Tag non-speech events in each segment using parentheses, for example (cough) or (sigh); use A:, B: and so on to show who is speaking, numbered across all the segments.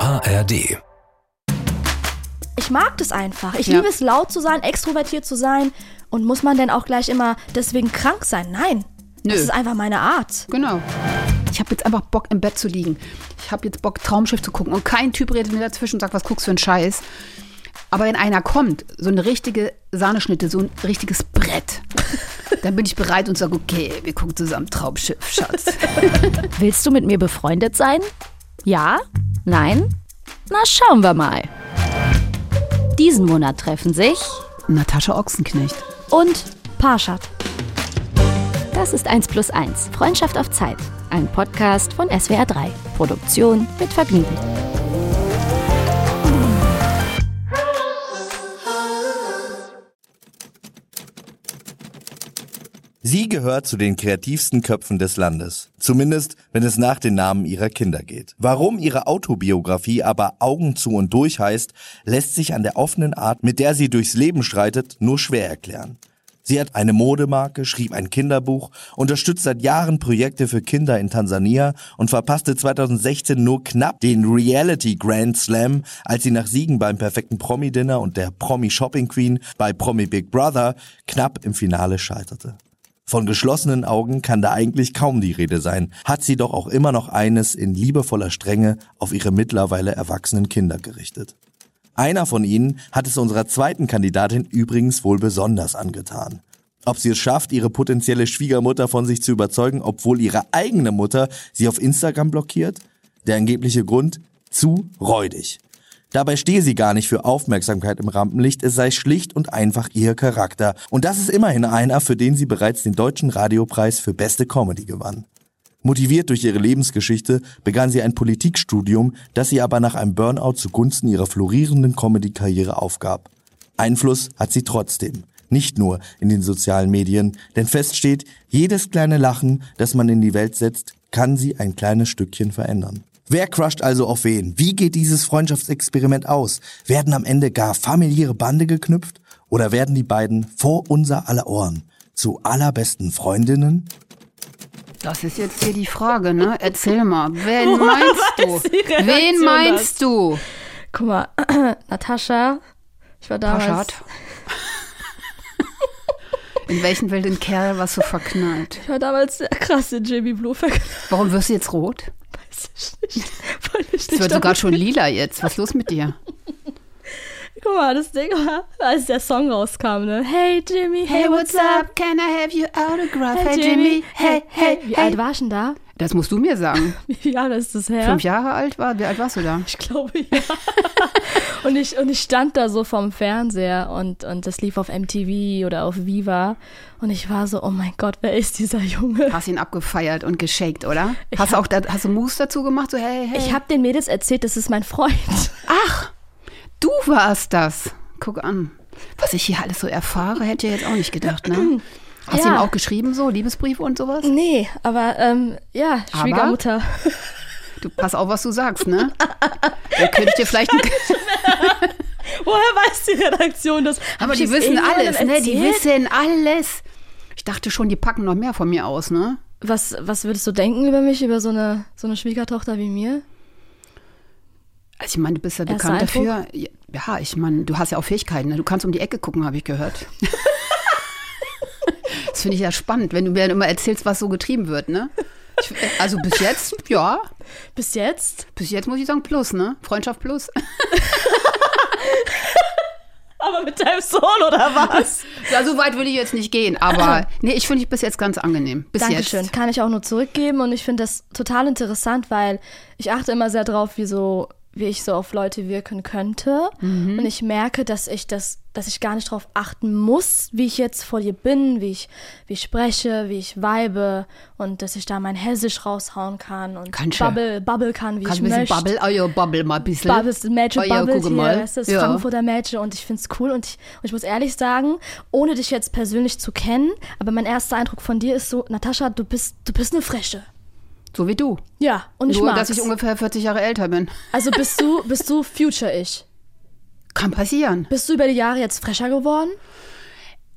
A: ARD.
B: Ich mag das einfach. Ich
C: Ja.
B: liebe es, laut zu sein, extrovertiert zu sein. Und muss man denn auch gleich immer deswegen krank sein? Nein.
C: Nö.
B: Das ist einfach meine Art.
C: Genau. Ich habe jetzt einfach Bock, im Bett zu liegen. Ich habe jetzt Bock, Traumschiff zu gucken. Und kein Typ redet mir dazwischen und sagt, was guckst du für einen Scheiß. Aber wenn einer kommt, so eine richtige Sahneschnitte, so ein richtiges Brett, dann bin ich bereit und sage, okay, wir gucken zusammen Traumschiff, Schatz.
D: Willst du mit mir befreundet sein? Ja? Nein? Na, schauen wir mal. Diesen Monat treffen sich
C: Natascha Ochsenknecht.
D: und
B: Parshad.
D: das ist 1 plus 1, Freundschaft auf Zeit. Ein Podcast von SWR 3. Produktion mit Vergnügen.
E: Sie gehört zu den kreativsten Köpfen des Landes. Zumindest, wenn es nach den Namen ihrer Kinder geht. Warum ihre Autobiografie aber Augen zu und durch heißt, lässt sich an der offenen Art, mit der sie durchs Leben schreitet, nur schwer erklären. Sie hat eine Modemarke, schrieb ein Kinderbuch, unterstützt seit Jahren Projekte für Kinder in Tansania und verpasste 2016 nur knapp den Reality Grand Slam, als sie nach Siegen beim perfekten Promi-Dinner und der Promi-Shopping Queen bei Promi Big Brother knapp im Finale scheiterte. Von geschlossenen Augen kann da eigentlich kaum die Rede sein, hat sie doch auch immer noch eines in liebevoller Strenge auf ihre mittlerweile erwachsenen Kinder gerichtet. Einer von ihnen hat es unserer zweiten Kandidatin übrigens wohl besonders angetan. Ob sie es schafft, ihre potenzielle Schwiegermutter von sich zu überzeugen, obwohl ihre eigene Mutter sie auf Instagram blockiert? Der angebliche Grund? Zu räudig. Dabei stehe sie gar nicht für Aufmerksamkeit im Rampenlicht, es sei schlicht und einfach ihr Charakter. Und das ist immerhin einer, für den sie bereits den Deutschen Radiopreis für beste Comedy gewann. Motiviert durch ihre Lebensgeschichte begann sie ein Politikstudium, das sie aber nach einem Burnout zugunsten ihrer florierenden Comedy-Karriere aufgab. Einfluss hat sie trotzdem. Nicht nur in den sozialen Medien, denn fest steht, jedes kleine Lachen, das man in die Welt setzt, kann sie ein kleines Stückchen verändern. Wer crusht also auf wen? Wie geht dieses Freundschaftsexperiment aus? Werden am Ende gar familiäre Bande geknüpft? Oder werden die beiden vor unser aller Ohren zu allerbesten Freundinnen?
C: Das ist jetzt hier die Frage, ne? Erzähl mal, wen meinst du?
B: die Redaktion
C: Wen meinst du?
B: Guck mal, (clears throat) Natascha. Ich war damals.
C: Paschat. (laughs) In welchen will den Kerl was so verknallt?
B: Ich war damals der krasse Jimmy Blue (laughs) vergleich.
C: Warum wirst du jetzt rot?
B: Weiß ich nicht. Weil ich
C: Es
B: nicht
C: wird sogar
B: damit-
C: schon lila jetzt. Was ist los mit dir?
B: Guck mal, das Ding war, als der Song rauskam, ne? Hey Jimmy, hey, what's up?
C: Can I have your autograph?
B: Wie alt war ich denn da? (laughs)
C: Das musst du mir sagen.
B: Wie alt ist das her?
C: Fünf Jahre alt war? Wie alt warst du da? (laughs)
B: Ich glaube ja. (laughs) und, ich, und ich stand da so vorm Fernseher und, und das lief auf MTV oder auf Viva. Und ich war so, oh mein Gott, wer ist dieser Junge?
C: Hast ihn abgefeiert und geschakt, oder? Hast du auch da, hast du Moves dazu gemacht? So, hey, hey.
B: Ich habe den Mädels erzählt, das ist mein Freund. (laughs)
C: Ach, du warst das. Guck an. Was ich hier alles so erfahre, hätte ich jetzt auch nicht gedacht,
B: (clears throat)
C: ne? Hast du
B: Ja.
C: ihm auch geschrieben, so Liebesbriefe und sowas?
B: Nee, aber ähm, ja,
C: Aber?
B: Schwiegermutter.
C: Du pass auf, was du
B: (laughs)
C: sagst, ne? Dann könnte ich dir vielleicht ein
B: Woher weiß die Redaktion das? Hab
C: Aber
B: ich
C: die
B: das
C: wissen
B: irgendjemandem
C: alles, ne? Die
B: erzählt?
C: wissen alles. Ich dachte schon, die packen noch mehr von mir aus, ne?
B: Was, was würdest du denken über mich, über so eine, so eine Schwiegertochter wie mir?
C: Also ich meine, du bist ja
B: Erster
C: bekannt dafür. Ja, ich meine, du hast ja auch Fähigkeiten, ne? Du kannst um die Ecke gucken, habe
B: (laughs)
C: ich gehört. das finde ich ja spannend, wenn du mir dann immer erzählst, was so getrieben wird, ne? Ich, also bis jetzt, ja,
B: Bis jetzt?
C: bis jetzt muss ich sagen, plus, ne? Freundschaft plus. (laughs)
B: Aber mit deinem Sohn oder was?
C: Ja, so weit würde ich jetzt nicht gehen,
B: (clears throat)
C: aber nee, ich finde ich bis jetzt ganz angenehm. Bis
B: Dankeschön.
C: jetzt.
B: Kann ich auch nur zurückgeben und ich finde das total interessant, weil ich achte immer sehr drauf, wie so wie ich so auf Leute wirken könnte
C: Mhm.
B: und ich merke, dass ich das, dass ich gar nicht drauf achten muss, wie ich jetzt vor dir bin, wie ich, wie ich spreche, wie ich weibe und dass ich da mein Hessisch raushauen kann und
C: Kannst du.
B: bubble, bubble kann, wie
C: Kannst
B: ich
C: du ein bisschen
B: möchte.
C: Bubble, euer Bubble mal ein bisschen.
B: Bubble ist Magic
C: Euer,
B: Bubble
C: gucke
B: hier,
C: mal.
B: das ist
C: Ja.
B: Frankfurter Magic und ich find's cool und ich, und ich muss ehrlich sagen, ohne dich jetzt persönlich zu kennen, aber mein erster Eindruck von dir ist so, Natascha, du bist, du bist eine Frische.
C: So wie du.
B: Ja, und ich
C: Nur,
B: mag's.
C: dass ich ungefähr 40 Jahre älter bin.
B: also bist du, bist du Future-Ich?
C: Kann passieren.
B: Bist du über die Jahre jetzt fresher geworden?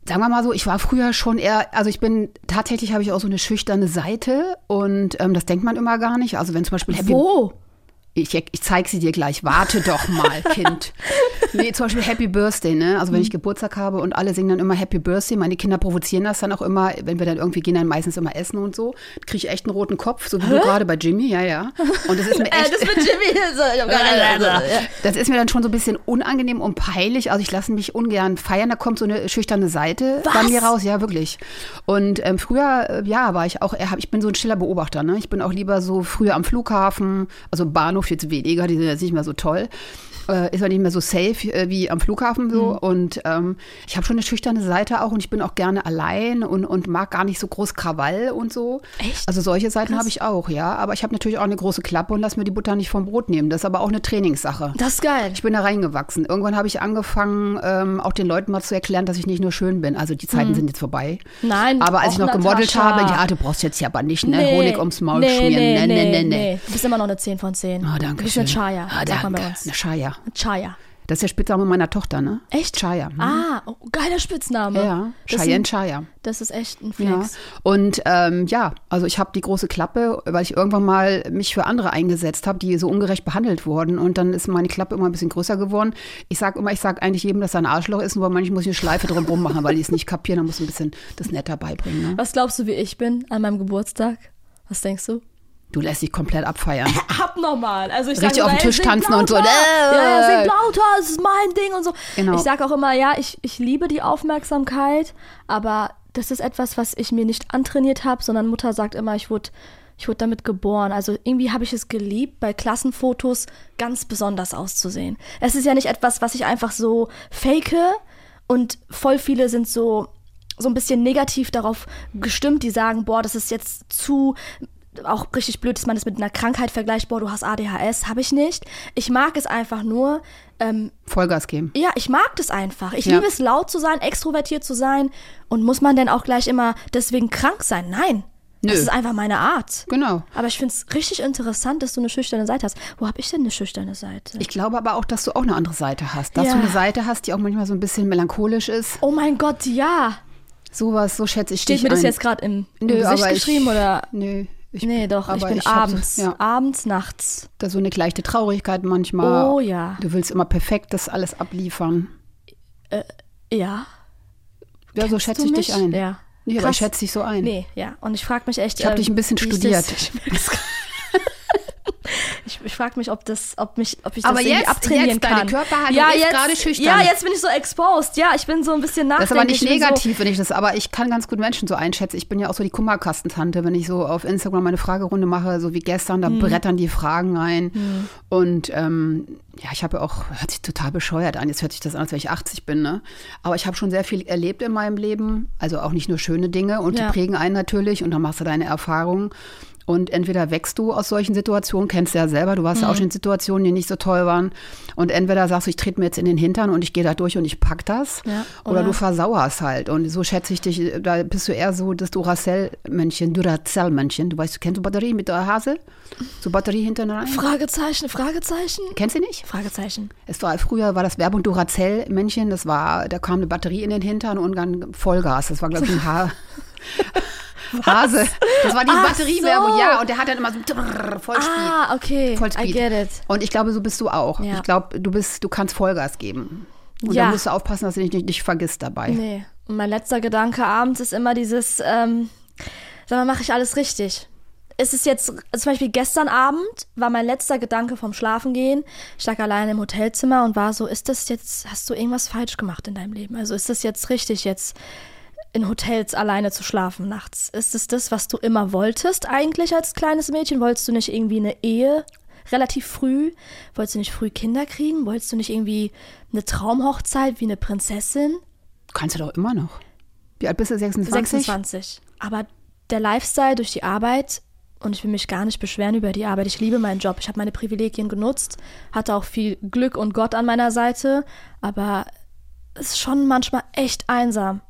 C: Sagen wir mal so, ich war früher schon eher, also ich bin, tatsächlich
B: Oh,
C: habe ich auch so eine schüchterne Seite und ähm, das denkt man immer gar nicht. Also wenn zum Beispiel Happy,
B: Wo?
C: Ich, ich zeig sie dir gleich. Warte
B: (laughs)
C: doch mal, Kind. Nee, zum Beispiel Happy Birthday, ne? Also wenn
B: Mhm.
C: ich Geburtstag habe und alle singen dann immer Happy Birthday, meine Kinder provozieren das dann auch immer, wenn wir dann irgendwie gehen, dann meistens immer essen und so, kriege ich echt einen roten Kopf, so wie du gerade bei Jimmy, ja, ja. Und das ist mir
B: Äh,
C: echt,
B: das mit Jimmy. So, ich hab (laughs) keine Ahnung.
C: das ist mir dann schon so ein bisschen unangenehm und peinlich. Also ich lasse mich ungern feiern. Da kommt so eine schüchterne Seite bei
B: Was?
C: mir raus. Ja, wirklich. Und ähm, früher, äh, ja, war ich auch, äh, hab- ich bin so ein stiller Beobachter. Ne? Ich bin auch lieber so früher am Flughafen, also Bahnhof jetzt weniger, die sind jetzt nicht mehr so toll. Äh, ist man nicht mehr so safe äh, wie am Flughafen so.
B: Mhm.
C: Und ähm, ich habe schon eine schüchterne Seite auch und ich bin auch gerne allein und, und mag gar nicht so groß Krawall und so.
B: Echt?
C: Also solche Seiten habe ich auch, ja. Aber ich habe natürlich auch eine große Klappe und lass mir die Butter nicht vom Brot nehmen. Das ist aber auch eine Trainingssache.
B: Das ist geil.
C: Ich bin da reingewachsen. Irgendwann habe ich angefangen, ähm, auch den Leuten mal zu erklären, dass ich nicht nur schön bin. Also die Zeiten sind jetzt vorbei.
B: Mhm. Nein,
C: Aber als
B: auch
C: ich noch gemodelt
B: Natascha.
C: habe, ja, du brauchst jetzt ja aber nicht ne, Honig ums Maul schmieren. Ne, Nee, nee, nee, nee.
B: Du bist immer noch eine 10 von 10.
C: Oh, danke
B: du bist
C: schön.
B: eine Chaya,
C: Ah,
B: sagt man
C: danke.
B: bei uns.
C: Eine Chaya.
B: Eine Chaya.
C: Das ist der Spitzname meiner Tochter, ne?
B: Echt?
C: Chaya. Hm?
B: Ah, oh, geiler Spitzname.
C: Ja,
B: Das ist
C: Cheyenne
B: ein-
C: Chaya.
B: Das ist echt ein
C: Ja.
B: Flex.
C: Und ähm, ja, also ich habe die große Klappe, weil ich irgendwann mal mich für andere eingesetzt habe, die so ungerecht behandelt wurden. Und dann ist meine Klappe immer ein bisschen größer geworden. Ich sage immer, ich sage eigentlich jedem, dass er ein Arschloch ist, nur manchmal muss ich eine Schleife drumherum machen, weil die es nicht kapieren. Da muss ich ein bisschen das netter beibringen. Ne?
B: Was glaubst du, wie ich bin an meinem Geburtstag? Was denkst du?
C: Du lässt dich
B: (laughs)
C: komplett abfeiern.
B: Abnormal. Also ich
C: Richtig
B: sag
C: auf
B: immer,
C: den Tisch
B: ey, sing
C: tanzen und so.
B: lauter.
C: Äh.
B: Ja, ja, sing lauter, es ist mein Ding und so.
C: Genau.
B: Ich sag auch immer, ja, ich, ich liebe die Aufmerksamkeit, aber das ist etwas, was ich mir nicht antrainiert habe, sondern Mutter sagt immer, ich wurde ich wurde damit geboren. Also irgendwie habe ich es geliebt, bei Klassenfotos ganz besonders auszusehen. Es ist ja nicht etwas, was ich einfach so fake und voll viele sind so so ein bisschen negativ darauf gestimmt, die sagen, boah, das ist jetzt zu auch richtig blöd, dass man das mit einer Krankheit vergleicht, boah, du hast ADHS, habe ich nicht. Ich mag es einfach nur, ähm,
C: Vollgas geben.
B: ja, ich mag das einfach. Ich
C: Ja.
B: liebe es, laut zu sein, extrovertiert zu sein. Und muss man denn auch gleich immer deswegen krank sein? Nein.
C: Nö.
B: Das ist einfach meine Art.
C: Genau.
B: Aber ich find's richtig interessant, dass du eine schüchterne Seite hast. Wo hab ich denn eine schüchterne Seite?
C: Ich glaube aber auch, dass du auch eine andere Seite hast. Dass
B: Ja.
C: du eine Seite hast, die auch manchmal so ein bisschen melancholisch ist.
B: oh mein Gott, ja.
C: Sowas, so schätze ich
B: Steht
C: dich
B: mir das
C: ein.
B: jetzt gerade im, im
C: Nö,
B: Gesicht
C: aber ich-
B: geschrieben? oder?
C: Nö. Ich,
B: Nee, doch. Ich
C: aber
B: bin
C: hab so-
B: abends.
C: ja.
B: Abends, nachts.
C: Da so eine leichte Traurigkeit manchmal.
B: Oh ja.
C: Du willst immer perfekt das alles abliefern.
B: Ja.
C: Ja, so
B: Kennst
C: schätze
B: du
C: Also ich dich
B: mich?
C: ein.
B: Ja.
C: Nee, aber ich
B: Krass.
C: schätze dich so ein.
B: Nee, ja. Und ich frage mich echt.
C: Ich habe
B: äh,
C: dich ein bisschen
B: wie ich das-
C: studiert.
B: Ich, ich frage mich, ob das, ob mich, ob ich
C: Aber
B: das irgendwie
C: jetzt-
B: abtrainieren
C: jetzt, deine
B: kann.
C: Körperhaltung ist gerade schüchtern.
B: Ja, jetzt bin ich so exposed. Ja, ich bin so ein bisschen
C: Das ist
B: nachdenklich.
C: aber nicht
B: Ich bin
C: negativ, wenn ich das, aber ich kann ganz gut Menschen so einschätzen. Ich bin ja auch so die Kummerkastentante, wenn ich so auf Instagram meine Fragerunde mache, so wie gestern,
B: Hm.
C: da brettern die Fragen rein. Und ähm, ja, ich habe ja auch, hört sich total bescheuert an, jetzt hört sich das an, als wenn ich 80 bin, ne? Aber ich habe schon sehr viel erlebt in meinem Leben, also auch nicht nur schöne Dinge und
B: Ja.
C: die prägen einen natürlich und dann machst du deine Erfahrungen. Und entweder wächst du aus solchen Situationen, kennst du ja selber, du warst
B: Hm.
C: ja auch schon in Situationen, die nicht so toll waren. Und entweder sagst du, ich trete mir jetzt in den Hintern und ich gehe da durch und ich pack das.
B: Ja,
C: Oder,
B: oder?
C: du versauerst halt. Und so schätze ich dich, da bist du eher so das Duracell-Männchen, Duracell-Männchen. Du weißt, du kennst du Batterie mit der Hase? So Batterie hintereinander?
B: So Fragezeichen, Fragezeichen,
C: Kennst du nicht?
B: Fragezeichen.
C: Es war, früher war das Werbung Duracell-Männchen, das war, da kam eine Batterie in den Hintern und dann Vollgas. Das war, glaube ich,
B: (laughs)
C: ein Haar. Hase. Das war die
B: Ach
C: Batteriewerbung,
B: so.
C: ja. Und der hat dann immer so drrrr, Vollspeed.
B: Ah, okay.
C: Vollspeed.
B: I get it.
C: Und ich glaube, so bist du auch.
B: Ja.
C: Ich glaube, du bist, du kannst Vollgas geben. Und
B: Ja.
C: da musst du aufpassen, dass du dich nicht, nicht vergisst dabei.
B: Nee. Und mein letzter Gedanke abends ist immer dieses, ähm, sag mal, mache ich alles richtig? Ist es jetzt, also zum Beispiel gestern Abend war mein letzter Gedanke vom Schlafengehen. Ich lag alleine im Hotelzimmer und war so, ist das jetzt, hast du irgendwas falsch gemacht in deinem Leben? Also ist das jetzt richtig, jetzt in Hotels alleine zu schlafen nachts? Ist es das, was du immer wolltest eigentlich als kleines Mädchen? Wolltest du nicht irgendwie eine Ehe relativ früh? Wolltest du nicht früh Kinder kriegen? Wolltest du nicht irgendwie eine Traumhochzeit wie eine Prinzessin?
C: Kannst du doch immer noch. Wie alt bist du? 26?
B: 26. Aber der Lifestyle durch die Arbeit, und ich will mich gar nicht beschweren über die Arbeit, ich liebe meinen Job, ich habe meine Privilegien genutzt, hatte auch viel Glück und Gott an meiner Seite, aber es ist schon manchmal echt einsam.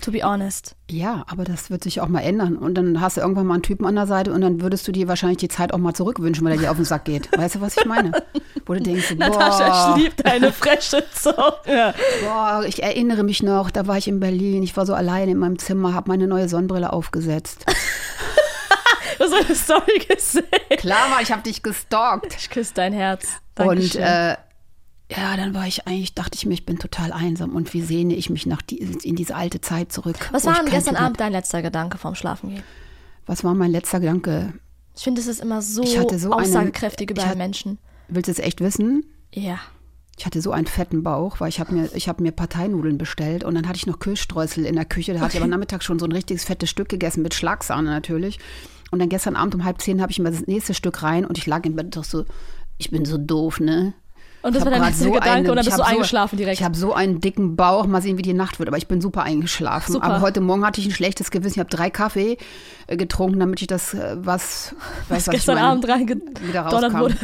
B: To be (laughs) honest.
C: Ja, aber das wird sich auch mal ändern. Und dann hast du irgendwann mal einen Typen an der Seite und dann würdest du dir wahrscheinlich die Zeit auch mal zurückwünschen, weil er dir auf den Sack geht. Weißt du, was ich meine? Wo du
B: (laughs)
C: denkst, so, boah,
B: liebt eine freche
C: (laughs)
B: Zunge.
C: boah, ich erinnere mich noch, da war ich in Berlin, ich war so alleine in meinem Zimmer, habe meine neue Sonnenbrille aufgesetzt.
B: Du hast eine Story gesehen.
C: Klar war, ich habe dich gestalkt.
B: Ich küsse dein Herz.
C: Und
B: Dankeschön.
C: äh, ja, dann war ich eigentlich, dachte ich mir, ich bin total einsam und wie sehne ich mich nach die, in diese alte Zeit zurück.
B: Was
C: wo
B: war
C: oh, ich
B: denn
C: kein
B: gestern
C: Typ mehr-
B: Abend dein letzter Gedanke vorm Schlafengehen?
C: Was war mein letzter Gedanke?
B: Ich finde, das ist immer so,
C: Ich hatte so einen-
B: aussagekräftig
C: ich
B: über einen
C: hatte-
B: Menschen.
C: Willst du es echt wissen?
B: Ja.
C: Ich hatte so einen fetten Bauch, weil ich habe mir, ich hab mir Parteinudeln bestellt und dann hatte ich noch Kirschstreusel in der Küche. Da hatte ich aber Nachmittag schon so ein richtiges fettes Stück gegessen mit Schlagsahne natürlich. Und dann gestern Abend um halb zehn habe ich mir das nächste Stück rein und ich lag im Bett doch so, ich bin so doof, ne?
B: Und das war
C: Ich hab
B: dein
C: grad
B: letzter Gedanke
C: einen-
B: und dann
C: ich
B: bist du
C: hab
B: eingeschlafen direkt?
C: Ich habe so einen dicken Bauch, mal sehen, wie die Nacht wird, aber ich bin super eingeschlafen.
B: Super.
C: Aber heute Morgen hatte ich ein schlechtes Gewissen. Ich habe drei Kaffee äh, getrunken, damit ich das, äh, was, weiß, was ich
B: gestern
C: meine,
B: Abend
C: wieder
B: reingedonnert
C: rauskam.
B: wurde.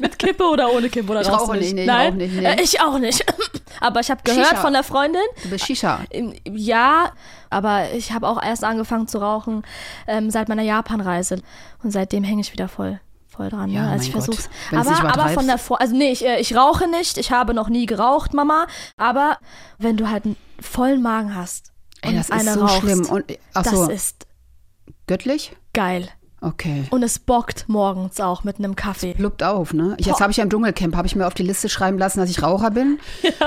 B: Mit Kippe oder ohne Kippe? Oder
C: Ich
B: rauchst du
C: rauche nicht, nee, ich
B: Nein?
C: rauche nicht, nee.
B: Äh, ich auch nicht. (laughs) Aber ich habe gehört
C: Shisha.
B: von der Freundin,
C: Du bist Shisha.
B: ähm, ja, aber ich habe auch erst angefangen zu rauchen ähm, seit meiner Japanreise. Und seitdem hänge ich wieder voll voll dran,
C: Ja,
B: ne?
C: mein
B: Also ich
C: Gott.
B: versuch's.
C: Wenn du's nicht
B: Aber, aber
C: übertreibst.
B: von der Vor also nee, ich, äh, ich rauche nicht, ich habe noch nie geraucht, Mama. Aber wenn du halt einen vollen Magen hast und
C: Ey, das ist
B: eine
C: so
B: rauchst,
C: schlimm. Und, ach
B: das
C: so,
B: ist
C: göttlich?
B: geil.
C: Okay.
B: Und es bockt morgens auch mit einem Kaffee.
C: Pluppt auf, ne? Ich, jetzt
B: Boah.
C: habe ich ja im Dschungelcamp, habe ich mir auf die Liste schreiben lassen, dass ich
B: (laughs)
C: Raucher bin.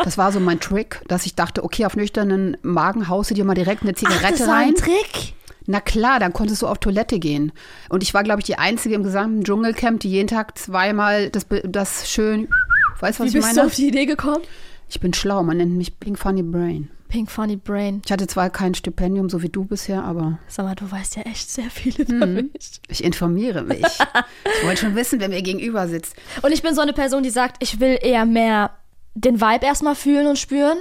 C: Das war so mein Trick, dass ich dachte, okay, auf nüchternen Magen haust du dir mal direkt eine
B: Ach, das
C: Zigarette
B: war
C: rein.
B: ein Trick?
C: Na klar, dann konntest du auf Toilette gehen. Und ich war, glaube ich, die Einzige im gesamten Dschungelcamp, die jeden Tag zweimal das, Be- das schön, weißt du, was
B: Wie
C: ich
B: bist du
C: meine?
B: auf die Idee gekommen?
C: Ich bin schlau, man nennt mich Pink Funny Brain.
B: Pink Funny Brain.
C: Ich hatte zwar kein Stipendium, so wie du bisher, aber
B: Sag mal, du weißt ja echt sehr viel
C: Mhm.
B: über mich.
C: ich
B: (laughs)
C: informiere mich. ich wollte schon wissen, wer mir gegenüber sitzt.
B: Und ich bin so eine Person, die sagt, ich will eher mehr den Vibe erstmal fühlen und spüren.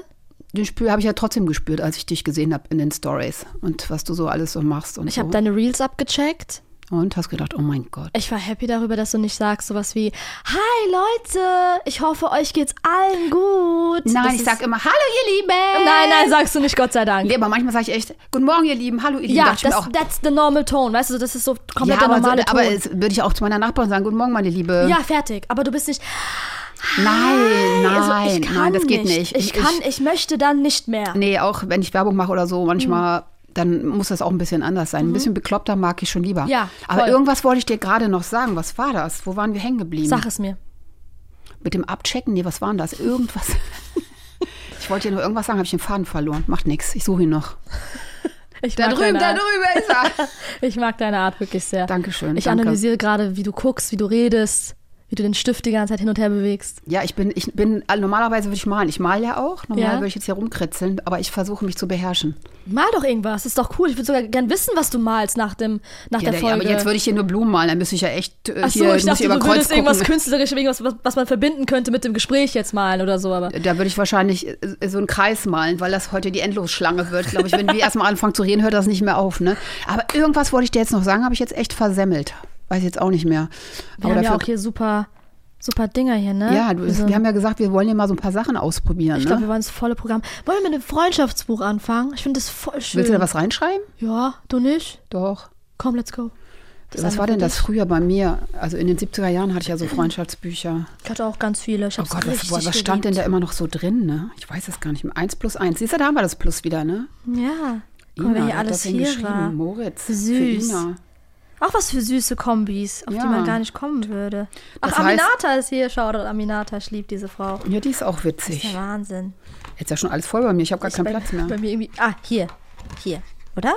C: Den Spür habe ich ja trotzdem gespürt, als ich dich gesehen habe in den Stories und was du so alles so machst und
B: Ich
C: so.
B: habe deine Reels abgecheckt.
C: und hast gedacht, oh mein Gott.
B: Ich war happy darüber, dass du nicht sagst sowas wie, Hi Leute, ich hoffe, euch geht's allen gut.
C: Nein,
B: Das
C: ich
B: ist- Oh,
C: sag immer, hallo ihr Lieben.
B: Nein, nein, sagst du nicht, Gott sei Dank.
C: Nee, aber manchmal sage ich echt, guten Morgen ihr Lieben, hallo ihr Lieben.
B: Ja,
C: Dachte ich mir
B: das,
C: auch,
B: that's the normal tone, weißt du, das ist so komplett der
C: ja, aber, so,
B: normale
C: aber
B: Ton.
C: es würde ich auch zu meiner Nachbarin sagen, guten Morgen meine Liebe.
B: ja, fertig. Aber du bist nicht,
C: Nein, nein,
B: also ich kann
C: nein, das geht nicht.
B: Ich, kann, ich, möchte dann nicht mehr.
C: Nee, auch wenn ich Werbung mache oder so, manchmal,
B: Mhm.
C: dann muss das auch ein bisschen anders sein. Ein bisschen bekloppter mag ich schon lieber.
B: Ja,
C: Aber
B: voll.
C: irgendwas wollte ich dir gerade noch sagen. Was war das? Wo waren wir hängen geblieben?
B: Sag es mir.
C: Mit dem Abchecken? Nee, was war denn das? (laughs) Irgendwas. ich wollte dir noch irgendwas sagen, habe ich den Faden verloren. Macht nichts, ich suche ihn noch.
B: Ich
C: Da
B: mag deine
C: drüben, da
B: Art.
C: drüben ist er.
B: Ich mag deine Art wirklich sehr.
C: Dankeschön,
B: Ich
C: danke.
B: analysiere gerade, wie du guckst, wie du redest, wie du den Stift die ganze Zeit hin und her bewegst.
C: (laughs) ja, ich bin, ich bin, also normalerweise würde ich malen. Ich male ja auch. Normal
B: Ja.
C: würde ich jetzt hier rumkritzeln, aber ich versuche mich zu beherrschen.
B: Mal doch irgendwas, ist doch cool. Ich würde sogar gern wissen, was du malst nach, dem, nach der
C: Ja, der-
B: Folge.
C: aber jetzt würde ich hier nur Blumen malen, dann müsste ich ja echt äh,
B: Ach so,
C: hier
B: ich
C: muss
B: dachte,
C: über
B: du
C: Kreuz
B: würdest
C: gucken.
B: irgendwas Künstlerisches, irgendwas, was, was man verbinden könnte mit dem Gespräch jetzt malen oder so. Aber
C: Da würde ich wahrscheinlich äh, so einen Kreis malen, weil das heute die Endlosschlange wird, glaube ich. Wenn wir erstmal anfangen zu reden, hört das nicht mehr auf, ne? Aber irgendwas wollte ich dir jetzt noch sagen, habe ich jetzt echt versemmelt. Weiß jetzt auch nicht mehr.
B: wir haben ja auch hier super, super Dinger hier, ne?
C: ja, du,
B: Also,
C: wir haben ja gesagt, wir wollen ja mal so ein paar Sachen ausprobieren,
B: ich glaube,
C: ne?
B: wir wollen das volle Programm. Wollen wir mit einem Freundschaftsbuch anfangen? Ich finde das voll schön.
C: Willst du da was reinschreiben?
B: Ja, du nicht?
C: Doch.
B: Komm, let's go. Das
C: was
B: eine
C: war
B: für
C: denn das
B: dich.
C: früher bei mir? Also in den 70er Jahren hatte ich
B: (clears throat)
C: ja so Freundschaftsbücher.
B: Ich hatte auch ganz viele. Ich
C: Oh
B: hab's
C: Gott, was,
B: richtig
C: boah, was stand denn
B: geliebt.
C: da immer noch so drin, ne? Ich weiß es gar nicht mehr. Eins plus eins. Siehst du, da haben wir das Plus wieder, ne?
B: Ja. Guck mal, wer
C: Ina
B: hier
C: hat das
B: alles
C: denn
B: hier
C: geschrieben.
B: war.
C: Moritz. Für
B: Süß.
C: Ina.
B: Auch was für süße Kombis, auf
C: Ja.
B: die man gar nicht kommen würde. Ach,
C: Das heißt-
B: Aminata ist hier. Schau, Aminata, ich liebe diese Frau.
C: Ja, die ist auch witzig.
B: Der Wahnsinn.
C: Jetzt ist ja schon alles voll bei mir. Ich habe gar
B: Ich
C: keinen
B: bei, (laughs)
C: Platz mehr.
B: Bei mir irgendwie. Ah, hier. Hier, oder?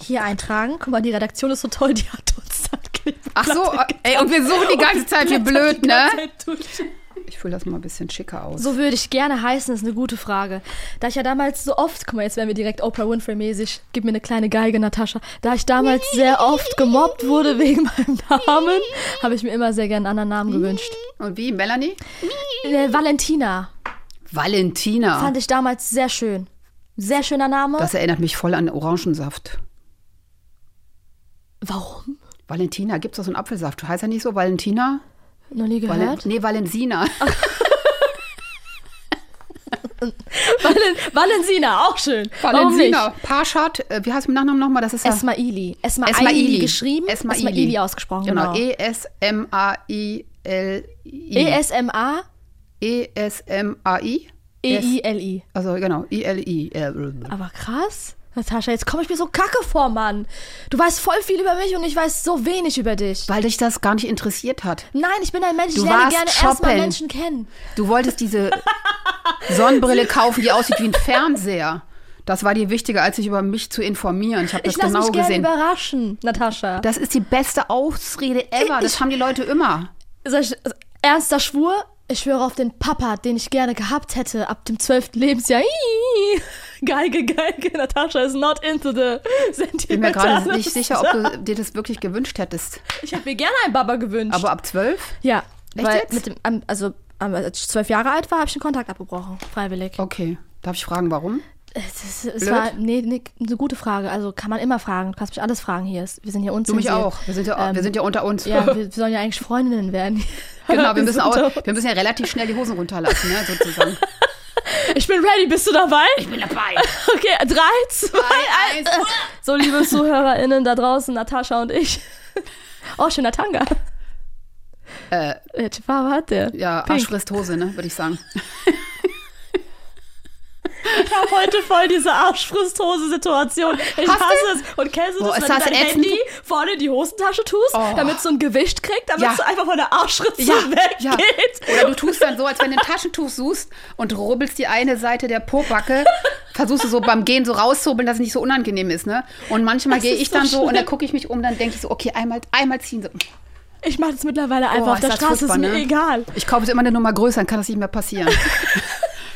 B: Hier eintragen. Guck mal, die Redaktion ist so toll, die hat uns (laughs) das Klebeblatt
C: Ach so, äh, ey, und wir suchen die
B: (laughs)
C: ganze Zeit, wie blöd,
B: die ganze
C: ne?
B: Zeit durch.
C: Ich fühle das mal ein bisschen schicker aus.
B: So würde ich gerne heißen, ist eine gute Frage. Da ich ja damals so oft, guck mal, jetzt wären wir direkt Oprah Winfrey-mäßig, gib mir eine kleine Geige, Natascha. Da ich damals sehr oft gemobbt wurde wegen (laughs) meinem Namen, habe ich mir immer sehr gerne einen anderen Namen gewünscht.
C: Und wie, Melanie?
B: Äh, Valentina
C: Valentina.
B: fand ich damals sehr schön. Sehr schöner Name.
C: Das erinnert mich voll an Orangensaft.
B: Warum?
C: Valentina, gibt's doch so einen Apfelsaft? Heißt er nicht so Valentina?
B: Noch nie gehört? (laughs)
C: Valen nee, Valensina.
B: Valen Valensina, auch schön. Warum
C: Valensina.
B: nicht?
C: Parschat, äh, wie heißt mit Nachnamen nochmal? Das ist ja
B: Esmaili. Esmaili.
C: Esmaili.
B: geschrieben.
C: Esmaili.
B: ausgesprochen.
C: Genau.
B: Genau.
C: E
B: E
C: E-S-M-A-I-L-I.
B: E-S-M-A-E-I-L-I.
C: E E-S-M-A-I?
B: E -I.
C: Also genau, I-L-I. Äh,
B: Aber krass. Natascha, jetzt komme ich mir so kacke vor, Mann. Du weißt voll viel über mich und ich weiß so wenig über dich.
C: Weil dich das gar nicht interessiert hat.
B: Nein, ich bin ein Mensch, ich
C: Du
B: lerne
C: warst
B: gerne erstmal
C: shoppen.
B: Menschen kennen.
C: Du
B: (laughs)
C: wolltest diese Sonnenbrille kaufen, die aussieht wie ein Fernseher. Das war dir wichtiger, als sich über mich zu informieren. Ich habe das
B: ich lasse
C: genau
B: mich gerne
C: gesehen.
B: überraschen, Natascha.
C: Das ist die beste Ausrede ever. Das haben die Leute immer.
B: Soll ich, also, ernster Schwur, ich schwöre auf den Papa, den ich gerne gehabt hätte ab dem 12. Lebensjahr. Iiii. Geige, Geige, Natascha is not into the
C: Ich bin mir gerade
B: sentimentale
C: nicht sicher, ob du dir das wirklich gewünscht hättest.
B: Ich habe mir gerne einen Baba gewünscht.
C: Aber ab zwölf?
B: ja,
C: Echt
B: weil
C: jetzt?
B: mit dem, am- also am- als ich zwölf Jahre alt war, habe ich den Kontakt abgebrochen, freiwillig.
C: Okay. Darf ich fragen, warum?
B: Es, ist- es
C: Blöd?
B: war nee, nee, eine gute Frage. Also kann man immer fragen. Du kannst mich alles fragen hier. Es- Wir sind hier
C: Du mich
B: unzensiert.
C: auch. Wir sind ja,
B: Ähm,
C: wir sind ja unter uns. (laughs)
B: Ja, wir, wir sollen ja eigentlich Freundinnen werden. (laughs)
C: genau, wir müssen, auch,
B: unter-
C: wir müssen ja relativ schnell die Hosen runterlassen, ne, sozusagen.
B: (laughs) Ich bin ready. Bist du dabei?
C: Ich bin dabei.
B: (laughs) Okay, drei, zwei,
C: Drei,
B: eins. So, liebe ZuhörerInnen da draußen, Natascha und ich. (laughs) Oh, schöner Tanga.
C: Äh,
B: Welche Farbe hat der?
C: ja, Arsch
B: Pink.
C: frisst Hose, ne, würde ich sagen.
B: Ich habe heute voll diese Arschfristhose-Situation. Ich
C: Hast
B: hasse es. Und kennst du
C: Boah,
B: das, wenn
C: ist
B: du
C: das
B: dein
C: ätzend?
B: Handy vorne in die Hosentasche tust,
C: Oh.
B: damit es so ein Gewicht kriegt, damit
C: Ja.
B: es einfach von der Arschritze weggeht?
C: ja. Oder du tust dann so, als wenn du ein Taschentuch suchst und rubbelst die eine Seite der Pobacke, versuchst du so beim Gehen so rauszuhobeln, dass es nicht so unangenehm ist, ne? Und manchmal
B: Das
C: gehe
B: ist
C: ich
B: so
C: dann so
B: schlimm.
C: und dann gucke ich mich um, dann denke ich so, okay, einmal, einmal ziehen. So.
B: Ich mache das mittlerweile einfach
C: Boah,
B: auf der
C: das
B: Straße, ist
C: furchtbar,
B: mir
C: ne?
B: egal.
C: Ich kaufe jetzt immer eine Nummer größer, dann kann das nicht mehr (laughs) passieren.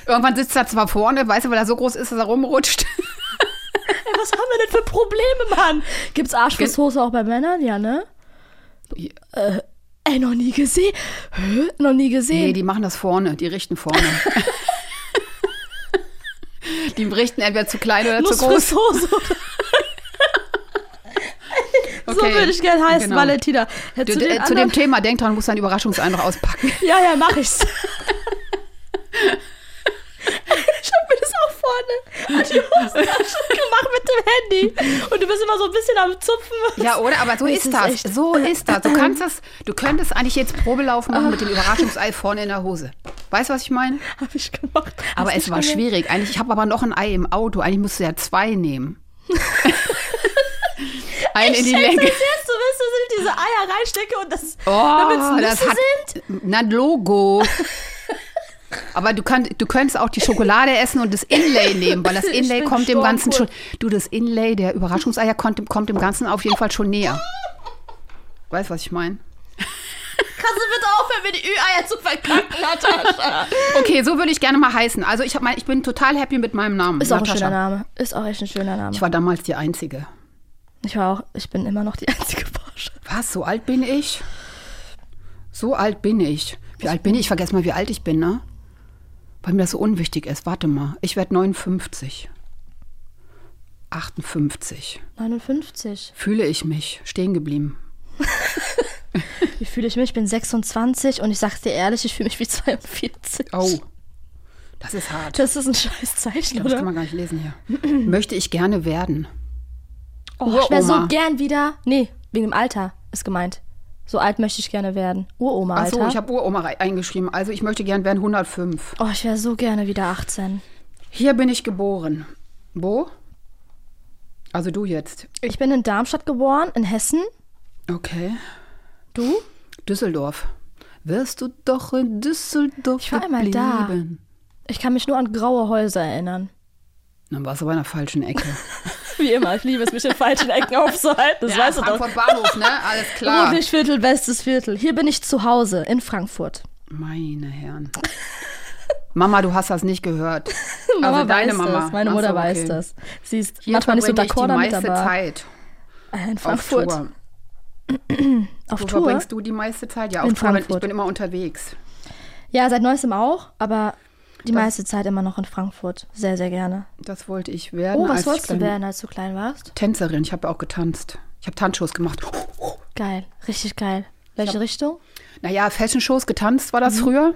C: Irgendwann sitzt er zwar vorne, weißt du, weil er so groß ist, dass er rumrutscht.
B: Ey, was haben wir denn für Probleme, Mann? Gibt's Arschfristhose auch bei Männern? Ja, ne? Äh, Ey, noch nie gesehen. Hä? Noch nie gesehen.
C: Nee, die machen das vorne, die richten (laughs) vorne. die richten entweder zu klein oder zu groß.
B: Nussfristhose. so
C: (laughs) Okay,
B: würde ich gerne heißen,
C: genau.
B: Valentina.
C: Du,
B: Hättest du,
C: äh,
B: den
C: zu dem
B: anderen-
C: Thema, denk dran, du musst deinen Überraschungseintrag auspacken.
B: Ja, ja, mach ich's. ich hab mir das auch vorne an die Hosentasche gemacht mit dem Handy. Und du bist immer so ein bisschen am Zupfen.
C: (laughs) Ja, oder? Aber so
B: Das
C: ist,
B: ist
C: das.
B: echt-
C: So ist das. Du kannst das, du könntest eigentlich jetzt Probelauf machen mit dem Überraschungsei vorne in der Hose. Weißt du, was ich meine?
B: Hab ich gemacht.
C: Aber
B: Hast
C: es
B: nicht
C: war
B: gemacht.
C: schwierig. Eigentlich, ich habe aber noch ein Ei im Auto. Eigentlich musst du ja
B: (laughs)
C: zwei nehmen. Ein in die
B: Schätze,
C: Länge.
B: Jetzt wirst du wissen, dass ich diese Eier reinstecke und das,
C: Oh,
B: damit es
C: das
B: Nüsse
C: hat,
B: sind.
C: Na, Logo. Aber du, kann, du könntest auch die Schokolade essen und das Inlay nehmen, weil
B: (laughs)
C: das
B: Ich
C: Inlay
B: bin
C: kommt dem Ganzen schon.
B: sturmcool.
C: Du, das Inlay der Überraschungseier kommt, dem- kommt dem Ganzen auf jeden Fall schon näher. Weißt du, was ich meine?
B: Kannst du bitte aufhören, mir die Ü-Eier zu verkacken,
C: (laughs)
B: Natascha?
C: Okay, so würde ich gerne mal heißen. Also ich, hab mein, ich bin total happy mit meinem Namen.
B: Ist auch ein
C: Natascha.
B: schöner Name. Ist auch echt ein schöner Name.
C: Ich war damals die Einzige.
B: Ich war auch, ich bin immer noch die einzige Porsche.
C: Was, so alt bin ich? So alt bin ich. Wie alt bin ich? Ich vergesse mal, wie alt ich bin, ne? Weil mir das so unwichtig ist. Warte mal, ich werde 59. 58.
B: 59.
C: Fühle ich mich stehen geblieben.
B: Wie fühle ich mich? Ich bin 26 und ich sag's dir ehrlich, ich fühle mich wie 42.
C: Oh, das
B: (laughs)
C: ist hart.
B: Das ist ein scheiß Zeichen,
C: Das kann
B: oder?
C: man gar nicht lesen hier. (clears throat) Möchte ich gerne werden.
B: Oh, ich wäre
C: Uroma.
B: so gern wieder. Nee, wegen dem Alter ist gemeint. So alt möchte ich gerne werden. Uroma,
C: Ach
B: Alter.
C: so, Also, ich habe Uroma rei- eingeschrieben. Also ich möchte gern werden 105.
B: oh, ich wäre so gerne wieder 18.
C: Hier bin ich geboren. Wo? Also du jetzt.
B: Ich bin in Darmstadt geboren, in Hessen.
C: Okay.
B: Du?
C: Düsseldorf. Wärst du doch in Düsseldorf
B: Ich war einmal da.
C: geblieben.
B: Ich kann mich nur an graue Häuser erinnern.
C: Dann warst du bei einer falschen Ecke.
B: (laughs) Wie immer, ich liebe es, mich in falschen Ecken aufzuhalten. Das weißt du doch.
C: Frankfurt Bahnhof, ne?
B: (laughs)
C: Alles klar.
B: Ludwigviertel, bestes Viertel. Hier bin ich zu Hause, in (laughs) Frankfurt.
C: Meine Herren. Mama, du hast das nicht gehört.
B: Mama
C: also deine
B: weiß
C: Mama.
B: das, meine
C: Ach so,
B: Mutter
C: okay.
B: weiß das. Sie ist
C: Hier
B: manchmal nicht so
C: verbringe ich die
B: d'accord damit,
C: meiste
B: aber
C: Zeit.
B: in
C: Auf
B: Frankfurt.
C: Tour.
B: Auf
C: Wo
B: Tour?
C: verbringst du die meiste Zeit? Ja, auf
B: In
C: Tour. Ich
B: Frankfurt.
C: bin immer unterwegs.
B: Ja, seit neuestem auch, aber die meiste Zeit immer noch in Frankfurt. Sehr, sehr gerne.
C: Das wollte ich werden.
B: Oh,
C: als
B: was
C: ich
B: wolltest du
C: klein-
B: werden, als du klein warst?
C: Tänzerin. Ich habe auch getanzt. Ich habe Tanzshows gemacht.
B: Geil, richtig geil. Welche Richtung?
C: Naja, Fashion-Shows getanzt war
B: Mhm.
C: das früher.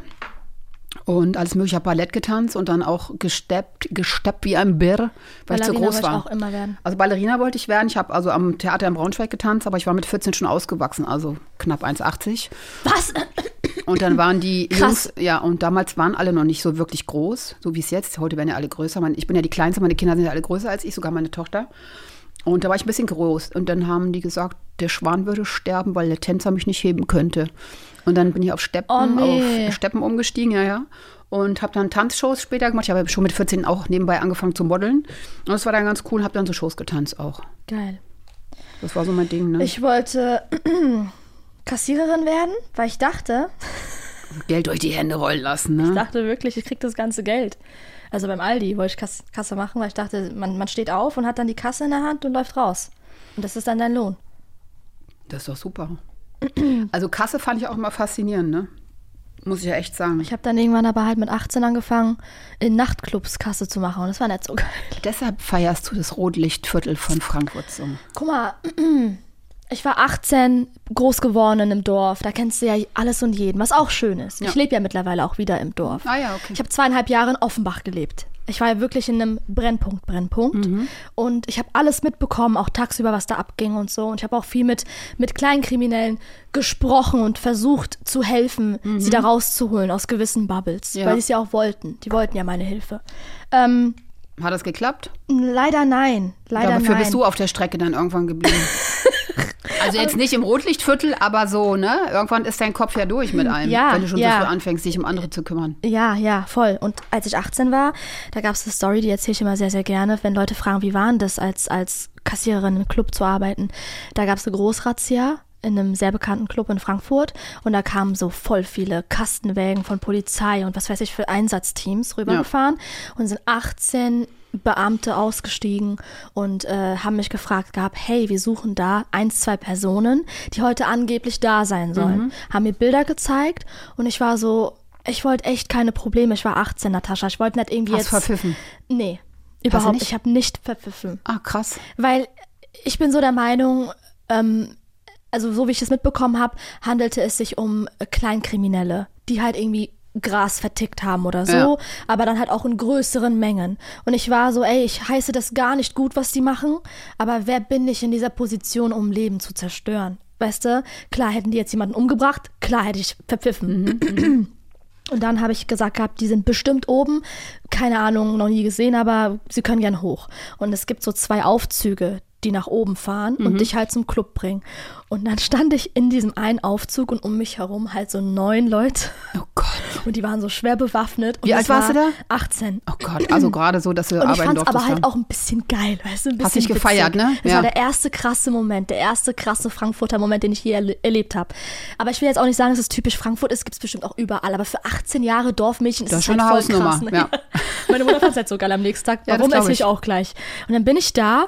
C: Und alles mögliche, ich hab Ballett getanzt und dann auch gesteppt, gesteppt wie ein Bär, weil ich zu
B: Ballerina
C: groß
B: wollte ich auch
C: war.
B: immer werden.
C: Also Ballerina wollte ich werden. Ich habe also am Theater in Braunschweig getanzt, aber ich war mit 14 schon ausgewachsen, also knapp 1,80.
B: Was?
C: Und dann
B: (laughs)
C: waren die
B: Krass.
C: Jungs, ja, und damals waren alle noch nicht so wirklich groß, so wie es jetzt. Heute werden ja alle größer. Mein- Ich bin ja die Kleinste, meine Kinder sind ja alle größer als ich, sogar meine Tochter. Und da war ich ein bisschen groß. Und dann haben die gesagt, der Schwan würde sterben, weil der Tänzer mich nicht heben könnte. Und dann bin ich auf Steppen,
B: Oh, nee.
C: auf Steppen umgestiegen, ja, ja. Und habe dann Tanzshows später gemacht. Ich habe schon mit 14 auch nebenbei angefangen zu modeln. Und das war dann ganz cool und habe dann so Shows getanzt auch.
B: Geil.
C: Das war so mein Ding, ne?
B: Ich wollte (clears throat) Kassiererin werden, weil ich dachte,
C: Geld durch die Hände rollen lassen, ne?
B: Ich dachte wirklich, ich krieg das ganze Geld. Also beim Aldi wollte ich Kass Kasse machen, weil ich dachte, man, man steht auf und hat dann die Kasse in der Hand und läuft raus. Und das ist dann dein Lohn.
C: Das ist doch (clears throat) super. Also Kasse fand ich auch immer faszinierend, ne? Muss ich ja echt sagen.
B: Ich habe dann irgendwann aber halt mit 18 angefangen, in Nachtclubs Kasse zu machen. Und das war nicht so geil.
C: Deshalb feierst du das Rotlichtviertel von Frankfurt so.
B: Guck mal, (clears throat) ich war 18, groß geworden in einem Dorf. Da kennst du ja alles und jeden, was auch schön ist. Ich
C: Ja.
B: lebe ja mittlerweile auch wieder im Dorf.
C: Ah ja, okay.
B: Ich habe zweieinhalb Jahre in Offenbach gelebt. Ich war ja wirklich in einem Brennpunkt, Brennpunkt.
C: Mhm.
B: Und ich habe alles mitbekommen, auch tagsüber, was da abging und so. Und ich habe auch viel mit, mit kleinen Kriminellen gesprochen und versucht zu helfen, sie da rauszuholen aus gewissen Bubbles.
C: Mhm. Ja.
B: Weil die es ja auch wollten. Die wollten ja meine Hilfe. Ähm,
C: Hat das geklappt?
B: leider nein. Leider
C: Dafür
B: nein.
C: bist du auf der Strecke dann irgendwann (laughs) geblieben. Also jetzt nicht im Rotlichtviertel, aber so, ne? Irgendwann ist dein Kopf ja durch mit allem,
B: Ja,
C: wenn du schon
B: ja.
C: so früh anfängst, dich um andere zu kümmern.
B: Ja, ja, voll. Und als ich 18 war, da gab's eine Story, die erzähle ich immer sehr, sehr gerne, wenn Leute fragen, wie war denn das, als, als Kassiererin im Club zu arbeiten. Da gab's eine Großrazzia in einem sehr bekannten Club in Frankfurt und da kamen so voll viele Kastenwägen von Polizei und was weiß ich für Einsatzteams rübergefahren und sind 18 Beamte ausgestiegen und äh, haben mich gefragt gehabt, hey, wir suchen da eins, zwei Personen, die heute angeblich da sein sollen. Haben mir Bilder gezeigt und ich war so, ich wollte echt keine Probleme. Ich war 18, Natascha. Ich wollte nicht irgendwie
C: Hast
B: jetzt.
C: verpfiffen?
B: Nee, überhaupt.
C: nicht?
B: Ich habe nicht verpfiffen.
C: Ah, krass.
B: Weil ich bin so der Meinung, ähm, also so wie ich es mitbekommen habe, handelte es sich um äh, Kleinkriminelle, die halt irgendwie Gras vertickt haben oder so,
C: Ja.
B: aber dann halt auch in größeren Mengen. Und ich war so, ey, ich heiße das gar nicht gut, was die machen, aber wer bin ich in dieser Position, um Leben zu zerstören? Weißt du, klar hätten die jetzt jemanden umgebracht, klar hätte ich
C: Mhm.
B: verpfiffen. Und dann habe ich gesagt gehabt, die sind bestimmt oben. Keine Ahnung, noch nie gesehen, aber sie können gern hoch. Und es gibt so zwei Aufzüge, die nach oben fahren
C: Mhm.
B: und dich halt zum Club bringen. Und dann stand ich in diesem einen Aufzug und um mich herum halt so neun Leute. (laughs)
C: Oh Gott.
B: Und die waren so schwer bewaffnet. Und
C: Wie
B: es
C: alt warst
B: war
C: du da?
B: 18.
C: Oh Gott. Also gerade so, dass du
B: Und ich
C: arbeiten
B: fand's
C: durftest.
B: aber halt
C: dann.
B: auch ein bisschen geil, weißt du? Ein bisschen
C: Hast dich gefeiert,
B: witzig.
C: ne?
B: Das
C: Ja.
B: war der erste krasse Moment, der erste krasse Frankfurter Moment, den ich je erle erlebt habe. Aber ich will jetzt auch nicht sagen, es ist typisch Frankfurt, es gibt's bestimmt auch überall. Aber für 18 Jahre Dorfmädchen ist
C: Das
B: es
C: ist schon
B: halt
C: eine
B: voll krass.
C: Hausnummer,
B: Ne?
C: ja.
B: (laughs) Meine Mutter fand's halt so geil am nächsten Tag.
C: Ja, das
B: Warum
C: glaub
B: erzähl ich
C: ich.
B: auch gleich. Und dann bin ich da.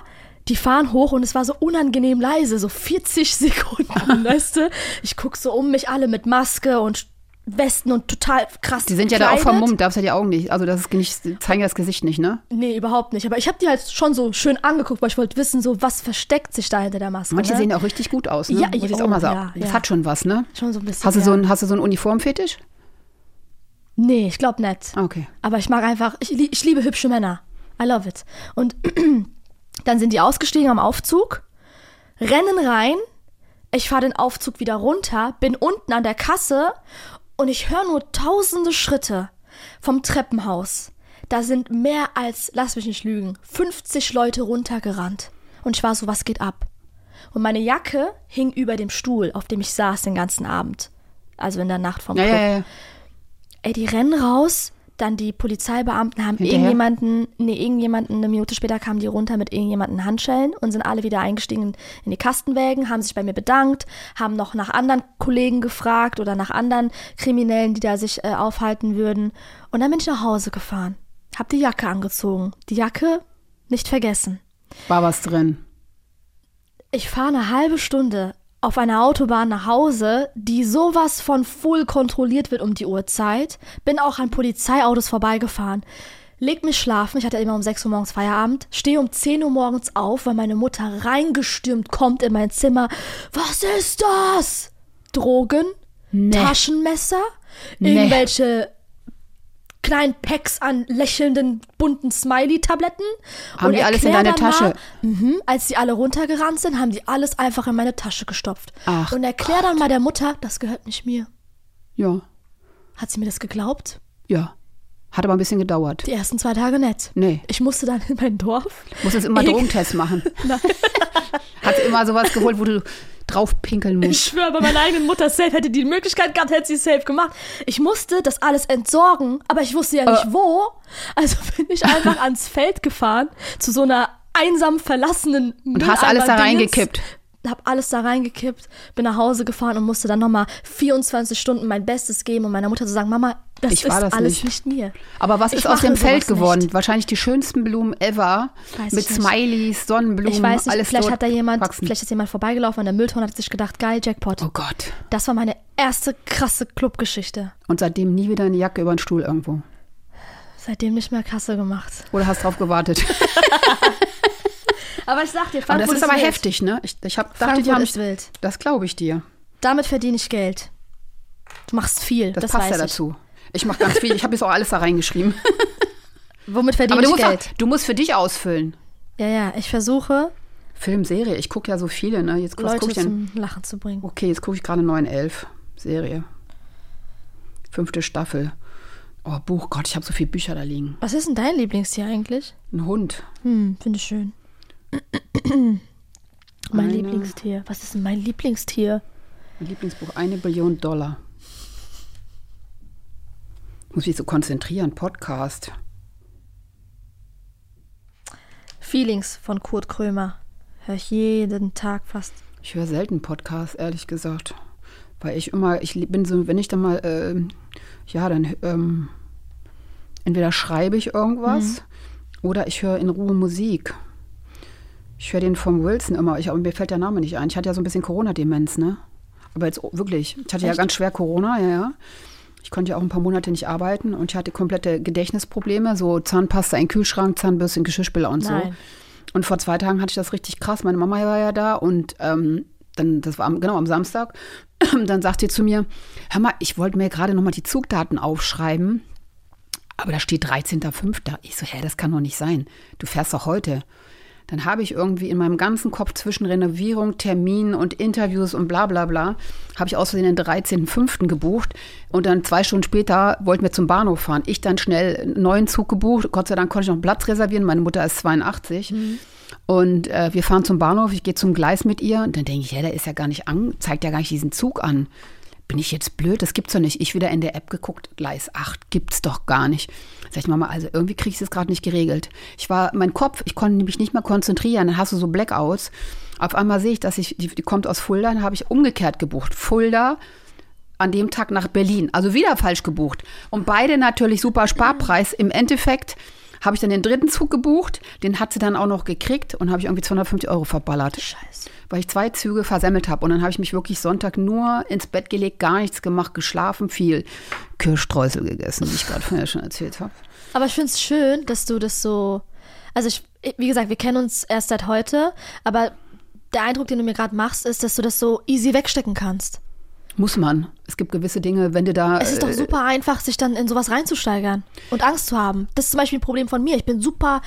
B: Die fahren hoch und es war so unangenehm leise, so 40 (laughs) Sekunden, weißt du? Ich guck so um mich alle mit Maske und Westen und total krass.
C: die sind ja da auch
B: gekleidet.
C: vermummt, darfst ja die Augen nicht. Also das ist nicht, zeigen ja das Gesicht nicht, ne?
B: Nee, überhaupt nicht. Aber ich habe die halt schon so schön angeguckt, weil ich wollte wissen, so was versteckt sich da hinter der Maske.
C: Manche
B: ne?
C: sehen auch richtig gut aus, ne?
B: Ja,
C: Muss ich jetzt
B: oh,
C: auch mal sagen.
B: ja,
C: Das
B: ja.
C: hat schon was, ne?
B: schon so ein bisschen.
C: Hast du,
B: ja.
C: so ein, hast du so einen Uniformfetisch?
B: Nee, ich glaube nicht.
C: Ah, Okay.
B: Aber ich mag einfach, ich, lie- ich liebe hübsche Männer. I love it. Und (clears throat) dann sind die ausgestiegen am Aufzug, rennen rein, ich fahre den Aufzug wieder runter, bin unten an der Kasse und ich höre nur tausende Schritte vom Treppenhaus. Da sind mehr als, lass mich nicht lügen, 50 Leute runtergerannt. Und ich war so, was geht ab? Und meine Jacke hing über dem Stuhl, auf dem ich saß den ganzen Abend. Also in der Nacht vom
C: Ja,
B: Club.
C: ja, ja.
B: Ey, die rennen raus, dann die Polizeibeamten haben
C: Hinterher?
B: irgendjemanden, nee, irgendjemanden, eine Minute später kamen die runter mit irgendjemanden Handschellen und sind alle wieder eingestiegen in die Kastenwägen, haben sich bei mir bedankt, haben noch nach anderen Kollegen gefragt oder nach anderen Kriminellen, die da sich äh, aufhalten würden. Und dann bin ich nach Hause gefahren, hab die Jacke angezogen. Die Jacke nicht vergessen.
C: War was drin.
B: Ich fahre eine halbe Stunde auf einer Autobahn nach Hause, die sowas von full kontrolliert wird um die Uhrzeit. Bin auch an Polizeiautos vorbeigefahren. Leg mich schlafen, ich hatte immer um 6 Uhr morgens Feierabend, stehe um 10 Uhr morgens auf, weil meine Mutter reingestürmt kommt in mein Zimmer. Was ist das? Drogen? Taschenmesser? Irgendwelche kleinen Packs an lächelnden, bunten Smiley-Tabletten?
C: Haben
B: Und
C: die alles in
B: erklär
C: deine
B: dann
C: Tasche?
B: Mal, Mhm, als die alle runtergerannt sind, haben die alles einfach in meine Tasche gestopft.
C: Ach
B: und erklär dann mal der Mutter, das gehört nicht mir.
C: Ja.
B: Hat sie mir das geglaubt?
C: Ja. Hat aber ein bisschen gedauert.
B: Die ersten zwei Tage nett.
C: Nee.
B: Ich musste dann in mein Dorf.
C: Muss jetzt immer
B: Ich- (laughs)
C: Drogentests machen. (laughs) Hat sie immer sowas geholt, wo du drauf pinkeln
B: Ich
C: musst.
B: schwöre, bei meiner eigenen Mutter safe hätte die Möglichkeit gehabt, hätte sie safe gemacht. Ich musste das alles entsorgen, aber ich wusste ja nicht
C: Äh.
B: wo. Also bin ich einfach ans Feld gefahren zu so einer einsam verlassenen
C: Und hast alles da
B: Mülleimer-Dingens.
C: reingekippt?
B: Hab alles da reingekippt, bin nach Hause gefahren und musste dann nochmal 24 Stunden mein Bestes geben und meiner Mutter zu sagen, Mama, das
C: Ich
B: ist
C: war das
B: alles nicht,
C: nicht.
B: mir.
C: Aber was
B: Ich
C: ist aus
B: mache
C: dem Feld
B: sowas
C: geworden?
B: nicht.
C: Wahrscheinlich die schönsten Blumen ever.
B: Weiß
C: mit
B: ich nicht.
C: Smileys, Sonnenblumen,
B: Ich weiß nicht,
C: alles
B: vielleicht
C: dort
B: hat da jemand,
C: gewachsen.
B: vielleicht ist jemand vorbeigelaufen an der Mülltonne und hat sich gedacht, geil, Jackpot.
C: Oh Gott.
B: Das war meine erste krasse Clubgeschichte.
C: Und seitdem nie wieder eine Jacke über den Stuhl irgendwo.
B: Seitdem nicht mehr Kasse gemacht.
C: Oder hast
B: (laughs)
C: drauf gewartet.
B: Aber ich sag dir,
C: aber das
B: Frankfurt
C: ist aber
B: wild.
C: heftig, ne? Ich, ich hab, dachte, die
B: Frankfurt
C: haben
B: ist wild.
C: Das glaube ich dir.
B: Damit verdiene ich Geld. Du machst viel, das,
C: Das, passt
B: weiß
C: ja
B: ich.
C: dazu. Ich mache ganz viel. Ich habe jetzt auch alles da
B: (laughs)
C: reingeschrieben.
B: Womit
C: Aber
B: verdiene
C: du
B: ich
C: musst, auch,
B: Geld?
C: du musst für dich ausfüllen.
B: Ja, ja, ich versuche,
C: Film, Serie. Ich gucke ja so viele, ne? Jetzt was guck
B: Leute
C: ich denn?
B: zum Lachen zu bringen.
C: Okay, jetzt gucke ich gerade 911 Serie. Fünfte Staffel. Oh, Buch, Gott, ich habe so viele Bücher da liegen.
B: Was ist denn dein Lieblingstier eigentlich?
C: Ein Hund.
B: Hm, finde ich schön. (clears throat) mein
C: Meine-
B: Lieblingstier. Was ist denn mein Lieblingstier?
C: Mein Lieblingsbuch, eine Billion Dollar. Muss mich so konzentrieren, Podcast.
B: Feelings von Kurt Krömer. Hör ich jeden Tag fast.
C: Ich höre selten Podcasts, ehrlich gesagt. Weil ich immer, ich bin so, wenn ich dann mal, ähm, ja, dann ähm, entweder schreibe ich irgendwas oder ich höre in Ruhe Musik. Ich höre den vom Wilson immer, ich, aber mir fällt der Name nicht ein. Ich hatte ja so ein bisschen Corona-Demenz, ne? Aber jetzt oh, wirklich, ich hatte ja ganz schwer Corona, ja, ja. Ich konnte ja auch ein paar Monate nicht arbeiten und ich hatte komplette Gedächtnisprobleme, so Zahnpasta in den Kühlschrank, Zahnbürste in den Geschirrspüler und so.
B: Nein.
C: Und vor zwei Tagen hatte ich das richtig krass. Meine Mama war ja da und ähm, dann, das war am, genau am Samstag. (clears throat) Dann sagt sie zu mir, hör mal, ich wollte mir gerade nochmal die Zugdaten aufschreiben, aber da steht 13.05. Ich so, hä, das kann doch nicht sein. Du fährst doch heute. Dann habe ich irgendwie in meinem ganzen Kopf zwischen Renovierung, Terminen und Interviews und bla bla bla, habe ich aus Versehen den 13.05. gebucht und dann zwei Stunden später wollten wir zum Bahnhof fahren. Ich dann schnell einen neuen Zug gebucht. Gott sei Dank konnte ich noch einen Platz reservieren. Meine Mutter ist 82. Und äh, wir fahren zum Bahnhof, ich gehe zum Gleis mit ihr und dann denke ich, hä, der ist ja gar nicht an, zeigt ja gar nicht diesen Zug an. Bin ich jetzt blöd? Das gibt's doch nicht. Ich wieder in der App geguckt, Gleis 8 gibt's doch gar nicht. Sag ich Mama, also irgendwie krieg ich das gerade nicht geregelt. Ich war, mein Kopf, ich konnte mich nicht mehr konzentrieren, dann hast du so Blackouts. Auf einmal sehe ich, dass ich, die, die kommt aus Fulda, dann habe ich umgekehrt gebucht. Fulda, an dem Tag nach Berlin. Also wieder falsch gebucht. Und beide natürlich super Sparpreis. Im Endeffekt habe ich dann den dritten Zug gebucht. Den hat sie dann auch noch gekriegt und habe ich irgendwie 250 Euro verballert. Scheiße. Weil ich zwei Züge versemmelt habe. Und dann habe ich mich wirklich Sonntag nur ins Bett gelegt, gar nichts gemacht, geschlafen, viel Kirschstreusel gegessen, wie ich gerade vorher schon erzählt habe.
B: Aber ich finde es schön, dass du das so. Also, ich, wie gesagt, wir kennen uns erst seit heute, aber der Eindruck, den du mir gerade machst, ist, dass du das so easy wegstecken kannst.
C: Muss man. Es gibt gewisse Dinge, wenn du da.
B: Es ist doch
C: äh,
B: super einfach, sich dann in sowas reinzusteigern und Angst zu haben. Das ist zum Beispiel ein Problem von mir. Ich bin super,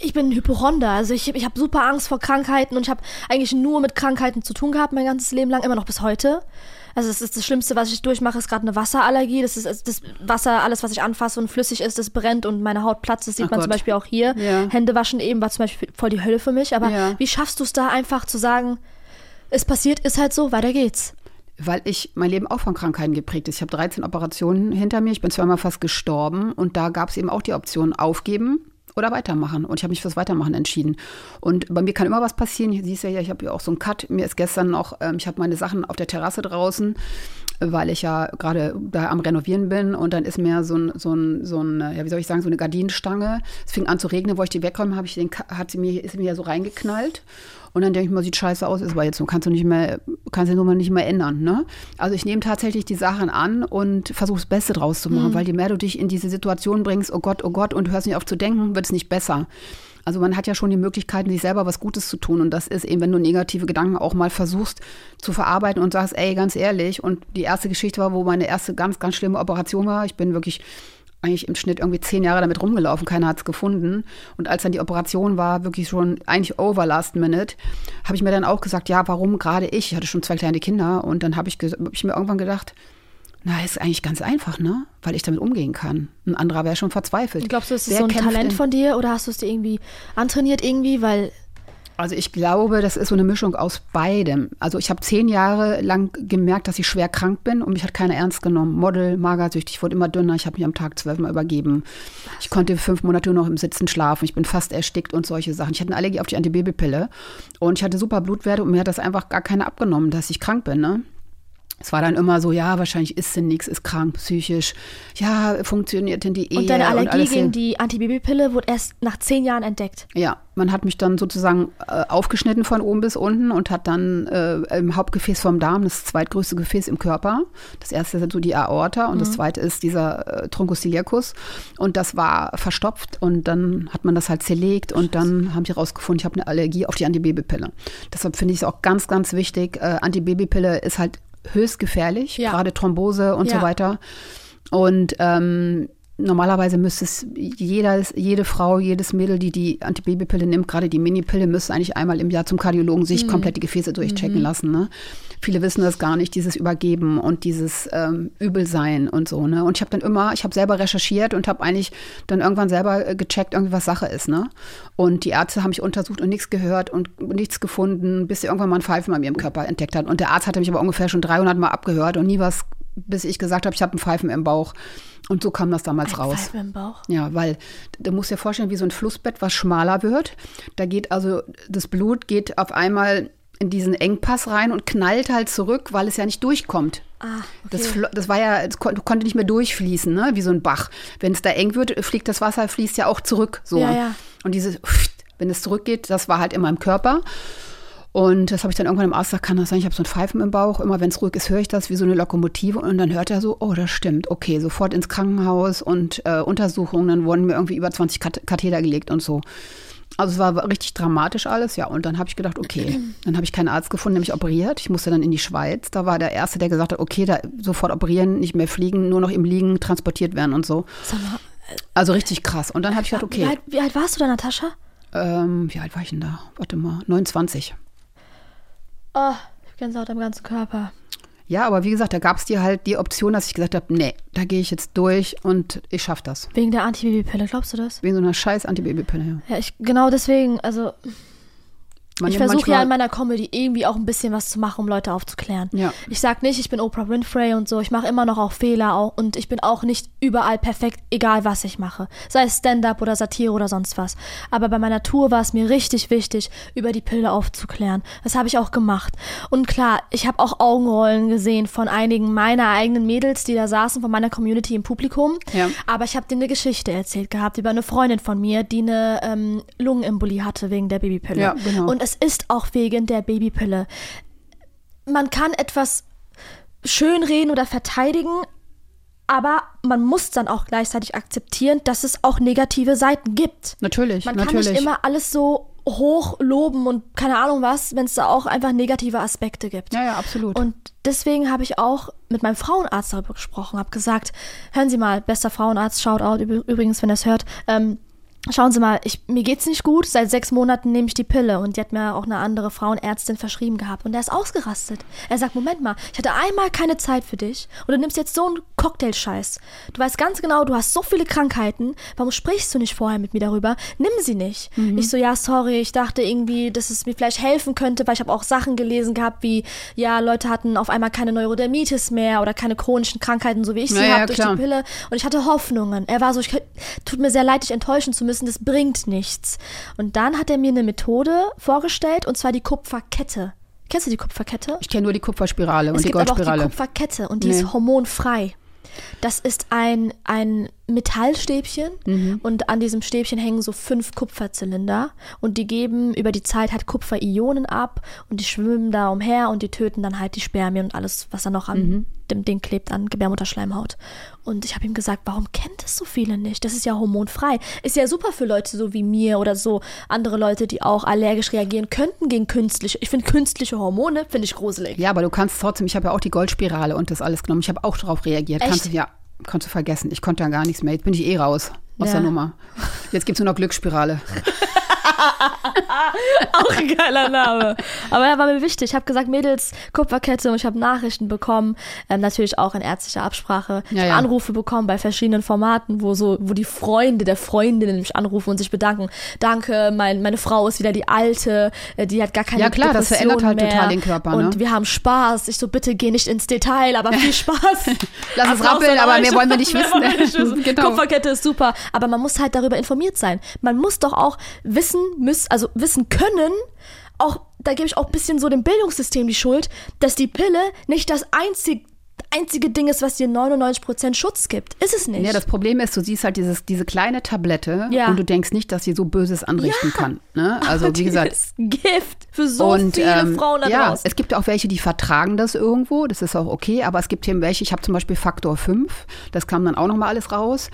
B: ich bin ein Hypochonder. Also ich, ich habe super Angst vor Krankheiten und ich habe eigentlich nur mit Krankheiten zu tun gehabt mein ganzes Leben lang, immer noch bis heute. Also es ist das Schlimmste, was ich durchmache, ist gerade eine Wasserallergie. Das ist das Wasser, alles, was ich anfasse und flüssig ist, das brennt und meine Haut platzt. Das sieht
C: Ach
B: man
C: Gott.
B: zum Beispiel auch hier.
C: Ja.
B: Hände waschen eben war zum Beispiel voll die Hölle für mich. Aber
C: Ja.
B: wie schaffst du es da einfach zu sagen, es passiert, ist halt so, weiter geht's.
C: Weil ich mein Leben auch von Krankheiten geprägt ist. Ich habe 13 Operationen hinter mir. Ich bin zweimal fast gestorben. Und da gab es eben auch die Option aufgeben oder weitermachen. Und ich habe mich fürs Weitermachen entschieden. Und bei mir kann immer was passieren. Hier siehst du ja, ich habe ja auch so einen Cut. Mir ist gestern noch, ähm, ich habe meine Sachen auf der Terrasse draußen, weil ich ja gerade da am Renovieren bin. Und dann ist mir so ein, so ein, so ein äh, ja, wie soll ich sagen, so eine Gardinenstange. Es fing an zu regnen, wollte ich die wegräumen, habe ich den, Ka- hat sie mir, ist sie mir ja so reingeknallt. Und dann denke ich mal, sieht scheiße aus, ist aber jetzt so, kannst du nicht mehr, kannst du nur mal nicht mehr ändern, ne? Also ich nehme tatsächlich die Sachen an und versuche das Beste draus zu machen, weil je mehr du dich in diese Situation bringst, oh Gott, oh Gott, und hörst nicht auf zu denken, wird es nicht besser. Also man hat ja schon die Möglichkeiten, sich selber was Gutes zu tun. Und das ist eben, wenn du negative Gedanken auch mal versuchst zu verarbeiten und sagst, ey, ganz ehrlich, und die erste Geschichte war, wo meine erste ganz, ganz schlimme Operation war, ich bin wirklich eigentlich im Schnitt irgendwie zehn Jahre damit rumgelaufen, keiner hat es gefunden. Und als dann die Operation war, wirklich schon eigentlich over last minute, habe ich mir dann auch gesagt, ja, warum gerade ich? Ich hatte schon zwei kleine Kinder und dann habe ich, ges- hab ich mir irgendwann gedacht, Na, ist eigentlich ganz einfach, ne? Weil ich damit umgehen kann. Ein anderer wäre schon verzweifelt.
B: Glaubst du, das ist
C: Äh, Wer
B: so ein
C: kämpft
B: Talent
C: in-
B: von dir oder hast du es dir irgendwie antrainiert irgendwie? Weil
C: Also ich glaube, das ist so eine Mischung aus beidem. Also ich habe zehn Jahre lang gemerkt, dass ich schwer krank bin und mich hat keiner ernst genommen. Model, magersüchtig, ich wurde immer dünner, ich habe mich am Tag zwölfmal übergeben. Ich konnte fünf Monate nur noch im Sitzen schlafen, ich bin fast erstickt und solche Sachen. Ich hatte eine Allergie auf die Antibabypille und ich hatte super Blutwerte und mir hat das einfach gar keiner abgenommen, dass ich krank bin. Ne? Es war dann immer so, ja, wahrscheinlich isst sie nichts, ist krank, psychisch. Ja, funktioniert denn die Ehe?
B: und deine Allergie
C: alles hier.
B: gegen die Antibabypille wurde erst nach zehn Jahren entdeckt.
C: Ja, man hat mich dann sozusagen äh, aufgeschnitten von oben bis unten und hat dann äh, im Hauptgefäß vom Darm, das zweitgrößte Gefäß im Körper, das erste ist so die Aorta und das
B: Mhm.
C: zweite ist dieser äh, Truncus ciliacus und das war verstopft und dann hat man das halt zerlegt und dann haben die rausgefunden, ich habe eine Allergie auf die Antibabypille. Deshalb finde ich es auch ganz, ganz wichtig, äh, Antibabypille ist halt höchst gefährlich,
B: Ja.
C: gerade Thrombose und
B: Ja.
C: so weiter. Und ähm, normalerweise müsste es jeder, jede Frau, jedes Mädel, die die Antibabypille nimmt, gerade die Minipille, müsste eigentlich einmal im Jahr zum Kardiologen sich komplett die Gefäße durchchecken lassen. Ne? Viele wissen das gar nicht, dieses Übergeben und dieses ähm, Übelsein und so. Ne? Und ich habe dann immer, ich habe selber recherchiert und habe eigentlich dann irgendwann selber äh, gecheckt, irgendwie was Sache ist. Ne? Und die Ärzte haben mich untersucht und nichts gehört und nichts gefunden, bis sie irgendwann mal einen Pfeifen bei mir im Körper entdeckt hat. Und der Arzt hatte mich aber ungefähr schon 300 Mal abgehört und nie was bis ich gesagt habe, ich habe einen Pfeifen im Bauch. Und so kam das damals raus.
B: Pfeifen im Bauch.
C: Ja, weil du musst dir vorstellen, wie so ein Flussbett, was schmaler wird. Da geht also das Blut geht auf einmal in diesen Engpass rein und knallt halt zurück, weil es ja nicht durchkommt.
B: Ah,
C: Das,
B: okay.
C: flo- das war ja, es kon konnte nicht mehr durchfließen, ne? wie so ein Bach. Wenn es da eng wird, fliegt das Wasser, fließt ja auch zurück. So.
B: Ja, ja.
C: Und dieses, wenn es zurückgeht, das war halt in meinem Körper. Und das habe ich dann irgendwann im Arzt gesagt, kann das sein? Ich habe so ein Pfeifen im Bauch. Immer wenn es ruhig ist, höre ich das wie so eine Lokomotive. Und dann hört er so, oh, das stimmt. Okay, sofort ins Krankenhaus und äh, Untersuchungen. Dann wurden mir irgendwie über 20 Kat Katheter gelegt und so. Also es war richtig dramatisch alles, ja. Und dann habe ich gedacht,
B: (clears throat)
C: okay, dann habe ich keinen Arzt gefunden, der mich operiert. Ich musste dann in die Schweiz. Da war der Erste, der gesagt hat, okay, da sofort operieren, nicht mehr fliegen, nur noch im Liegen transportiert werden und so.
B: Sag mal,
C: Also richtig krass. Und dann habe ich gedacht,
B: wie,
C: okay,
B: alt, wie alt warst du da, Natascha?
C: ähm, wie alt war ich denn da? Warte mal, 29.
B: Oh, ich hab Gänsehaut am ganzen Körper.
C: Ja, aber wie gesagt, da gab es dir halt die Option, dass ich gesagt habe, nee, da gehe ich jetzt durch und ich schaffe das.
B: Wegen der Antibabypille, glaubst du das?
C: Wegen so einer scheiß Antibabypille. Ja.
B: Ja, ich, genau deswegen, also
C: Man
B: ich
C: nimmt
B: versuche ja in
C: manchmal-
B: meiner Comedy irgendwie auch ein bisschen was zu machen, um Leute aufzuklären.
C: Ja.
B: Ich sag nicht, ich bin Oprah Winfrey und so, ich mache immer noch auch Fehler auch, und ich bin auch nicht überall perfekt, egal was ich mache. Sei es Stand-up oder Satire oder sonst was. Aber bei meiner Tour war es mir richtig wichtig, über die Pille aufzuklären. Das habe ich auch gemacht. Und klar, ich habe auch Augenrollen gesehen von einigen meiner eigenen Mädels, die da saßen, von meiner Community im Publikum.
C: Ja.
B: Aber ich habe denen eine Geschichte erzählt gehabt über eine Freundin von mir, die eine ähm, Lungenembolie hatte wegen der Babypille.
C: Ja, genau.
B: Und es ist auch wegen der Babypille. Man kann etwas schönreden oder verteidigen, aber man muss dann auch gleichzeitig akzeptieren, dass es auch negative Seiten gibt.
C: Natürlich,
B: Man
C: natürlich.
B: kann nicht immer alles so hoch loben und keine Ahnung was, wenn es da auch einfach negative Aspekte gibt.
C: Ja, ja, absolut.
B: Und deswegen habe ich auch mit meinem Frauenarzt darüber gesprochen, habe gesagt, hören Sie mal, bester Frauenarzt, Shoutout üb- übrigens, wenn ihr es hört, ähm, schauen Sie mal, ich, mir geht's nicht gut, seit sechs Monaten nehme ich die Pille und die hat mir auch eine andere Frauenärztin verschrieben gehabt und der ist ausgerastet. Er sagt, Moment mal, ich hatte einmal keine Zeit für dich und du nimmst jetzt so einen Cocktailscheiß. Du weißt ganz genau, du hast so viele Krankheiten, warum sprichst du nicht vorher mit mir darüber? Nimm sie nicht.
C: Mhm.
B: Ich so, ja, sorry, ich dachte irgendwie, dass es mir vielleicht helfen könnte, weil ich habe auch Sachen gelesen gehabt, wie, ja, Leute hatten auf einmal keine Neurodermitis mehr oder keine chronischen Krankheiten, so wie ich sie
C: Ja, ja,
B: habe durch
C: klar.
B: die Pille. Und ich hatte Hoffnungen. Er war so, ich, könnt- tut mir sehr leid, dich enttäuschen zu müssen, das bringt nichts. Und dann hat er mir eine Methode vorgestellt, und zwar die Kupferkette. Kennst du die Kupferkette?
C: ich kenne nur die Kupferspirale
B: Es
C: und die
B: gibt aber auch die
C: Goldspirale.
B: Kupferkette und die
C: Nee.
B: ist hormonfrei. Das ist ein, ein Metallstäbchen
C: Mhm.
B: und an diesem Stäbchen hängen so fünf Kupferzylinder und die geben über die Zeit halt Kupferionen ab und die schwimmen da umher und die töten dann halt die Spermien und alles, was da noch an
C: Mhm.
B: dem Ding klebt, an Gebärmutterschleimhaut. Und ich habe ihm gesagt, warum kennt es so viele nicht? Das ist ja hormonfrei. Ist ja super für Leute so wie mir oder so andere Leute, die auch allergisch reagieren könnten gegen künstliche. Ich finde künstliche Hormone, finde ich gruselig.
C: Ja, aber du kannst trotzdem, ich habe ja auch die Goldspirale und das alles genommen. Ich habe auch darauf reagiert.
B: Echt?
C: Kannst du, ja, kannst du vergessen. Ich konnte da gar nichts mehr. Jetzt bin ich eh raus aus
B: Ja.
C: der Nummer. Jetzt gibt es nur noch Glücksspirale.
B: (laughs) Auch ein geiler Name. Aber er war mir wichtig. Ich habe gesagt, Mädels, Kupferkette und ich habe Nachrichten bekommen. Ähm, natürlich auch in ärztlicher Absprache. Ich
C: Ja,
B: habe
C: ja.
B: Anrufe bekommen bei verschiedenen Formaten, wo so, wo die Freunde der Freundinnen mich anrufen und sich bedanken. Danke, mein, meine Frau ist wieder die alte, äh, die hat gar keine
C: Ja, klar, das
B: Depression
C: verändert halt
B: mehr.
C: total den Körper, ne?
B: Und wir haben Spaß. Ich so, bitte geh nicht ins Detail,
C: (laughs)
B: aber viel Spaß.
C: Lass es
B: Applaus an
C: rappeln, aber
B: euch.
C: mehr wollen wir
B: (laughs)
C: nicht
B: Mehr
C: wissen.
B: wollen wir nicht wissen.
C: Genau.
B: Kupferkette ist super, aber man muss halt darüber informiert sein. Man muss doch auch wissen müssen, also wissen können, auch, da gebe ich auch ein bisschen so dem Bildungssystem die Schuld, dass die Pille nicht das einzig, einzige Ding ist, was dir 99% Schutz gibt. Ist es nicht.
C: Ja, das Problem ist, du siehst halt dieses, diese kleine Tablette
B: Ja.
C: und du denkst nicht, dass sie so Böses anrichten kann. Ne?
B: (laughs)
C: Also, wie gesagt,
B: Dieses Gift für so
C: und
B: viele
C: ähm,
B: Frauen da
C: ja,
B: draußen.
C: es gibt auch welche, die vertragen das irgendwo, das ist auch okay, aber es gibt eben welche, ich habe zum Beispiel Faktor 5, das kam dann auch nochmal alles raus.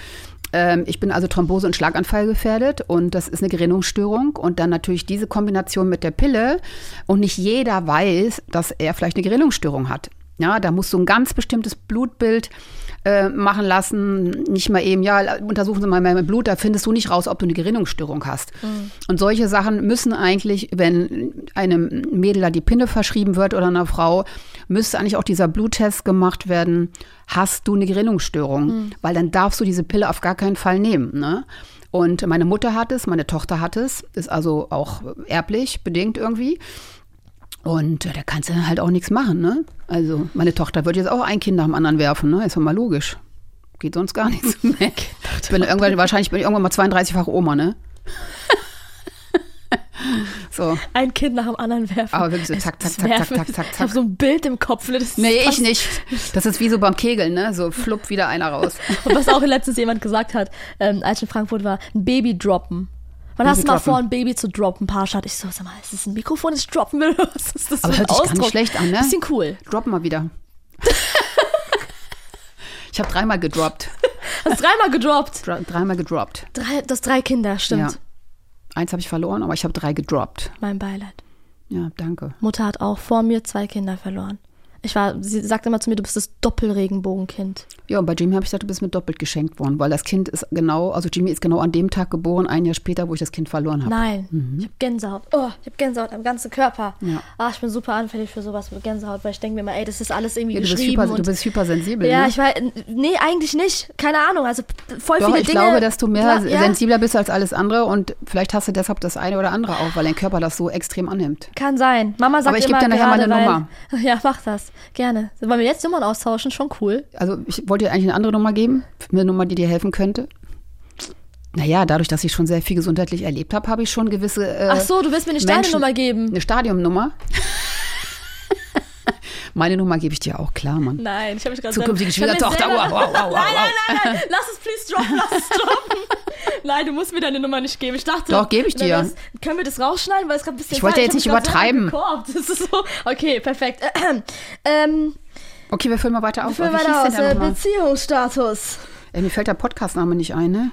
C: Ähm, ich bin also Thrombose und Schlaganfall gefährdet und das ist eine Gerinnungsstörung und dann natürlich diese Kombination mit der Pille und nicht jeder weiß, dass er vielleicht eine Gerinnungsstörung hat. Ja, da musst du ein ganz bestimmtes Blutbild äh, machen lassen. Nicht mal eben, ja, untersuchen Sie mal mein Blut, da findest du nicht raus, ob du eine Gerinnungsstörung hast. Und solche Sachen müssen eigentlich, wenn einem Mädel da die Pinne verschrieben wird oder einer Frau, müsste eigentlich auch dieser Bluttest gemacht werden, hast du eine Gerinnungsstörung? Weil dann darfst du diese Pille auf gar keinen Fall nehmen. Ne? Und meine Mutter hat es, meine Tochter hat es, ist also auch erblich bedingt irgendwie. Und äh, da kannst du dann halt auch nichts machen, ne? Also, meine Tochter wird jetzt auch ein Kind nach dem anderen werfen, ne? Ist doch mal logisch. Geht sonst gar nichts.
B: (laughs)
C: Ich bin irgendwann, wahrscheinlich bin ich irgendwann mal 32-fach Oma,
B: (laughs)
C: ne? so.
B: Ein Kind nach dem anderen werfen.
C: Aber wirklich so zack,
B: Das
C: zack, zack, zack,
B: Werfen-
C: zack, zack,
B: Ich habe
C: zack.
B: so ein Bild im Kopf. ne, Das
C: Nee, ich
B: passt
C: nicht. Das ist wie so beim Kegeln, ne? So flupp wieder einer raus.
B: Und was auch letztens jemand gesagt hat, ähm, als ich in Frankfurt war, ein Baby droppen. Wann hast du mal
C: droppen.
B: vor, ein Baby zu droppen, Parshad? Ich so, sag mal, ist das ein Mikrofon, das ich droppen will? (laughs) Was ist das
C: Aber
B: für ein
C: hört sich gar nicht
B: Ausdruck?
C: schlecht an, ne?
B: Bisschen cool.
C: Drop
B: (laughs)
C: mal wieder. Ich habe dreimal gedroppt.
B: Hast dreimal gedroppt.
C: Dre- Dreimal gedroppt.
B: Drei, das drei Kinder, stimmt.
C: Ja. Eins habe ich verloren, aber ich habe drei gedroppt.
B: Mein Beileid.
C: Ja, danke.
B: Mutter hat auch vor mir zwei Kinder verloren. Ich war, sie sagt immer zu mir, du bist das Doppelregenbogenkind.
C: Ja, und bei Jimmy habe ich gesagt, du bist mit doppelt geschenkt worden, weil das Kind ist genau, also Jimmy ist genau an dem Tag geboren, ein Jahr später, wo ich das Kind verloren habe.
B: Nein, ich habe Gänsehaut. Oh, ich habe Gänsehaut am ganzen Körper.
C: Mhm. Ja.
B: Ah, ich bin super anfällig für sowas mit Gänsehaut, weil ich denke mir mal, ey, das ist alles irgendwie
C: Ja, du, bist
B: geschrieben.
C: hyper,
B: und
C: du bist hypersensibel.
B: Ja,
C: ne?
B: ich war. Nee, eigentlich nicht. Keine Ahnung. Also voll
C: Doch,
B: viele
C: ich
B: Dinge.
C: glaube, dass du mehr
B: Klar, ja,
C: sensibler bist als alles andere und vielleicht hast du deshalb das eine oder andere auch, weil dein Körper das so extrem annimmt.
B: Kann sein. Mama sagt
C: Aber ich geb
B: immer
C: dir nachher
B: gerade,
C: meine
B: weil,
C: Nummer.
B: (laughs) Ja, mach das. Gerne. Wollen wir jetzt Nummern austauschen? Schon cool.
C: Also ich wollte dir eigentlich eine andere Nummer geben, eine Nummer, die dir helfen könnte. Naja, dadurch, dass ich schon sehr viel gesundheitlich erlebt habe, habe ich schon gewisse äh,
B: Ach so, du willst mir nicht deine
C: Menschen-
B: Nummer geben. (laughs)
C: Eine Stadiumnummer. Meine Nummer gebe ich dir auch, klar, Mann.
B: Nein, ich habe mich gerade
C: Zukünftige
B: selber- ich hab mir
C: Schwiegertochter.
B: selber-
C: Wow, wow, wow, wow,
B: Nein, nein,
C: wow.
B: nein, nein. Lass es please droppen. Lass es (laughs) droppen. nein, du musst mir deine Nummer nicht geben. Ich dachte.
C: Doch, geb ich dir.
B: Das, können wir das rausschneiden? Weil es gerade ein bisschen.
C: Ich wollte
B: sein.
C: jetzt
B: hab
C: nicht
B: mich grad selber
C: übertreiben.
B: gekorbt. Das ist so. Okay, perfekt. (clears throat) Ähm,
C: Okay, wir füllen mal weiter auf.
B: für
C: Wie hieß
B: weiter
C: denn
B: aus.
C: der
B: äh,
C: nochmal?
B: Beziehungsstatus.
C: Ey, mir fällt der Podcastname nicht ein, ne?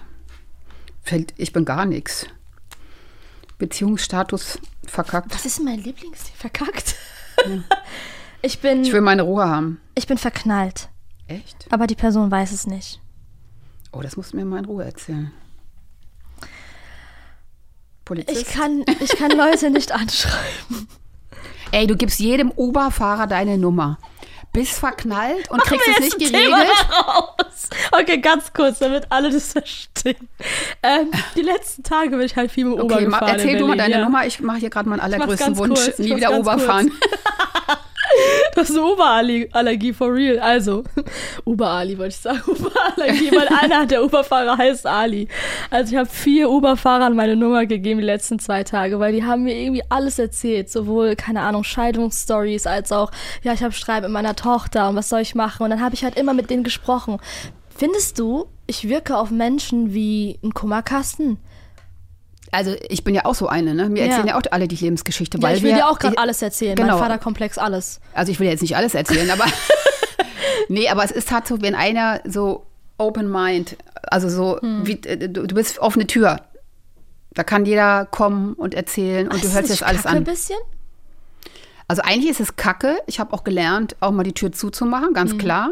C: Fällt, ich bin gar nichts. Beziehungsstatus verkackt.
B: Was ist denn mein Lieblingsding? Verkackt? (laughs) ich, bin,
C: Ich will meine Ruhe haben.
B: ich bin verknallt,
C: Echt?
B: aber die Person weiß es nicht.
C: Oh, das musst du mir mal in Ruhe erzählen. Polizist.
B: Ich kann, ich kann Leute nicht anschreiben.
C: Ey, du gibst jedem Uber-Fahrer deine Nummer. Bist verknallt und kriegst es nicht
B: ein Thema
C: geregelt.
B: raus. Okay, ganz kurz, damit alle das verstehen. Ähm, die letzten Tage bin ich halt viel mit dem Uber
C: Okay, ma,
B: gefahren. in
C: erzähl du
B: Berlin,
C: mal deine
B: ja.
C: Nummer. Ich mache hier gerade meinen
B: mach's
C: allergrößten
B: ganz
C: Wunsch.
B: kurz, ich
C: Nie
B: mach's
C: wieder
B: ganz
C: Uber
B: kurz.
C: fahren.
B: Das ist eine Uberallergie for real. Also, (laughs) Uberali wollte ich sagen. (laughs) Uberallergie, weil einer der Uberfahrer heißt Ali. Also ich habe vier Uberfahrern meine Nummer gegeben die letzten zwei Tage, weil die haben mir irgendwie alles erzählt. Sowohl, keine Ahnung, Scheidungsstories als auch, ja, ich habe Streit mit meiner Tochter und was soll ich machen? Und dann habe ich halt immer mit denen gesprochen. Findest du, ich wirke auf Menschen wie ein Kummerkasten?
C: Also ich bin ja auch so eine, ne? Mir
B: Ja.
C: erzählen ja auch alle die Lebensgeschichte.
B: Ja,
C: weil
B: ich will
C: wir,
B: dir auch gerade alles erzählen.
C: Genau.
B: Mein Vaterkomplex, alles.
C: Also ich will jetzt nicht alles erzählen,
B: (laughs)
C: aber nee, aber es ist halt so, wenn einer so open mind, also so
B: Hm.
C: wie äh, du, du bist offene Tür. Da kann jeder kommen und erzählen und
B: Ist
C: du
B: das
C: hörst
B: nicht
C: jetzt alles
B: kacke Ein
C: an.
B: bisschen?
C: Also eigentlich ist es Kacke. Ich habe auch
B: Hm.
C: gelernt, auch mal die Tür zuzumachen, ganz klar.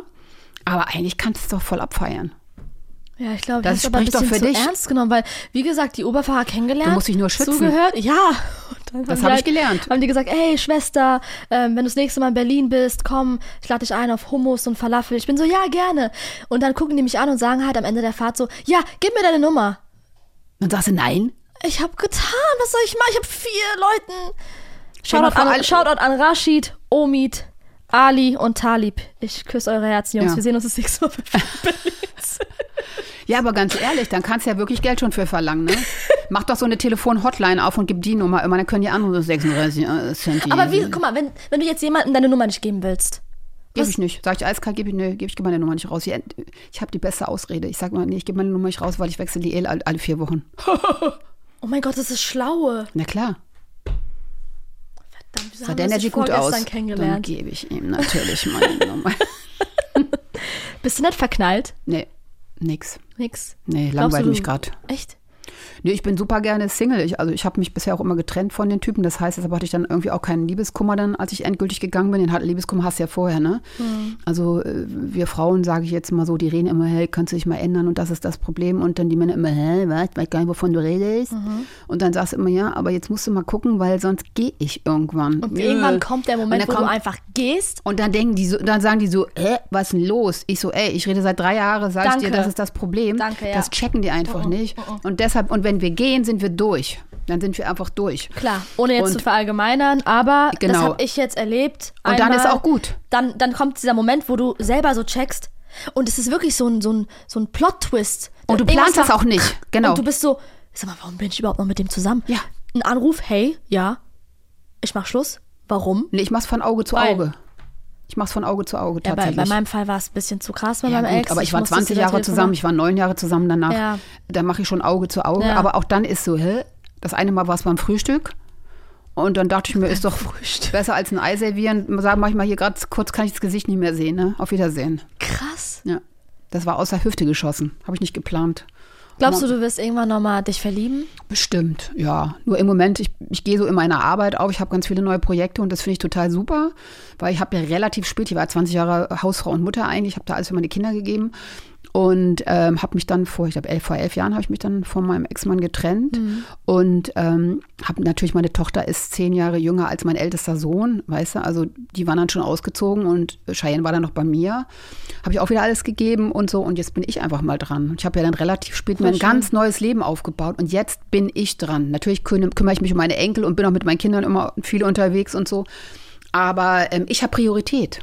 C: Aber eigentlich kannst du es doch voll abfeiern.
B: Ja, ich glaube, ich
C: Das
B: hab's aber ein
C: spricht doch
B: bisschen
C: für
B: zu
C: dich.
B: ernst genommen, weil, wie gesagt, die Oberfahrer kennengelernt.
C: Du musst dich nur schützen.
B: Zugehört, ja. (laughs) Und dann
C: Das
B: haben die halt,
C: hab ich gelernt.
B: Haben die gesagt, ey, Schwester, ähm, wenn du das nächste Mal in Berlin bist, komm, ich lade dich ein auf Hummus und Falafel. Ich bin so, ja, gerne. Und dann gucken die mich an und sagen halt am Ende der Fahrt so, ja, gib mir deine Nummer.
C: Dann sagst du nein.
B: Ich habe getan, was soll ich machen? Ich habe vier Leuten.
C: dir mal
B: Shoutout
C: vor,
B: an,
C: alle-
B: Shoutout an Rashid, Omid, Ali und Talib. Ich küsse eure Herzen, Jungs.
C: Ja.
B: Wir sehen uns das nächste Mal.
C: (laughs)
B: bei Berlins.
C: Ja, aber ganz ehrlich, dann kannst du ja wirklich Geld schon für
B: (laughs)
C: verlangen, ne? Mach doch so eine Telefon-Hotline auf und gib die Nummer immer, dann können die anderen so 36 äh, Cent.
B: Aber wie, guck mal, wenn, wenn du jetzt jemandem deine Nummer nicht geben willst.
C: Gebe ich nicht. Sag ich eiskalt, gebe ich, nee, geb ich geb meine Nummer nicht raus. Ich, ich habe die beste Ausrede. Ich sag mal, nee, ich gebe meine Nummer nicht raus, weil ich wechsle die Ehe alle, alle vier Wochen.
B: Oh mein Gott, das ist schlaue.
C: Na klar.
B: Verdammt, wieso
C: Sah
B: haben
C: der
B: wir
C: der
B: uns
C: sieht
B: nicht
C: gut
B: vorgestern
C: aus. Dann
B: kennengelernt?
C: gebe ich ihm natürlich meine Nummer. (laughs)
B: Bist du nicht verknallt?
C: Nee, nix.
B: Nix.
C: Nee,
B: Glaubst
C: langweilt
B: du,
C: mich
B: du-
C: gerade.
B: Echt?
C: Nee, ich bin super gerne Single. Ich, also ich habe mich bisher auch immer getrennt von den Typen. Das heißt, deshalb hatte ich dann irgendwie auch keinen Liebeskummer dann, als ich endgültig gegangen bin. Den hat Liebeskummer hast du ja vorher, ne?
B: Hm.
C: Also äh, wir Frauen, sage ich jetzt mal so, die reden immer, hey, kannst du dich mal ändern und das ist das Problem. Und dann die Männer immer, hä, was, weiß gar nicht, wovon du redest.
B: Mhm.
C: Und dann sagst du immer, ja, aber jetzt musst du mal gucken, weil sonst gehe ich irgendwann.
B: Und irgendwann
C: Äh.
B: kommt der
C: Und
B: Moment,
C: dann
B: wo du
C: kommt-
B: einfach gehst.
C: und dann denken die so, dann sagen die so, äh, was ist denn los? Ich so, ey, ich rede seit drei Jahren, sag ich
B: Danke.
C: dir, das ist das Problem.
B: Danke, ja.
C: Das checken die einfach nicht. Und deshalb, und wenn wir gehen, sind wir durch. Dann sind wir einfach durch.
B: Klar, ohne jetzt
C: Und-
B: zu verallgemeinern, aber das
C: Genau.
B: habe ich jetzt erlebt.
C: Und dann
B: Einmal,
C: ist auch gut.
B: Dann, dann kommt dieser Moment, wo du selber so checkst. Und es ist wirklich so ein, so ein, so ein Plot-Twist.
C: Und du
B: Irgendwas
C: planst das
B: macht-
C: auch nicht. Genau.
B: Und du bist so, sag mal, warum bin ich überhaupt noch mit dem zusammen?
C: Ja.
B: Ein Anruf, hey, ja, ich mach Schluss. Warum?
C: Nee, ich mach's von Auge zu
B: Weil-
C: Auge. Ich mach's von Auge zu Auge
B: Ja, bei,
C: tatsächlich.
B: bei meinem Fall war es ein bisschen zu krass bei
C: Ja,
B: meinem
C: gut,
B: Ex.
C: aber ich war
B: musste
C: 20
B: wieder
C: Jahre
B: telefonieren.
C: zusammen, ich war neun Jahre zusammen danach.
B: Ja.
C: Da mache ich schon Auge zu Auge.
B: Ja.
C: Aber auch dann ist so, hä? Das eine Mal war es beim Frühstück. Und dann dachte ich mir,
B: (laughs)
C: ist doch besser als ein Ei servieren. Sagen, mach ich mal hier gerade kurz, kann ich das Gesicht nicht mehr sehen. Ne? Auf Wiedersehen.
B: Krass.
C: Ja. Das war aus der Hüfte geschossen. Habe ich nicht geplant.
B: Glaubst du, du wirst irgendwann nochmal dich (laughs) verlieben?
C: Bestimmt, ja. Nur im Moment, ich, ich gehe so in meiner Arbeit auf. Ich habe ganz viele neue Projekte und das finde ich total super, weil ich habe ja relativ spät, ich war 20 Jahre Hausfrau und Mutter eigentlich, habe da alles für meine Kinder gegeben und ähm, habe mich dann vor, ich glaube, elf, vor elf Jahren habe ich mich dann von meinem Ex-Mann getrennt und ähm, habe natürlich, meine Tochter ist zehn Jahre jünger als mein ältester Sohn, weißt du, also die waren dann schon ausgezogen und Cheyenne war dann noch bei mir. Habe ich auch wieder alles gegeben und so und jetzt bin ich einfach mal dran. Ich habe ja dann relativ spät mein ganz neues Leben aufgebaut und jetzt bin ich dran. Natürlich küm- kümmere ich mich um meine Enkel und bin auch mit meinen Kindern immer viel unterwegs und so, aber ähm, ich habe Priorität.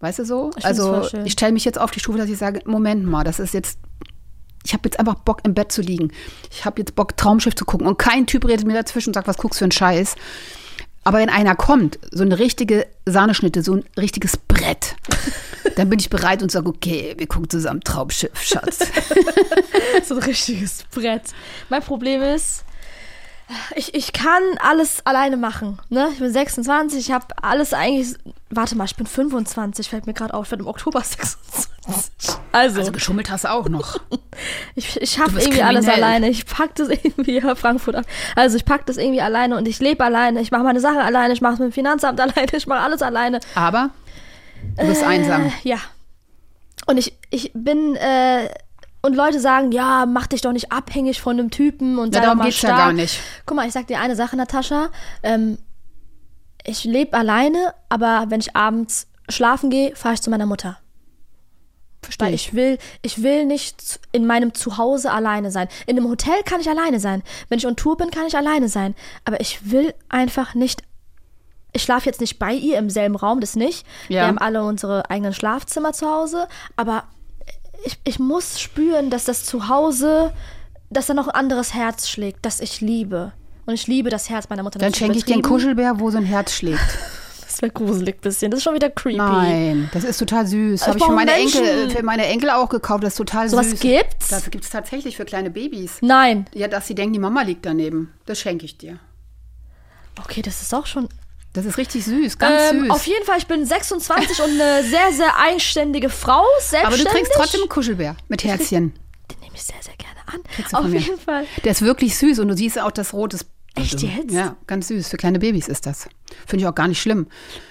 C: Weißt du so?
B: Ich find's
C: also
B: voll schön.
C: ich stelle mich jetzt auf die Stufe, dass ich sage, Moment mal, das ist jetzt ich habe jetzt einfach Bock im Bett zu liegen. Ich habe jetzt Bock Traumschiff zu gucken und kein Typ redet mir dazwischen und sagt, was guckst du für einen Scheiß. Aber wenn einer kommt, so eine richtige Sahneschnitte, so ein richtiges
B: (laughs)
C: Brett, dann bin ich bereit und sage, okay, wir gucken zusammen
B: (laughs)
C: Traumschiff, Schatz.
B: so ein richtiges Brett. Mein Problem ist, ich, ich kann alles alleine machen. Ne? Ich bin 26, ich habe alles eigentlich. Warte mal, ich bin 25, fällt mir gerade auf. Ich werde im Oktober (laughs) 26. Also,
C: Also geschummelt hast du auch noch.
B: ich, ich
C: du
B: schaffe
C: bist
B: irgendwie alles
C: kriminell.
B: alleine. Ich pack das (laughs) irgendwie, ja, Frankfurt ab. Also, ich pack das irgendwie alleine und ich lebe alleine. Ich mache meine Sache alleine. Ich mache es mit dem Finanzamt (laughs) alleine. Ich mache alles alleine.
C: Aber du bist einsam.
B: Äh, Ja. Und ich, ich bin, äh, und Leute sagen, ja, mach dich doch nicht abhängig von einem Typen und sei
C: Ja,
B: doch
C: darum
B: mal
C: geht's ja
B: stark.
C: gar nicht.
B: Guck mal, ich sag dir eine Sache, Natascha. Ähm, ich lebe alleine, aber wenn ich abends schlafen gehe, fahre ich zu meiner Mutter.
C: Verstehe
B: Weil
C: ich.
B: ich will, ich will nicht zu- in meinem Zuhause alleine sein. In einem Hotel kann ich alleine sein. Wenn ich on Tour bin, kann ich alleine sein. Aber ich will einfach nicht. Ich schlafe jetzt nicht bei ihr im selben Raum, das nicht. Wir
C: Ja.
B: haben alle unsere eigenen Schlafzimmer zu Hause. Aber ich, ich muss spüren, dass das Zuhause, dass da noch ein anderes Herz schlägt, das ich liebe. Und ich liebe das Herz meiner Mutter.
C: Dann
B: Das ist
C: schenke ich dir einen
B: übertrieben.
C: Kuschelbär, wo so ein Herz schlägt.
B: Das wäre gruselig ein bisschen. Das ist schon wieder creepy.
C: Nein, das ist total süß. Habe ich für
B: brauche
C: meine,
B: Menschen.
C: Enkel, äh, für meine Enkel auch gekauft. Das ist total
B: Sowas
C: süß.
B: gibt's?
C: Das gibt es tatsächlich für kleine Babys.
B: Nein.
C: Ja, dass sie denken, die Mama liegt daneben. Das schenke ich dir.
B: Okay, das ist auch schon
C: Das ist richtig süß, ganz
B: Ähm,
C: süß.
B: Auf jeden Fall, ich bin 26 und eine sehr, sehr eigenständige Frau,
C: Aber du
B: selbstständig.
C: kriegst trotzdem einen Kuschelbär mit Herzchen.
B: Den nehme ich sehr, sehr gerne an.
C: du
B: Auf
C: von mir.
B: jeden Fall.
C: Der ist wirklich süß und du siehst auch das rote.
B: Echt jetzt?
C: Ja, ganz süß. Für kleine Babys ist das. Finde ich auch gar nicht schlimm.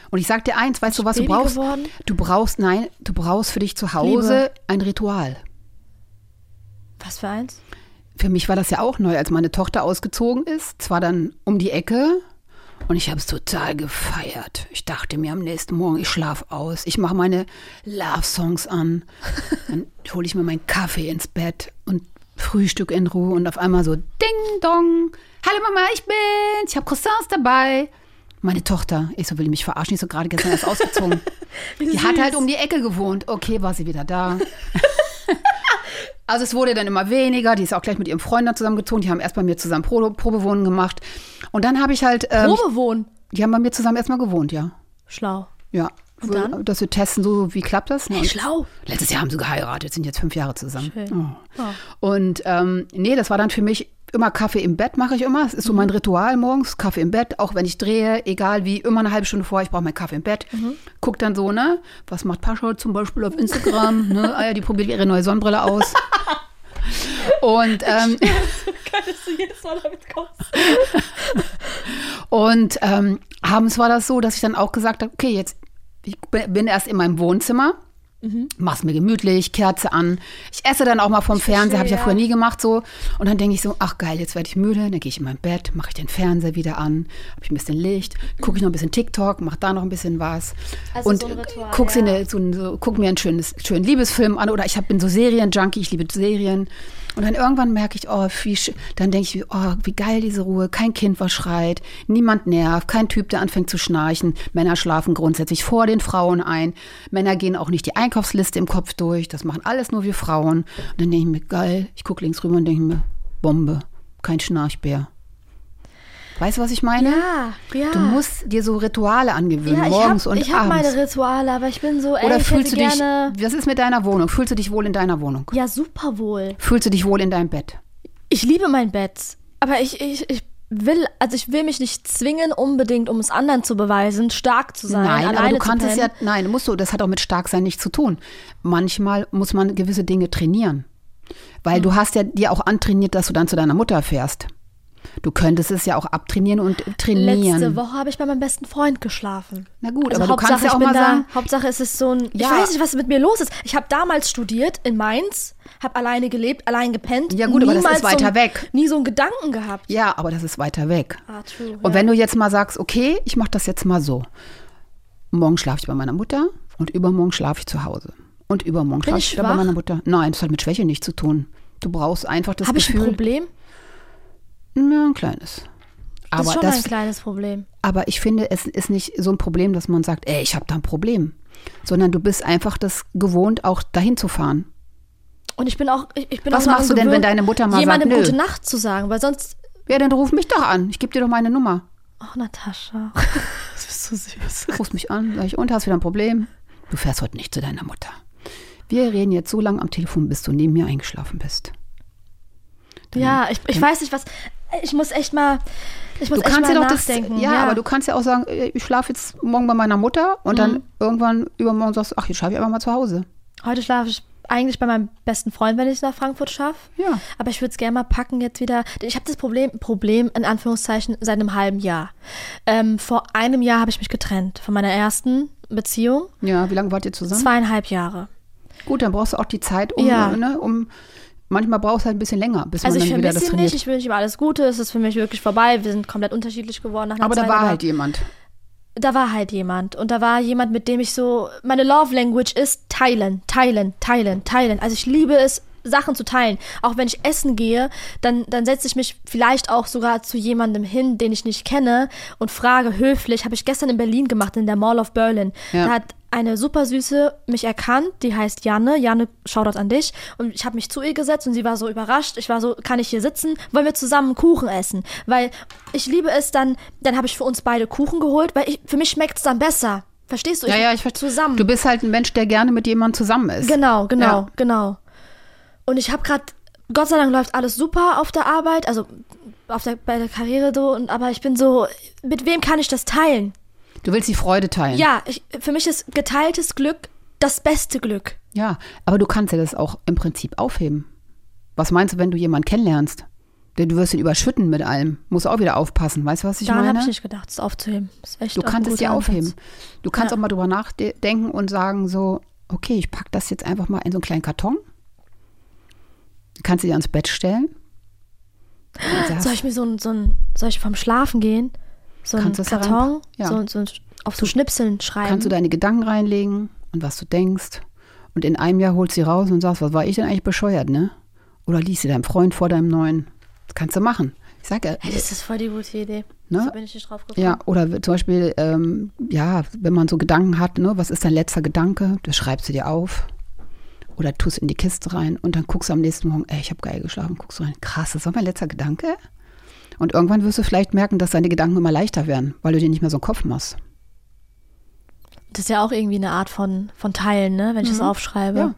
C: Und ich sag dir eins, weißt du, was
B: Baby
C: du brauchst?
B: geworden?
C: Du brauchst, nein, du brauchst für dich zu Hause ein Ritual.
B: Was für eins?
C: Für mich war das ja auch neu, als meine Tochter ausgezogen ist. Zwar dann um die Ecke und ich habe es total gefeiert. Ich dachte mir am nächsten Morgen, ich schlafe aus. Ich mache meine Love-Songs an. Dann hole ich mir meinen Kaffee ins Bett und Frühstück in Ruhe und auf einmal so Ding Dong. Hallo Mama, ich bin's. Ich habe Croissants dabei. Meine Tochter, ich so will die mich verarschen, ich so gerade gestern erst ausgezogen. die hat halt um die Ecke gewohnt. Okay, war sie wieder da. Also es wurde dann immer weniger. Die ist auch gleich mit ihrem Freund dann zusammengezogen. Die haben erst bei mir zusammen Pro Probewohnen gemacht. Und dann habe ich halt, ähm,
B: Probe wohnen.
C: die haben bei mir zusammen erstmal gewohnt, ja.
B: Schlau.
C: Ja.
B: Und dann?
C: Dass wir testen, so wie klappt das? Ne?
B: Hey,
C: Und
B: schlau.
C: Letztes Jahr haben sie geheiratet, sind jetzt fünf Jahre zusammen.
B: Schön.
C: Oh. Und ähm, nee, das war dann für mich immer Kaffee im Bett, mache ich immer. Es ist so mein
B: Mhm.
C: Ritual morgens, Kaffee im Bett, auch wenn ich drehe, egal wie, immer eine halbe Stunde vorher, ich brauche meinen Kaffee im Bett.
B: Mhm.
C: Guck dann so, ne, was macht Pascha zum Beispiel auf Instagram? ne? Ah ja, die probiert ihre neue Sonnenbrille aus.
B: (laughs)
C: Und ähm,
B: Könntest du jedes Mal damit kommen?
C: (laughs) Und ähm, abends war das so, dass ich dann auch gesagt habe, okay, jetzt ich bin- bin erst in meinem Wohnzimmer, mach's mir gemütlich, Kerze an. Ich esse dann auch mal vom Fernseher, habe ich ja,
B: ja.
C: früher nie gemacht so. Und dann denke ich so, ach geil, jetzt werde ich müde, dann gehe ich in mein Bett, mache ich den Fernseher wieder an, habe ich ein bisschen Licht, gucke ich noch ein bisschen TikTok, mache da noch ein bisschen was.
B: Also
C: und
B: so ein Ritual,
C: guck, sie
B: ja.
C: eine, so, ein- so, guck mir einen schönes, schönen Liebesfilm an oder ich hab, bin so Serien-Junkie, ich liebe Serien. Und dann irgendwann merke ich, oh, wie, sch- dann denke ich, oh, wie geil diese Ruhe, kein Kind, was schreit, niemand nervt, kein Typ, der anfängt zu schnarchen. Männer schlafen grundsätzlich vor den Frauen ein. Männer gehen auch nicht die Einkaufsliste im Kopf durch, das machen alles nur wir Frauen. Und dann denke ich mir, geil, ich gucke links rüber und denke mir, Bombe, kein Schnarchbär. Weißt du, was ich meine?
B: Ja, ja.
C: Du musst dir so Rituale angewöhnen,
B: ja, ich
C: morgens
B: hab,
C: und
B: ich hab
C: abends.
B: meine Rituale, aber ich bin so, ey,
C: Oder
B: ich
C: fühlst du
B: hätte
C: dich,
B: gerne...
C: was ist mit deiner Wohnung? Fühlst du dich wohl in deiner Wohnung?
B: Ja, super wohl.
C: Fühlst du dich wohl in deinem Bett?
B: Ich liebe mein Bett, aber ich, ich, ich will, also ich will mich nicht zwingen unbedingt, um es anderen zu beweisen, stark zu sein,
C: nein,
B: alleine
C: aber du
B: zu
C: kannst es
B: pennen.
C: ja, nein, musst du, das hat auch mit Starksein nichts zu tun. Manchmal muss man gewisse Dinge trainieren. Weil
B: Mhm.
C: du hast ja dir auch antrainiert, dass du dann zu deiner Mutter fährst. Du könntest es ja auch abtrainieren und trainieren.
B: Letzte Woche habe ich bei meinem besten Freund geschlafen.
C: Na gut,
B: also
C: aber du
B: Hauptsache,
C: kannst ja auch
B: ich bin
C: mal
B: da,
C: sagen,
B: Hauptsache es ist so ein,
C: Ja.
B: ich weiß nicht, was mit mir los ist. Ich habe damals studiert in Mainz, habe alleine gelebt, allein gepennt.
C: Ja gut, aber das ist
B: niemals so
C: weiter
B: ein,
C: weg.
B: Nie so einen Gedanken gehabt.
C: ja, aber das ist weiter weg.
B: Ah, true.
C: Und
B: ja.
C: wenn du jetzt mal sagst, okay, ich mache das jetzt mal so. Morgen schlafe ich bei meiner Mutter und übermorgen schlafe ich zu Hause. Und übermorgen
B: Bin
C: schlafe
B: ich
C: ich wieder bei
B: schwach?
C: meiner Mutter. Nein, das hat mit Schwäche nichts zu tun. Du brauchst einfach das
B: habe ich ein
C: Gefühl.
B: Problem?
C: Ja, ein kleines.
B: Das ist
C: Aber,
B: schon
C: das,
B: ein kleines Problem.
C: aber ich finde, es ist nicht so ein Problem, dass man sagt, ey, ich habe da ein Problem. Sondern du bist einfach das gewohnt, auch dahin zu fahren.
B: Und ich bin auch, ich, ich bin
C: Was
B: auch daran
C: machst du denn, wenn
B: gewöhnt,
C: deine Mutter mal sagt,
B: jemandem
C: nö?
B: gute Nacht zu sagen, weil sonst
C: Ja, dann ruf mich doch an. Ich gebe dir doch
B: (laughs)
C: meine Nummer.
B: Oh,
C: (laughs)
B: Natascha. Das bist so süß.
C: Ruf mich an, sag ich, und hast wieder ein Problem? Du fährst heute nicht zu deiner Mutter. Wir reden jetzt so lange am Telefon, bis du neben mir eingeschlafen bist.
B: Ja, ich, ich weiß nicht, was. Ich muss echt mal. Ich muss
C: Du kannst
B: echt
C: ja
B: mal
C: doch das, ja,
B: nachdenken.
C: aber du kannst ja auch sagen, äh, ich schlafe jetzt morgen bei meiner Mutter und
B: Mhm.
C: dann irgendwann übermorgen sagst du, ach, jetzt schlafe ich einfach mal zu Hause.
B: Heute schlafe ich eigentlich bei meinem besten Freund, wenn ich es nach Frankfurt schaffe.
C: Ja.
B: Aber ich würde es gerne mal packen jetzt wieder. Ich habe das Problem, Problem in Anführungszeichen, seit einem halben Jahr. Ähm, vor einem Jahr habe ich mich getrennt von meiner ersten Beziehung.
C: Ja, wie lange wart ihr zusammen?
B: Zweieinhalb Jahre.
C: Gut, dann brauchst du auch die Zeit, um,
B: Ja.
C: ne, um manchmal brauchst du halt ein bisschen länger, bis
B: Also
C: man
B: ich
C: dann wieder
B: vermisse
C: das
B: ihn
C: trainiert.
B: nicht, ich wünsche ihm alles Gute, es ist für mich wirklich vorbei. Wir sind komplett unterschiedlich geworden. Nach einer
C: aber da
B: Zeit,
C: war halt jemand.
B: da war halt jemand und da war jemand, mit dem ich so meine Love Language ist teilen, teilen, teilen, teilen. Also ich liebe es Sachen zu teilen. Auch wenn ich essen gehe, dann dann setze ich mich vielleicht auch sogar zu jemandem hin, den ich nicht kenne und frage höflich, habe ich gestern in Berlin gemacht in der Mall of Berlin.
C: Ja.
B: Da hat eine super süße mich erkannt, die heißt Janne. Janne, Shoutout an dich. Und ich habe mich zu ihr gesetzt und sie war so überrascht. Ich war so, kann ich hier sitzen? Wollen wir zusammen Kuchen essen? Weil ich liebe es dann, dann habe ich für uns beide Kuchen geholt, weil ich, für mich schmeckt es dann besser. Verstehst du?
C: Ja, ja, ich verstehe.
B: Zusammen.
C: Du bist halt ein Mensch, der gerne mit jemandem zusammen ist.
B: Genau, genau,
C: Ja.
B: genau. Und ich habe gerade, Gott sei Dank läuft alles super auf der Arbeit, also auf der, bei der Karriere so, und, aber ich bin so, mit wem kann ich das teilen?
C: Du willst die Freude teilen.
B: Ja, ich, für mich ist geteiltes Glück das beste Glück.
C: Ja, aber du kannst ja das auch im Prinzip aufheben. Was meinst du, wenn du jemanden kennenlernst? Denn Du wirst ihn überschütten mit allem. Musst auch wieder aufpassen. Weißt du, was ich
B: Daran habe
C: meine?
B: ich nicht gedacht, es aufzuheben. Ist echt
C: du
B: auch ein
C: kannst es
B: guter
C: dir
B: Ansatz.
C: aufheben. Du kannst auch mal drüber nachdenken und sagen so, okay, ich packe das jetzt einfach mal in so einen kleinen Karton Kannst du dir ans Bett stellen? Und sagst,
B: Soll ich mir so ein, so ein, soll ich vom Schlafen gehen? So ein
C: Kannst du das da rein-
B: Karton,
C: ja.
B: so, so ein, auf so Schnipseln schreiben.
C: kannst du deine Gedanken reinlegen und was du denkst. Und in einem Jahr holst du sie raus und sagst, was war ich denn eigentlich bescheuert, ne? Oder liest sie deinem Freund vor deinem neuen. Das kannst du machen. Ich sag ja,
B: Ey, das ist voll die gute Idee.
C: Ne?
B: So bin ich nicht drauf gekommen.
C: Ja, oder w- zum Beispiel, ähm, ja, wenn man so Gedanken hat, ne, was ist dein letzter Gedanke? Das schreibst du dir auf oder tust in die Kiste rein und dann guckst du am nächsten Morgen, ey, ich habe geil geschlafen, guckst rein, krass, das war mein letzter Gedanke. Und irgendwann wirst du vielleicht merken, dass deine Gedanken immer leichter werden, weil du dir nicht mehr so einen Kopf machst.
B: Das ist ja auch irgendwie eine Art von, von Teilen, ne? wenn ich das aufschreibe.
C: Mhm. Ja.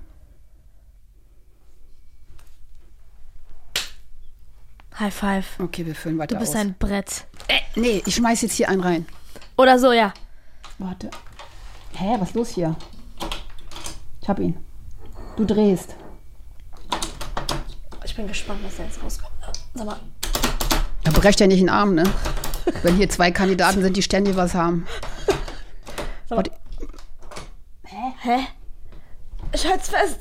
B: High five.
C: Okay, wir füllen weiter
B: Du bist
C: aus.
B: ein Brett.
C: nee, ich schmeiß jetzt hier einen rein.
B: Oder so, ja.
C: Warte. Hä, was ist los hier? Ich hab ihn. Du drehst.
B: Ich bin gespannt, was da jetzt rauskommt. ne? Sag mal.
C: Da brecht ja nicht den Arm, ne? Wenn hier zwei Kandidaten sind, die ständig was haben. Warte,
B: Hä? Ich halt's fest.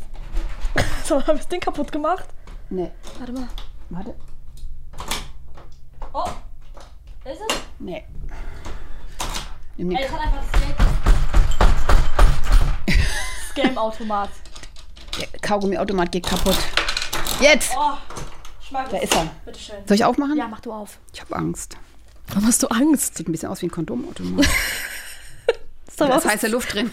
B: So, hab ich das Ding kaputt gemacht?
C: nee,
B: Warte mal.
C: warte.
B: Oh. Ist es?
C: Nee. Nimm den
B: Ey,
C: K-
B: das hat einfach das Scam-Automat.
C: der Kaugummiautomat geht kaputt. Jetzt!
B: Oh. Schmack.
C: Da ist er.
B: Bitteschön.
C: Soll ich aufmachen?
B: Ja, mach du auf.
C: Ich habe Angst.
B: Warum hast du Angst?
C: Sieht ein bisschen aus wie ein Kondomautomat.
B: (laughs) Ist
C: da
B: doch
C: ist
B: was.
C: heiße Luft drin.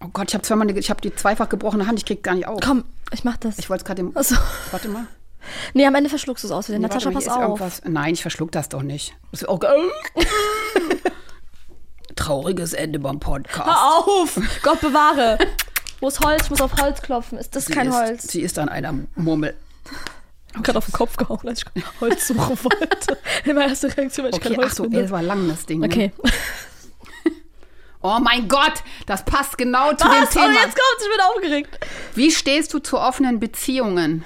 C: Oh Gott, ich habe zweimal, eine- ich habe die zweifach gebrochene Hand. Ich krieg gar nicht auf.
B: Komm, ich mach das.
C: Ich wollte es gerade dem.
B: Achso.
C: Warte mal.
B: Nee, am Ende verschluckst du es aus Versehen.
C: Nee,
B: Natascha,
C: warte mal,
B: pass
C: hier ist
B: auf.
C: irgendwas. Nein, ich verschluck das doch nicht. Das ist auch ge- (laughs) Trauriges Ende beim Podcast.
B: Hör auf! Gott bewahre! Wo ist Holz? Ich muss auf Holz klopfen. Ist das kein
C: sie Ist,
B: Holz?
C: sie ist an einer Murmel.
B: Ich hab gerade auf den Kopf gehauen, als ich Holz suchen wollte. (laughs) Immer erste Reaktion, weil ich
C: Okay, ach so, ey, das war lang, das Ding. ne?
B: Okay.
C: Oh mein Gott, das passt genau zu
B: Was?
C: dem
B: Oh,
C: Thema.
B: jetzt kommt's, ich bin aufgeregt.
C: Wie stehst du zu offenen Beziehungen?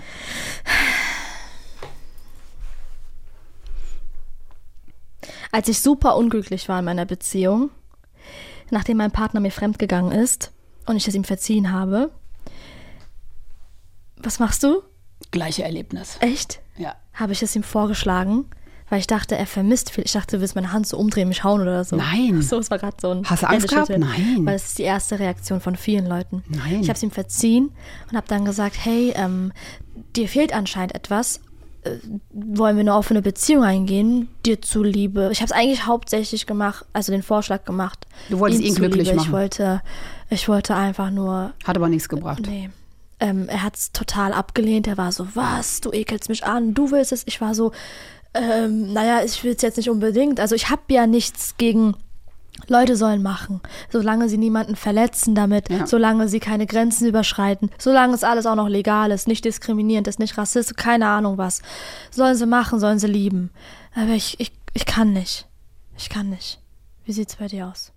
B: Als ich super unglücklich war in meiner Beziehung, nachdem mein Partner mir fremdgegangen ist und ich es ihm verziehen habe. Was machst du?
C: Gleiche Erlebnis.
B: Echt?
C: Ja.
B: Habe ich es ihm vorgeschlagen, weil ich dachte, er vermisst viel. Ich dachte, du willst meine Hand so umdrehen, mich hauen oder so.
C: Nein.
B: Ach so, es war gerade so ein.
C: Hast du Angst gehabt?
B: Händeschütteln.
C: Nein.
B: Weil es ist die erste Reaktion von vielen Leuten.
C: Nein.
B: Ich habe es ihm verziehen und habe dann gesagt: Hey, ähm, dir fehlt anscheinend etwas. Äh, Wollen wir eine offene Beziehung eingehen? Dir zuliebe. Ich habe es eigentlich hauptsächlich gemacht, also den Vorschlag gemacht.
C: Du wolltest ihn glücklich
B: zuliebe.
C: machen.
B: Ich wollte, ich wollte einfach nur
C: Hat aber nichts gebracht.
B: Nee. Ähm, er hat es total abgelehnt. Er war so, was, du ekelst mich an, du willst es. Ich war so, ähm, naja, ich will es jetzt nicht unbedingt. Also ich habe ja nichts gegen, Leute sollen machen, solange sie niemanden verletzen damit,
C: Ja.
B: solange sie keine Grenzen überschreiten, solange es alles auch noch legal ist, nicht diskriminierend ist, nicht rassistisch, keine Ahnung was. Sollen sie machen, sollen sie lieben. Aber ich, ich, ich kann nicht. Ich kann nicht. Wie sieht's bei dir aus?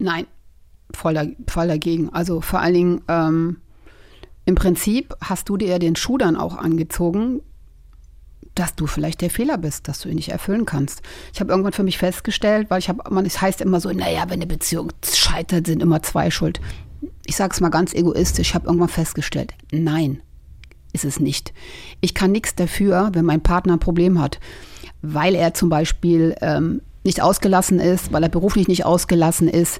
C: Nein, voll, da, voll dagegen. Also vor allen Dingen, ähm, im Prinzip hast du dir den Schuh dann auch angezogen, dass du vielleicht der Fehler bist, dass du ihn nicht erfüllen kannst. Ich habe irgendwann für mich festgestellt, weil ich habe, man, es heißt immer so, naja, wenn eine Beziehung scheitert, sind immer zwei schuld. Ich sage es mal ganz egoistisch, ich habe irgendwann festgestellt, nein, ist es nicht. Ich kann nichts dafür, wenn mein Partner ein Problem hat, weil er zum Beispiel ähm, nicht ausgelassen ist, weil er beruflich nicht ausgelassen ist.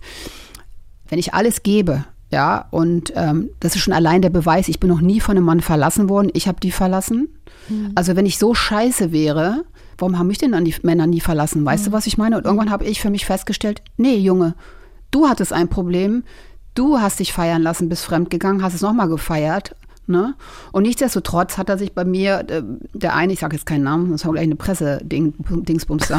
C: Wenn ich alles gebe, ja, und ähm, das ist schon allein der Beweis, ich bin noch nie von einem Mann verlassen worden, ich habe die verlassen. Also wenn ich so scheiße wäre, warum haben mich denn dann die Männer nie verlassen? Weißt du, was ich meine? Und irgendwann habe ich für mich festgestellt, nee, Junge, du hattest ein Problem, du hast dich feiern lassen, bist fremdgegangen, hast es nochmal gefeiert. Ne? Und nichtsdestotrotz hat er sich bei mir, äh, der eine, ich sage jetzt keinen Namen, das war gleich eine Presse-Dingsbums da,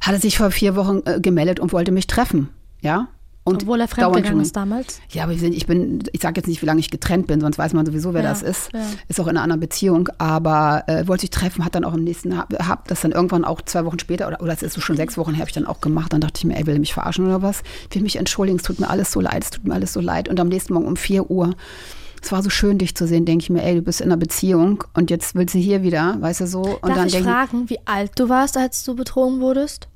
C: hat er sich vor vier Wochen äh, gemeldet und wollte mich treffen. Ja? Und
B: Obwohl er
C: dauernd
B: fremdgegangen
C: schon-
B: ist damals.
C: ja, aber wir sind, ich bin, ich sage jetzt nicht, wie lange ich getrennt bin, sonst weiß man sowieso, wer
B: Ja,
C: das ist.
B: ja.
C: Ist auch in einer anderen Beziehung, aber äh, wollte ich treffen, hat dann auch im nächsten, hab, hab das dann irgendwann auch zwei Wochen später oder, oder das ist so schon sechs Wochen her, habe ich dann auch gemacht. Dann dachte ich mir, ey, will er mich verarschen oder was? Ich will mich entschuldigen, es tut mir alles so leid, es tut mir alles so leid. Und am nächsten Morgen um 4 Uhr, es war so schön, dich zu sehen, denke ich mir, ey, du bist in einer Beziehung und jetzt willst du hier wieder, weißt du so. Und
B: Darf
C: dann
B: ich
C: denk
B: fragen, wie alt du warst, als du betrogen wurdest?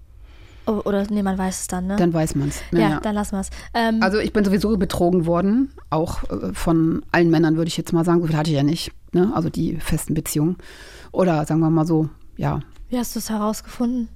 B: Oh, oder nee, man weiß es dann, ne?
C: Dann weiß man es.
B: ja, dann lassen wir es. Ähm,
C: Also ich bin sowieso betrogen worden, auch äh, von allen Männern, würde ich jetzt mal sagen. So viel hatte ich ja nicht. Ne? Also die festen Beziehungen. Oder sagen wir mal so, ja,
B: wie hast du es herausgefunden?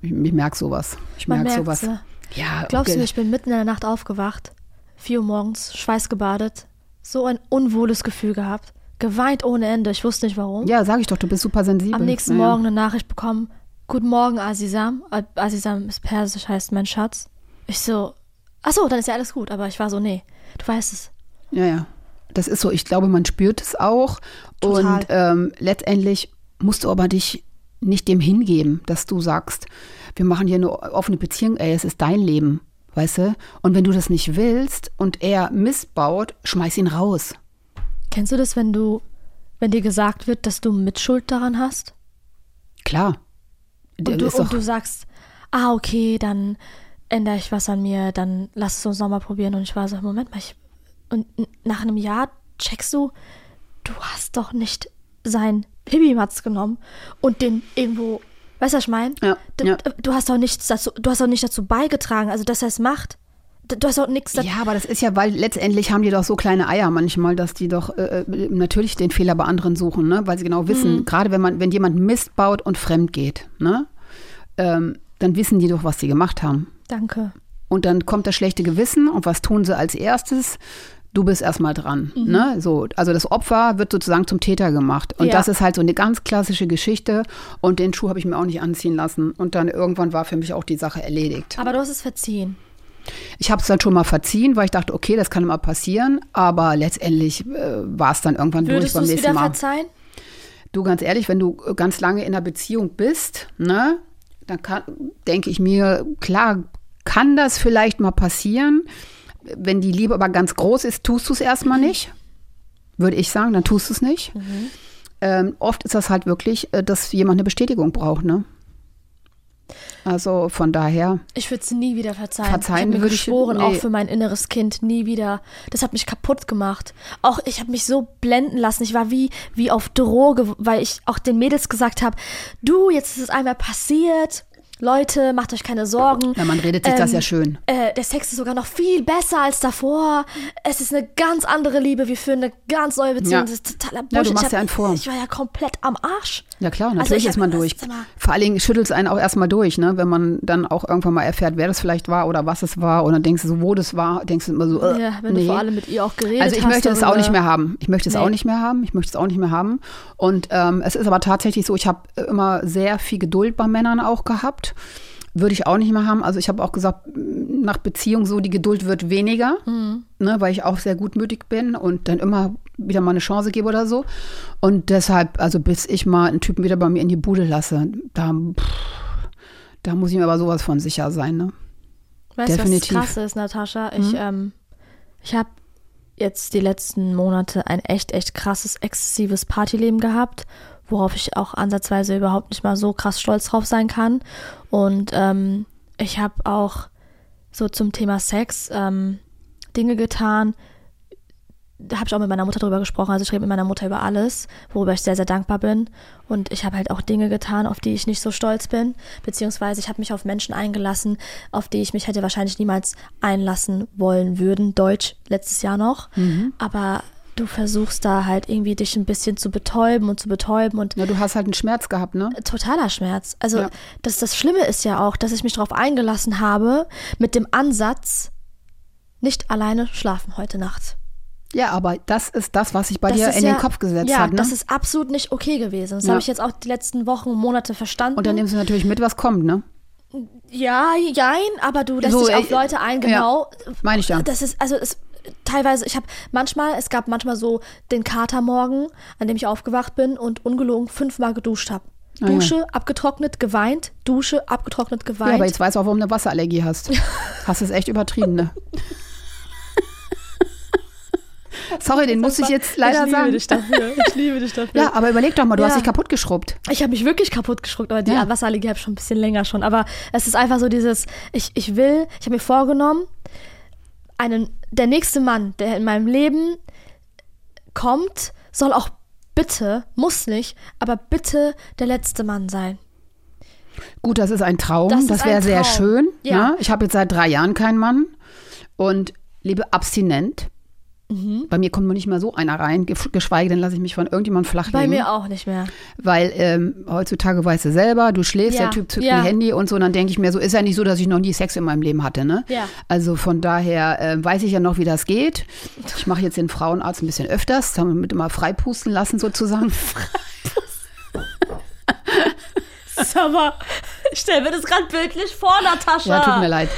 C: ich, ich merke sowas. Ich
B: Man
C: merke
B: merkt's,
C: sowas.
B: ja.
C: Ja,
B: Glaubst du
C: okay.
B: mir, ich bin mitten in der Nacht aufgewacht, 4 Uhr morgens, schweißgebadet, so ein unwohles Gefühl gehabt, geweint ohne Ende, ich wusste nicht warum.
C: Ja, sag ich doch, du bist super sensibel. ne?
B: Am nächsten
C: ja.
B: Morgen eine Nachricht bekommen, Guten Morgen, Azizam. Äh, Azizam ist persisch, heißt mein Schatz. Ich so, ach so, dann ist ja alles gut, aber ich war so, nee, du weißt es.
C: Ja, ja. Das ist so. Ich glaube, man spürt es auch.
B: Total.
C: Und ähm, letztendlich musst du aber dich nicht dem hingeben, dass du sagst, wir machen hier eine offene Beziehung, ey, es ist dein Leben, weißt du? Und wenn du das nicht willst und er missbaut, schmeiß ihn raus.
B: Kennst du das, wenn du, wenn dir gesagt wird, dass du Mitschuld daran hast?
C: Klar. Der
B: Und du,
C: ist doch-
B: und du sagst, ah, okay, dann ändere ich was an mir, dann lass es uns nochmal probieren. Und ich war so, Moment mal, ich, und n- nach einem Jahr checkst du, du hast doch nicht seinen Pibimatz genommen und den irgendwo, weißt du, was ich meine?
C: Ja,
B: D-
C: ja.
B: d- Du hast doch nichts dazu, du hast doch nicht dazu beigetragen, also dass er es macht. D- Du hast doch nichts dazu.
C: Ja, aber das ist ja, weil letztendlich haben die doch so kleine Eier manchmal, dass die doch äh, äh, natürlich den Fehler bei anderen suchen, ne? weil sie genau wissen, gerade wenn man, wenn jemand Mist baut und fremd geht, ne? ähm, dann wissen die doch, was sie gemacht haben.
B: Danke.
C: Und dann kommt das schlechte Gewissen und was tun sie als erstes? Du bist erstmal dran. Ne? So, also das Opfer wird sozusagen zum Täter gemacht. Und
B: Ja.
C: das ist halt so eine ganz klassische Geschichte. Und den Schuh habe ich mir auch nicht anziehen lassen. Und dann irgendwann war für mich auch die Sache erledigt.
B: Aber du hast es verziehen.
C: Ich habe es dann schon mal verziehen, weil ich dachte, okay, das kann mal passieren, aber letztendlich äh, war es dann irgendwann durch
B: Würdest du
C: beim
B: es wieder
C: nächsten Mal.
B: verzeihen?
C: Du ganz ehrlich, wenn du äh, ganz lange in einer Beziehung bist, ne, dann kann, denke ich mir, klar, kann das vielleicht mal passieren. Wenn die Liebe aber ganz groß ist, tust du es
B: Mhm.
C: erstmal nicht. Würde ich sagen, dann tust du es nicht. Ähm, oft ist das halt wirklich, äh, dass jemand eine Bestätigung braucht, ne? Also von daher.
B: Ich würde es nie wieder verzeihen.
C: Verzeihen
B: ich habe mir
C: würde ich-
B: geschworen, auch
C: nee.
B: für mein inneres Kind, nie wieder. Das hat mich kaputt gemacht. Auch ich habe mich so blenden lassen. Ich war wie, wie auf Droge, weil ich auch den Mädels gesagt habe, du, jetzt ist es einmal passiert. Leute, macht euch keine Sorgen.
C: Ja, man redet sich das ja schön.
B: Äh, der Sex ist sogar noch viel besser als davor. Es ist eine ganz andere Liebe. Wir führen eine ganz neue Beziehung.
C: Ja.
B: Das ist totaler Bullshit.
C: Ja, du machst
B: ich
C: ja einen vor.
B: Ich war ja komplett am Arsch.
C: Ja klar,
B: Also
C: natürlich
B: ich
C: ist
B: hab
C: man
B: mir
C: durch.
B: das immer-
C: Vor allen Dingen schüttelt es einen auch erstmal durch, ne? wenn man dann auch irgendwann mal erfährt, wer das vielleicht war oder was es war oder denkst du so, wo das war, denkst du immer so, äh,
B: Ja, wenn
C: nee.
B: du vor allem mit ihr auch geredet hast.
C: Also ich möchte das auch
B: darüber.
C: nicht mehr haben. Ich möchte es
B: Nee.
C: auch nicht mehr haben. Ich möchte es auch nicht mehr haben. Und ähm, es ist aber tatsächlich so, ich habe immer sehr viel Geduld bei Männern auch gehabt. Würde ich auch nicht mehr haben. Also ich habe auch gesagt, mm, nach Beziehung so, die Geduld wird weniger,
B: Mhm.
C: ne, weil ich auch sehr gutmütig bin und dann immer wieder mal eine Chance gebe oder so. Und deshalb, also bis ich mal einen Typen wieder bei mir in die Bude lasse, da, pff, da muss ich mir aber sowas von sicher sein. Ne?
B: Weißt du, was
C: Definitiv.
B: krass ist, Natascha? Ich, ähm, ich habe jetzt die letzten Monate ein echt, echt krasses, exzessives Partyleben gehabt, worauf ich auch ansatzweise überhaupt nicht mal so krass stolz drauf sein kann. Und ähm, ich habe auch so zum Thema Sex ähm, Dinge getan, da habe ich auch mit meiner Mutter drüber gesprochen. Also ich rede mit meiner Mutter über alles, worüber ich sehr, sehr dankbar bin. Und ich habe halt auch Dinge getan, auf die ich nicht so stolz bin. Beziehungsweise ich habe mich auf Menschen eingelassen, auf die ich mich hätte wahrscheinlich niemals einlassen wollen würden. Deutsch letztes Jahr noch. Aber du versuchst da halt irgendwie dich ein bisschen zu betäuben und zu betäuben und
C: Na, du hast halt einen Schmerz gehabt, ne?
B: totaler Schmerz. Also
C: Ja.
B: das, das Schlimme ist ja auch, dass ich mich darauf eingelassen habe, mit dem Ansatz, nicht alleine schlafen heute Nacht.
C: Ja, aber das ist das, was sich bei
B: Das
C: dir
B: ist
C: in
B: ja-
C: den Kopf gesetzt
B: ja,
C: hat. Ne?
B: das ist absolut nicht okay gewesen. Das
C: Ja.
B: habe ich jetzt auch die letzten Wochen, Monate verstanden.
C: Und dann nimmst du natürlich mit, was kommt, ne?
B: ja, jein, aber du lässt
C: So,
B: dich auf
C: äh,
B: Leute ein,
C: ja.
B: genau.
C: Meine ich ja.
B: Das ist, also es, teilweise, ich habe manchmal, es gab manchmal so den Katermorgen, an dem ich aufgewacht bin und ungelogen fünfmal geduscht habe.
C: Ah, ja.
B: Dusche, abgetrocknet, geweint, Dusche, abgetrocknet, geweint.
C: Ja, aber jetzt weißt du auch, warum du eine Wasserallergie
B: (laughs)
C: hast. Hast es echt übertrieben, ne? Sorry, den musste ich jetzt leider sagen.
B: dafür. Ich liebe dich dafür.
C: Ja, aber überleg doch mal, du
B: Ja.
C: hast dich kaputt geschrubbt.
B: Ich habe mich wirklich kaputt geschruckt, aber die
C: Ja.
B: Wasserallergie habe ich schon ein bisschen länger schon. Aber es ist einfach so dieses, ich, ich will, ich habe mir vorgenommen, einen, der nächste Mann, der in meinem Leben kommt, soll auch bitte, muss nicht, aber bitte der letzte Mann sein.
C: Gut, das ist ein Traum.
B: Das
C: Das,
B: ist ein
C: wäre sehr
B: Traum.
C: schön.
B: Ja.
C: Ne? Ich habe jetzt seit drei Jahren keinen Mann. Und lebe abstinent.
B: Mhm.
C: Bei mir kommt nur nicht mal so einer rein, gef- geschweige denn lasse ich mich von irgendjemandem flachlegen.
B: Bei mir auch nicht
C: (laughs)
B: mehr.
C: Weil ähm, heutzutage weißt du selber, du schläfst,
B: Ja,
C: der Typ zückt
B: ja.
C: ein Handy und so. Und dann denke ich mir, so ist ja nicht so, dass ich noch nie Sex in meinem Leben hatte. Ne?
B: Ja.
C: Also von daher äh, weiß ich ja noch, wie das geht. Ich mache jetzt den Frauenarzt ein bisschen öfters, damit immer freipusten lassen sozusagen. (laughs)
B: Das ist aber, ich stelle mir das gerade bildlich vor, Natascha.
C: Ja, tut mir leud.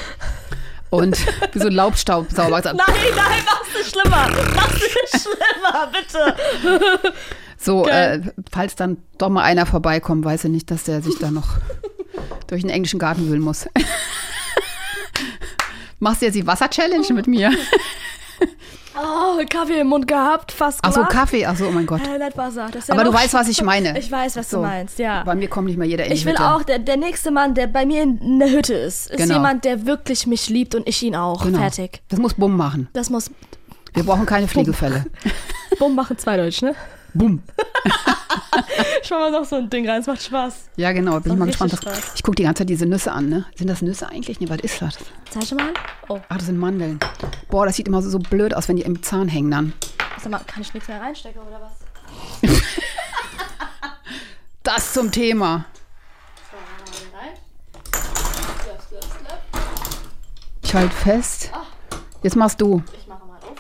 C: Und wie so ein Laubstaubsauger.
B: Nein, nein, mach's nicht schlimmer. Mach's nicht schlimmer, bitte.
C: So, äh,
B: Geil.
C: falls dann doch mal einer vorbeikommt, weiß ich nicht, dass der sich da noch durch den englischen Garten wühlen muss. (laughs) Machst du jetzt die Wasser-Challenge mit mir?
B: Oh, Kaffee im Mund gehabt, fast
C: Ach so,
B: gemacht.
C: Kaffee. Ach so, oh mein Gott.
B: Äh, Leitwasser. Das ist ja
C: Aber du
B: noch-
C: weißt, was ich meine.
B: Ich weiß, was
C: So.
B: du meinst, ja.
C: Bei mir kommt nicht mal jeder in die
B: Ich will
C: Hütte.
B: auch, der, der nächste Mann, der bei mir in der Hütte ist, ist
C: Genau.
B: jemand, der wirklich mich liebt und ich ihn auch.
C: Genau.
B: Fertig.
C: Das muss Bumm machen.
B: Das muss.
C: Wir brauchen keine Pflegefälle.
B: Bumm machen zwei Deutsch, ne?
C: Bumm.
B: (laughs) Schau mal noch so ein Ding rein, es macht Spaß.
C: Ja, genau. Bin
B: Macht
C: ich mal
B: richtig
C: gespannt.
B: Spaß.
C: Ich gucke die ganze Zeit diese Nüsse an. Ne? Sind das Nüsse eigentlich? Nee, was ist das?
B: Zeig schon mal. Oh,
C: Ach, das sind Mandeln. Boah, das sieht immer so, so blöd aus, wenn die im Zahn hängen dann.
B: sag mal, kann ich nichts mehr reinstecken oder was?
C: Das zum Thema. Ich halte fest. Jetzt machst du.
B: Ah. Ich mache mal auf.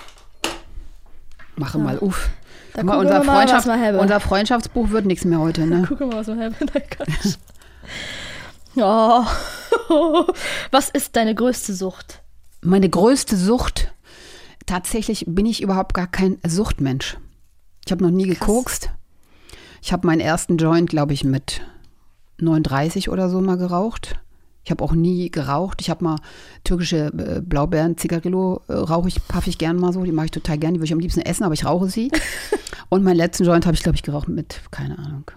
C: Mache mal uff.
B: Da
C: Guck mal,
B: gucken
C: unser,
B: wir mal, was
C: Freundschaft,
B: wir haben.
C: unser Freundschaftsbuch wird nichts mehr heute, ne?
B: Gucken wir mal, was wir haben. (laughs) Nein,
C: (laughs)
B: Quatsch. Oh. Was ist deine größte Sucht?
C: Meine größte Sucht, tatsächlich bin ich überhaupt gar kein Suchtmensch. Ich habe noch nie gekokst. Ich habe meinen ersten Joint, glaube ich, mit 39 oder so mal geraucht. Ich habe auch nie geraucht. Ich habe mal türkische äh, Blaubeeren, Zigarillo äh, rauche ich, paffe ich gern mal so. Die mache ich total gern. Die würde ich am liebsten essen, aber ich
B: (laughs)
C: rauche sie. Und meinen letzten Joint habe ich, glaube ich, geraucht mit, keine Ahnung,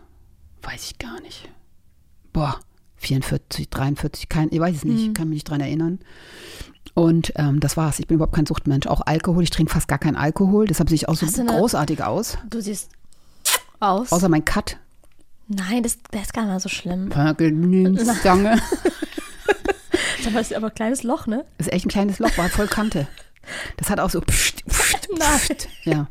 C: weiß ich gar nicht. Boah, 44, 43, kein, ich weiß es nicht,
B: Mhm.
C: kann mich nicht dran erinnern. Und ähm, das war's. Ich bin überhaupt kein Suchtmensch. Auch Alkohol, ich trinke fast gar keinen Alkohol. Deshalb sehe ich auch so
B: Hast du eine-
C: großartig aus.
B: Du siehst aus.
C: Außer mein Cut.
B: Nein, das, das ist gar nicht mal so schlimm. (laughs)
C: Zange.
B: Da war es aber ein kleines Loch, ne?
C: Ist echt ein kleines Loch, war voll Kante. Das hat auch so. Pst, pst,
B: (laughs) Nein.
C: pst. Ja.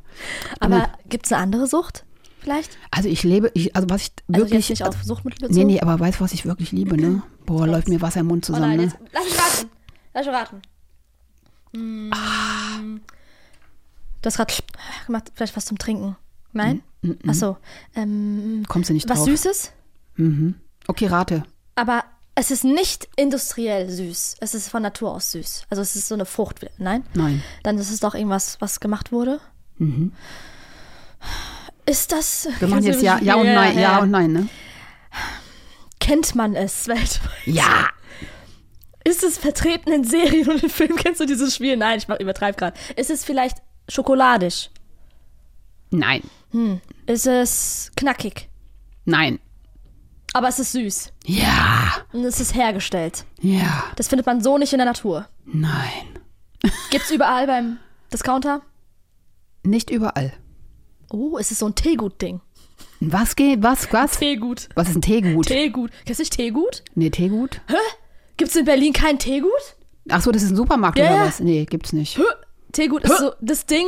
B: Aber gibt's eine andere Sucht? Vielleicht?
C: Also ich lebe, ich, also was ich
B: Also jetzt
C: wirklich.
B: nicht auf Suchtmittel bezogen?
C: nee, nee, aber weißt du, was ich wirklich liebe, ne? Boah, läuft mir Wasser im Mund
B: Oh
C: zusammen,
B: nein,
C: ne?
B: jetzt, lass mich raten. Lass mich raten. Mm. Du hast gerade gemacht, vielleicht was zum Trinken. Nein?
C: Mm,
B: Achso. Ähm,
C: Kommst du nicht
B: was
C: drauf?
B: Süßes,
C: Okay, rate.
B: aber es ist nicht industriell süß. Es ist von Natur aus süß. Also es ist so eine Frucht. Nein?
C: Nein.
B: Dann ist es doch irgendwas, was gemacht wurde. Ist das.
C: Mhm.
B: (laughs)
C: Wir machen jetzt ja, ja und nein, ja und nein, ne?
B: Kennt man es (laughs) weltweit?
C: Ja.
B: Ist es vertreten in Serien und in Filmen? Kennst du dieses Spiel? Nein, ich übertreibe gerade. Ist es vielleicht schokoladisch? Hm.
C: Nein.
B: Ist es knackig?
C: Nein.
B: Aber es ist süß.
C: Ja.
B: Und es ist hergestellt.
C: Ja.
B: Das findet man so nicht in der Natur.
C: Nein.
B: Gibt's überall beim Discounter?
C: Nicht überall.
B: Oh, es ist so ein Teegut-Ding.
C: Was geht? Was? Was?
B: Teegut.
C: Was ist ein Teegut?
B: Teegut. Kennst du nicht Teegut?
C: nee, Teegut?
B: Gibt's in Berlin keinen Teegut?
C: Ach so, das ist ein Supermarkt
B: Ja,
C: oder
B: ja.
C: was? Nee, gibt's nicht.
B: Hö, Teegut ist so das Ding,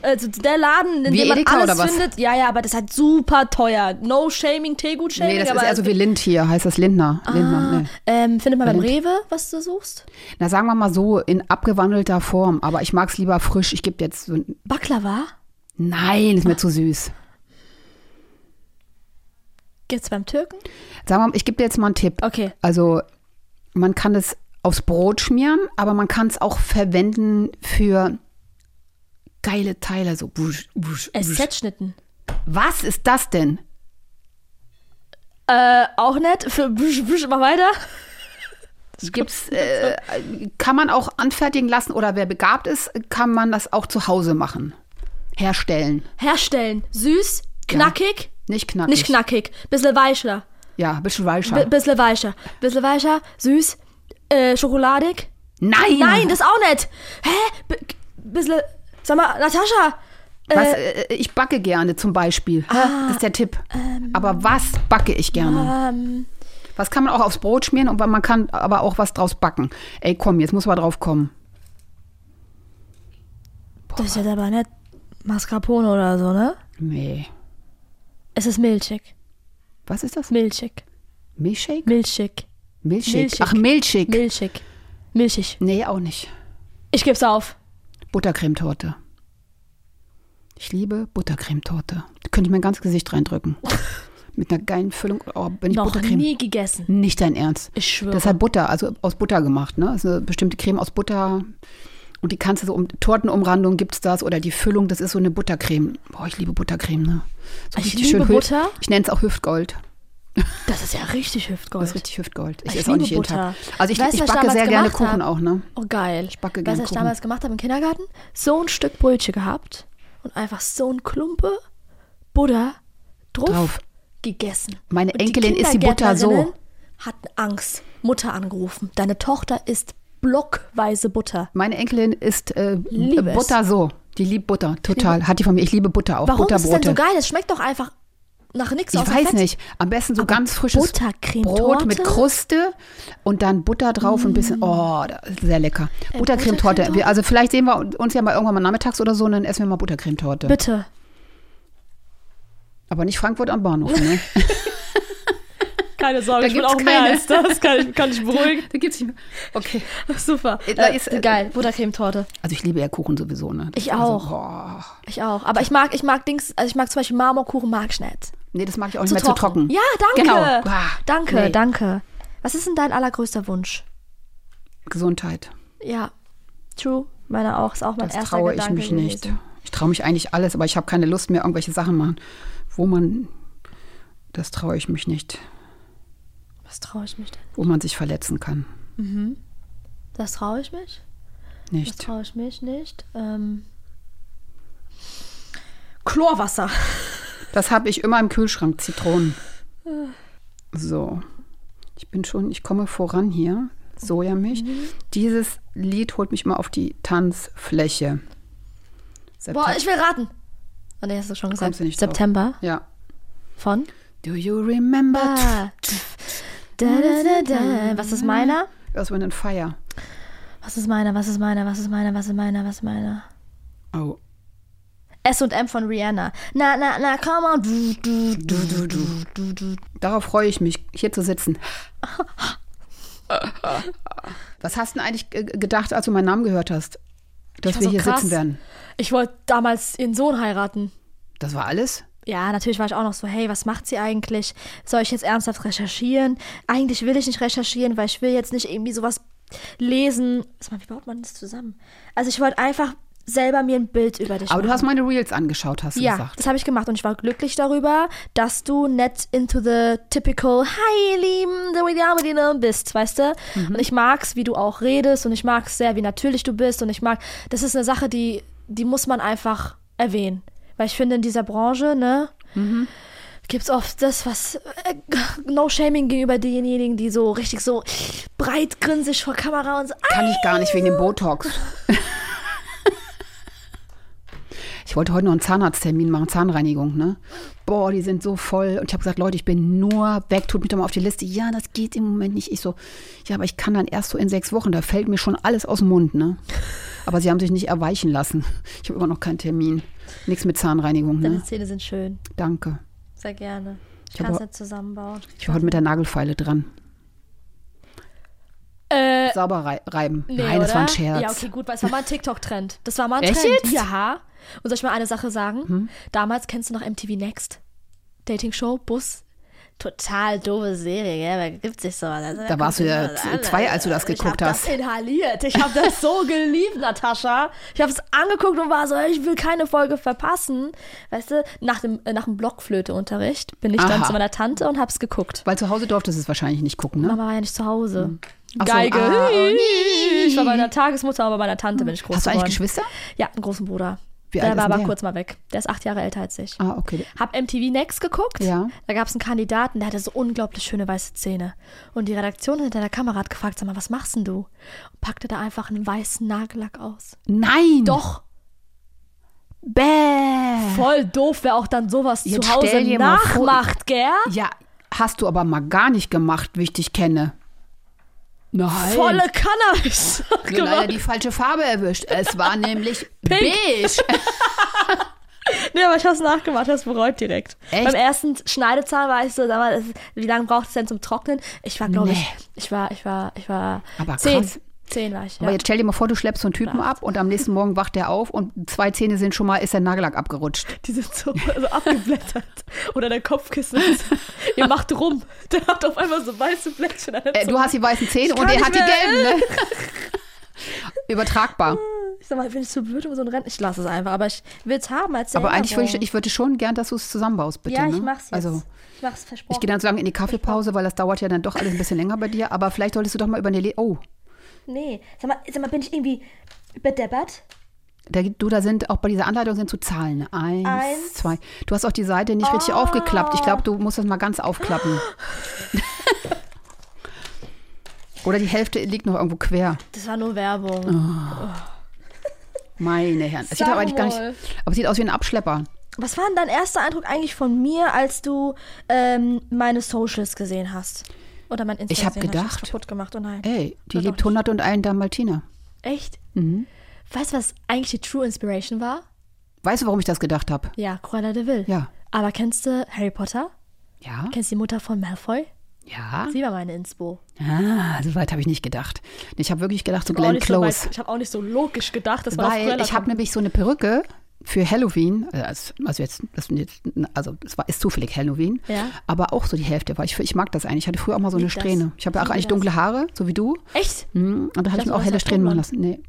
B: also der Laden, in
C: Wie
B: dem man
C: Edeka
B: alles
C: oder was?
B: findet. Ja, ja, aber das ist halt super teuer. No shaming, Teegut-Shaming.
C: Nee, das ist
B: aber Ah.
C: also wie Lind hier, heißt das Lindner. Lindner nee.
B: ähm, findet man beim Rewe, was du suchst?
C: Na, sagen wir mal so, in abgewandelter Form, aber ich mag's lieber frisch. Ich gebe jetzt so ein.
B: Baklava?
C: Nein, ist mir zu süß.
B: Gibt's beim Türken?
C: Sagen wir mal, ich gebe dir jetzt mal einen Tipp.
B: Okay.
C: Also, man kann es aufs Brot schmieren, aber man kann es auch verwenden für geile Teile. So. Wusch, wusch, wusch.
B: SZ-Schnitten.
C: Was ist das denn?
B: Äh, auch nett. Für büsch, büsch, mach weiter.
C: Gibt's, äh, kann man auch anfertigen lassen oder wer begabt ist, kann man das auch zu Hause machen. Herstellen.
B: Herstellen. Süß, knackig,
C: Nicht knackig.
B: nicht knackig. Bissle weicher.
C: Ja, bisschen
B: B
C: weicher.
B: bissle weicher. Bissle weicher, süß, äh, schokoladig.
C: Nein!
B: Nein, das auch nicht. Hä? B bissle. Sag mal, Natascha.
C: was, äh, ich backe Mhm. gerne zum Beispiel. Das ist der Tipp. Aber was backe ich gerne?
B: Ähm,
C: was Was kann man auch aufs Brot schmieren und man kann aber auch was draus backen. Ey, komm, jetzt muss man drauf kommen.
B: Das ist jetzt aber nicht Mascarpone oder so, ne?
C: Nee.
B: Es ist milchig.
C: Was ist das?
B: Milchig.
C: Milchshake?
B: Milchig.
C: Milchshake.
B: Milchshake.
C: Ach, Milchshake.
B: Milchig. Milchig.
C: nee, auch nicht.
B: Ich geb's auf.
C: Buttercremetorte. Ich liebe Buttercremetorte. Da könnte ich mein ganzes Gesicht reindrücken. Mit einer geilen Füllung. Oh, wenn ich
B: Noch
C: Buttercreme.
B: nie gegessen.
C: Nicht dein Ernst.
B: Ich schwöre.
C: Das hat Butter, also aus Butter gemacht, ne? Das ist eine bestimmte Creme aus Butter. Und die kannst du so um Tortenumrandung gibt's das oder die Füllung, das ist so eine Buttercreme. Boah, ich liebe Buttercreme, ne? So
B: Ich
C: richtig
B: liebe
C: Hüft-
B: Butter.
C: Ich nenne es auch Hüftgold.
B: Das ist ja richtig Hüftgold.
C: Das ist richtig Hüftgold. Ich,
B: Ich
C: esse auch nicht
B: liebe
C: jeden
B: Butter.
C: Tag. Also ich,
B: Weißt du,
C: ich
B: was ich
C: backe
B: damals
C: sehr gerne
B: gemacht
C: Kuchen
B: hab?
C: auch, ne?
B: Oh geil. Ich Weißt
C: backe gern
B: du, was ich
C: Kuchen.
B: damals gemacht habe im Kindergarten? So ein Stück Brötchen gehabt und einfach so ein Klumpe Butter drauf,
C: Drauf.
B: gegessen.
C: Meine
B: und die
C: Enkelin isst die Butter so.
B: Kindergärtnerinnen hatten Angst. Mutter angerufen. Deine Tochter isst blockweise Butter.
C: Meine Enkelin isst äh,
B: Liebe es.
C: Butter so. Die liebt Butter, total. Hat die von mir. Ich liebe Butter auch.
B: Warum ist
C: Butterbrote.
B: es denn so geil? Das schmeckt doch einfach nach nichts
C: Ich
B: außer
C: weiß
B: Fett.
C: nicht. Am besten so
B: Aber
C: ganz frisches Brot
B: Buttercremetorte?
C: mit Kruste und dann Butter drauf und ein
B: Mm.
C: bisschen. Oh, das ist sehr lecker.
B: Äh,
C: Buttercremetorte.
B: Buttercremetorte?
C: Wir- Also vielleicht sehen wir uns ja mal irgendwann mal nachmittags oder so und dann essen wir mal Buttercremetorte.
B: Bitte.
C: Aber nicht Frankfurt am Bahnhof. Ne?
B: Keine Sorge,
C: Da
B: ich will
C: gibt's
B: auch mehr
C: keine.
B: als das. Kann ich, kann ich beruhigen.
C: (laughs) da gibt's nicht. Okay.
B: (laughs) Super. (laughs)
C: Da
B: Äh,
C: (laughs) ist- äh,
B: geil. Buttercremetorte.
C: Also ich liebe ja Kuchen sowieso. Ne? Das
B: Ich
C: ist also-
B: auch.
C: boah.
B: Ich auch. Aber ich mag, ich mag Dings, also ich mag zum Beispiel Marmorkuchen mag ich nicht.
C: Nee, das mag ich auch nicht
B: Zu
C: mehr zu trocken.
B: Ja, danke.
C: Genau. Ah,
B: danke,
C: nee.
B: danke. Was ist denn dein allergrößter Wunsch?
C: Gesundheit.
B: Ja, true. Meiner auch. Ist auch mein
C: Das
B: erster
C: traue ich
B: Gedanke
C: mich nicht.
B: gewesen.
C: Ich traue mich eigentlich alles, aber ich habe keine Lust mehr, irgendwelche Sachen machen, wo man. Das traue ich mich nicht,
B: Was traue ich mich denn?
C: wo man sich verletzen kann.
B: Das traue ich mich? Das
C: Nicht.
B: traue ich mich nicht. Ähm. Chlorwasser.
C: Das habe ich immer im Kühlschrank, Zitronen.
B: Äh.
C: So. Ich bin schon, ich komme voran hier. Sojamilch.
B: Mhm.
C: Dieses Lied holt mich immer auf die Tanzfläche.
B: Boah, ich will raten. Ah, nee, hast du schon gesagt.
C: Kommst du nicht drauf.
B: September
C: ja.
B: von?
C: Do you remember?
B: Ah. Da, da, da, da. Was ist meiner?
C: Das war ein Fire.
B: Was ist meiner? Was ist meiner? Was ist meiner? Was ist meiner? Was ist meiner?
C: Oh.
B: S&M von Rihanna. Na, na, na, come on. Du, du, du.
C: Darauf freue ich mich, hier zu sitzen. Was hast du denn eigentlich äh, gedacht, als du meinen Namen gehört hast? Dass
B: war
C: wir
B: so
C: hier
B: krass.
C: sitzen werden.
B: Ich wollte damals ihren Sohn heiraten.
C: Das war alles?
B: Ja, natürlich war ich auch noch so, hey, was macht sie eigentlich? Soll ich jetzt ernsthaft recherchieren? Eigentlich will ich nicht recherchieren, weil ich will jetzt nicht irgendwie sowas lesen. Sag mal, wie baut man das zusammen? Also ich wollte einfach selber mir ein Bild über dich
C: Aber du
B: machen.
C: hast meine Reels angeschaut, hast du
B: Ja,
C: gesagt.
B: das habe ich gemacht und ich war glücklich darüber, dass du nicht into the typical Hi, ihr Lieben, the way you are with you bist, weißt du?
C: Mhm.
B: Und ich mag's, wie du auch redest und ich mag's sehr, wie natürlich du bist und ich mag, das ist eine Sache, die, die muss man einfach erwähnen. Weil ich finde, in dieser Branche, ne,
C: Mhm.
B: gibt's oft das, was, äh, no shaming gegenüber denjenigen, die so richtig so breitgrinsig vor Kamera und so, Ah,
C: Kann ich gar nicht wegen
B: (laughs)
C: dem Botox. Ich wollte heute noch einen Zahnarzttermin machen, Zahnreinigung, ne? Boah, die sind so voll. Und ich habe gesagt, Leute, ich bin nur weg, tut mich doch mal auf die Liste. Ja, das geht im Moment nicht. Ich so, ja, aber ich kann dann erst so in sechs Wochen. Da fällt mir schon alles aus dem Mund, ne? Aber sie haben sich nicht erweichen lassen. Ich habe immer noch keinen Termin. Nichts mit Zahnreinigung,
B: deine
C: ne?
B: Zähne sind schön,
C: Danke.
B: sehr gerne. Ich
C: hab
B: kann's
C: auch-
B: nicht zusammenbauen.
C: Ich war heute mit der Nagelfeile dran.
B: Äh,
C: Sauber rei reiben.
B: Nee,
C: Nein, das war ein
B: oder?
C: Scherz.
B: Ja, okay, gut, weil es war mal ein TikTok-Trend. Das war mal ein
C: Echt
B: Trend.
C: jetzt? Hm?
B: Ja. Und soll ich mal eine Sache sagen? Damals kennst du noch MTV Next? Dating Show, Bus. Total doofe Serie, gell? Da gibt's nicht sowas. Also,
C: Da warst du ja
B: guckst
C: z-
B: sowas an.
C: zwei, als du das
B: Also, ich
C: geguckt
B: hab
C: hast.
B: Das inhaliert. Ich habe das
C: (laughs)
B: so geliebt, Natascha. Ich habe es angeguckt und war so, ich will keine Folge verpassen. Weißt du, nach dem, äh, nach dem Blockflöteunterricht bin ich dann
C: Aha.
B: zu meiner Tante und hab's geguckt.
C: Weil zu Hause durftest du es wahrscheinlich nicht gucken, ne?
B: Mama war ja nicht zu Hause.
C: Hm. Ach so,
B: Geige.
C: ah, oh.
B: Ich war bei meiner Tagesmutter, aber bei meiner Tante bin ich groß
C: Hast du eigentlich
B: geworden.
C: Geschwister?
B: Ja, einen großen Bruder.
C: Wie
B: der
C: alt
B: war
C: ist denn
B: aber
C: der?
B: kurz mal weg. Der ist acht Jahre älter als ich.
C: Ah, okay.
B: Hab MTV Next geguckt.
C: Ja.
B: Da gab es einen Kandidaten, der hatte so unglaublich schöne weiße Zähne. Und die Redaktion hinter der Kamera hat gefragt, sag mal, was machst denn du? Und packte da einfach einen weißen Nagellack aus.
C: Nein!
B: Doch,
C: Bäh!
B: voll doof, wer auch dann sowas
C: Jetzt
B: zu Hause
C: Äh. stell dir mal vor-
B: nachmacht, gell?
C: Ja, hast du aber mal gar nicht gemacht, wie ich dich kenne. Nein.
B: Volle Genau. Kanne hab (laughs) ich's
C: Nur leider
B: gemacht.
C: die falsche Farbe erwischt. Es war (laughs) nämlich beige.
B: Nee, aber ich hab's nachgemacht, hab's bereut direkt.
C: Echt?
B: Beim ersten Schneidezahn war ich so, sag mal, das- wie lange braucht es denn zum Trocknen? Ich war, glaube
C: Nee.
B: ich, ich war, ich war, ich war
C: Aber
B: zehn.
C: krass.
B: Zehn war ich, ja.
C: Aber jetzt stell dir mal vor, du schleppst so einen Typen ab und am nächsten Morgen wacht er auf und zwei Zähne sind schon mal, ist der Nagellack abgerutscht.
B: Die sind so, so abgeblättert. (laughs) Oder der Kopfkissen. (laughs) ist- Ihr macht rum. (laughs) Der hat auf einmal so weiße Blättchen. an der
C: Äh, du
B: Zunge.
C: hast die weißen Zähne und
B: kann
C: er hat die
B: nicht mehr.
C: gelben, ne? (laughs) Übertragbar.
B: Ich sag mal, bin ich zu blöd um so ein Rennen? Ich lasse es einfach, aber ich will's haben als
C: Aber eigentlich würde ich,
B: Erinnerung.
C: ich würde schon gern, dass du es zusammenbaust, bitte.
B: Ja, ich
C: ne?
B: mach's jetzt.
C: Also,
B: ich mach's versprochen.
C: ich gehe dann so lange in die Kaffeepause, weil das dauert ja dann doch alles ein bisschen länger bei dir. Aber vielleicht solltest du doch mal über eine. Le oh,
B: nee, sag mal, sag mal, bin ich irgendwie bedeppert?
C: da, gibt- du, da sind auch bei dieser Anleitung sind so Zahlen.
B: Eins.
C: Eins,
B: Ah.
C: zwei. Du hast auch die Seite nicht richtig aufgeklappt. Ich glaube, du musst das mal ganz
B: (laughs)
C: aufklappen. Oder die Hälfte liegt noch irgendwo quer.
B: Das war nur Werbung.
C: Meine Herren. Es sieht aber eigentlich gar nicht.
B: Samuel.
C: Aber es sieht aus wie ein Abschlepper.
B: Was war denn dein erster Eindruck eigentlich von mir, als du ähm, meine Socials gesehen hast? Oder mein Instagram
C: Ich hab gedacht- Äh.
B: kaputt gemacht, oh nein.
C: Ey, die
B: Wird auch
C: liebt 100 und einen Dalmatiner.
B: Echt?
C: Mhm.
B: Weißt du, was eigentlich die True Inspiration war?
C: Weißt du, warum ich das gedacht habe?
B: Ja, Cruella de Vil.
C: Ja.
B: Aber kennst du Harry Potter?
C: Ja.
B: Kennst du die Mutter von Malfoy?
C: Ja.
B: Sie war meine Inspo.
C: Ah, so weit habe ich nicht gedacht. Ich habe wirklich gedacht, so
B: War auch
C: Glenn
B: nicht so
C: Close.
B: weit- ich habe auch nicht so logisch gedacht, dass man auf
C: weil
B: Cruella
C: ich habe
B: kommt.
C: nämlich so eine Perücke für Halloween. Also, als- also jetzt, das, sind jetzt- also es war, ist zufällig Halloween.
B: Ja.
C: Aber auch so die Hälfte war. Ich, ich mag das eigentlich. Ich hatte früher auch mal so eine
B: Lieb das.
C: Strähne. Ich habe ja auch
B: Liebe
C: eigentlich
B: das.
C: dunkle Haare, so wie du.
B: Echt?
C: Hm, Und da habe ich
B: dachte,
C: mir auch
B: du
C: helle
B: hast
C: Strähnen machen
B: auch
C: lassen. Nee.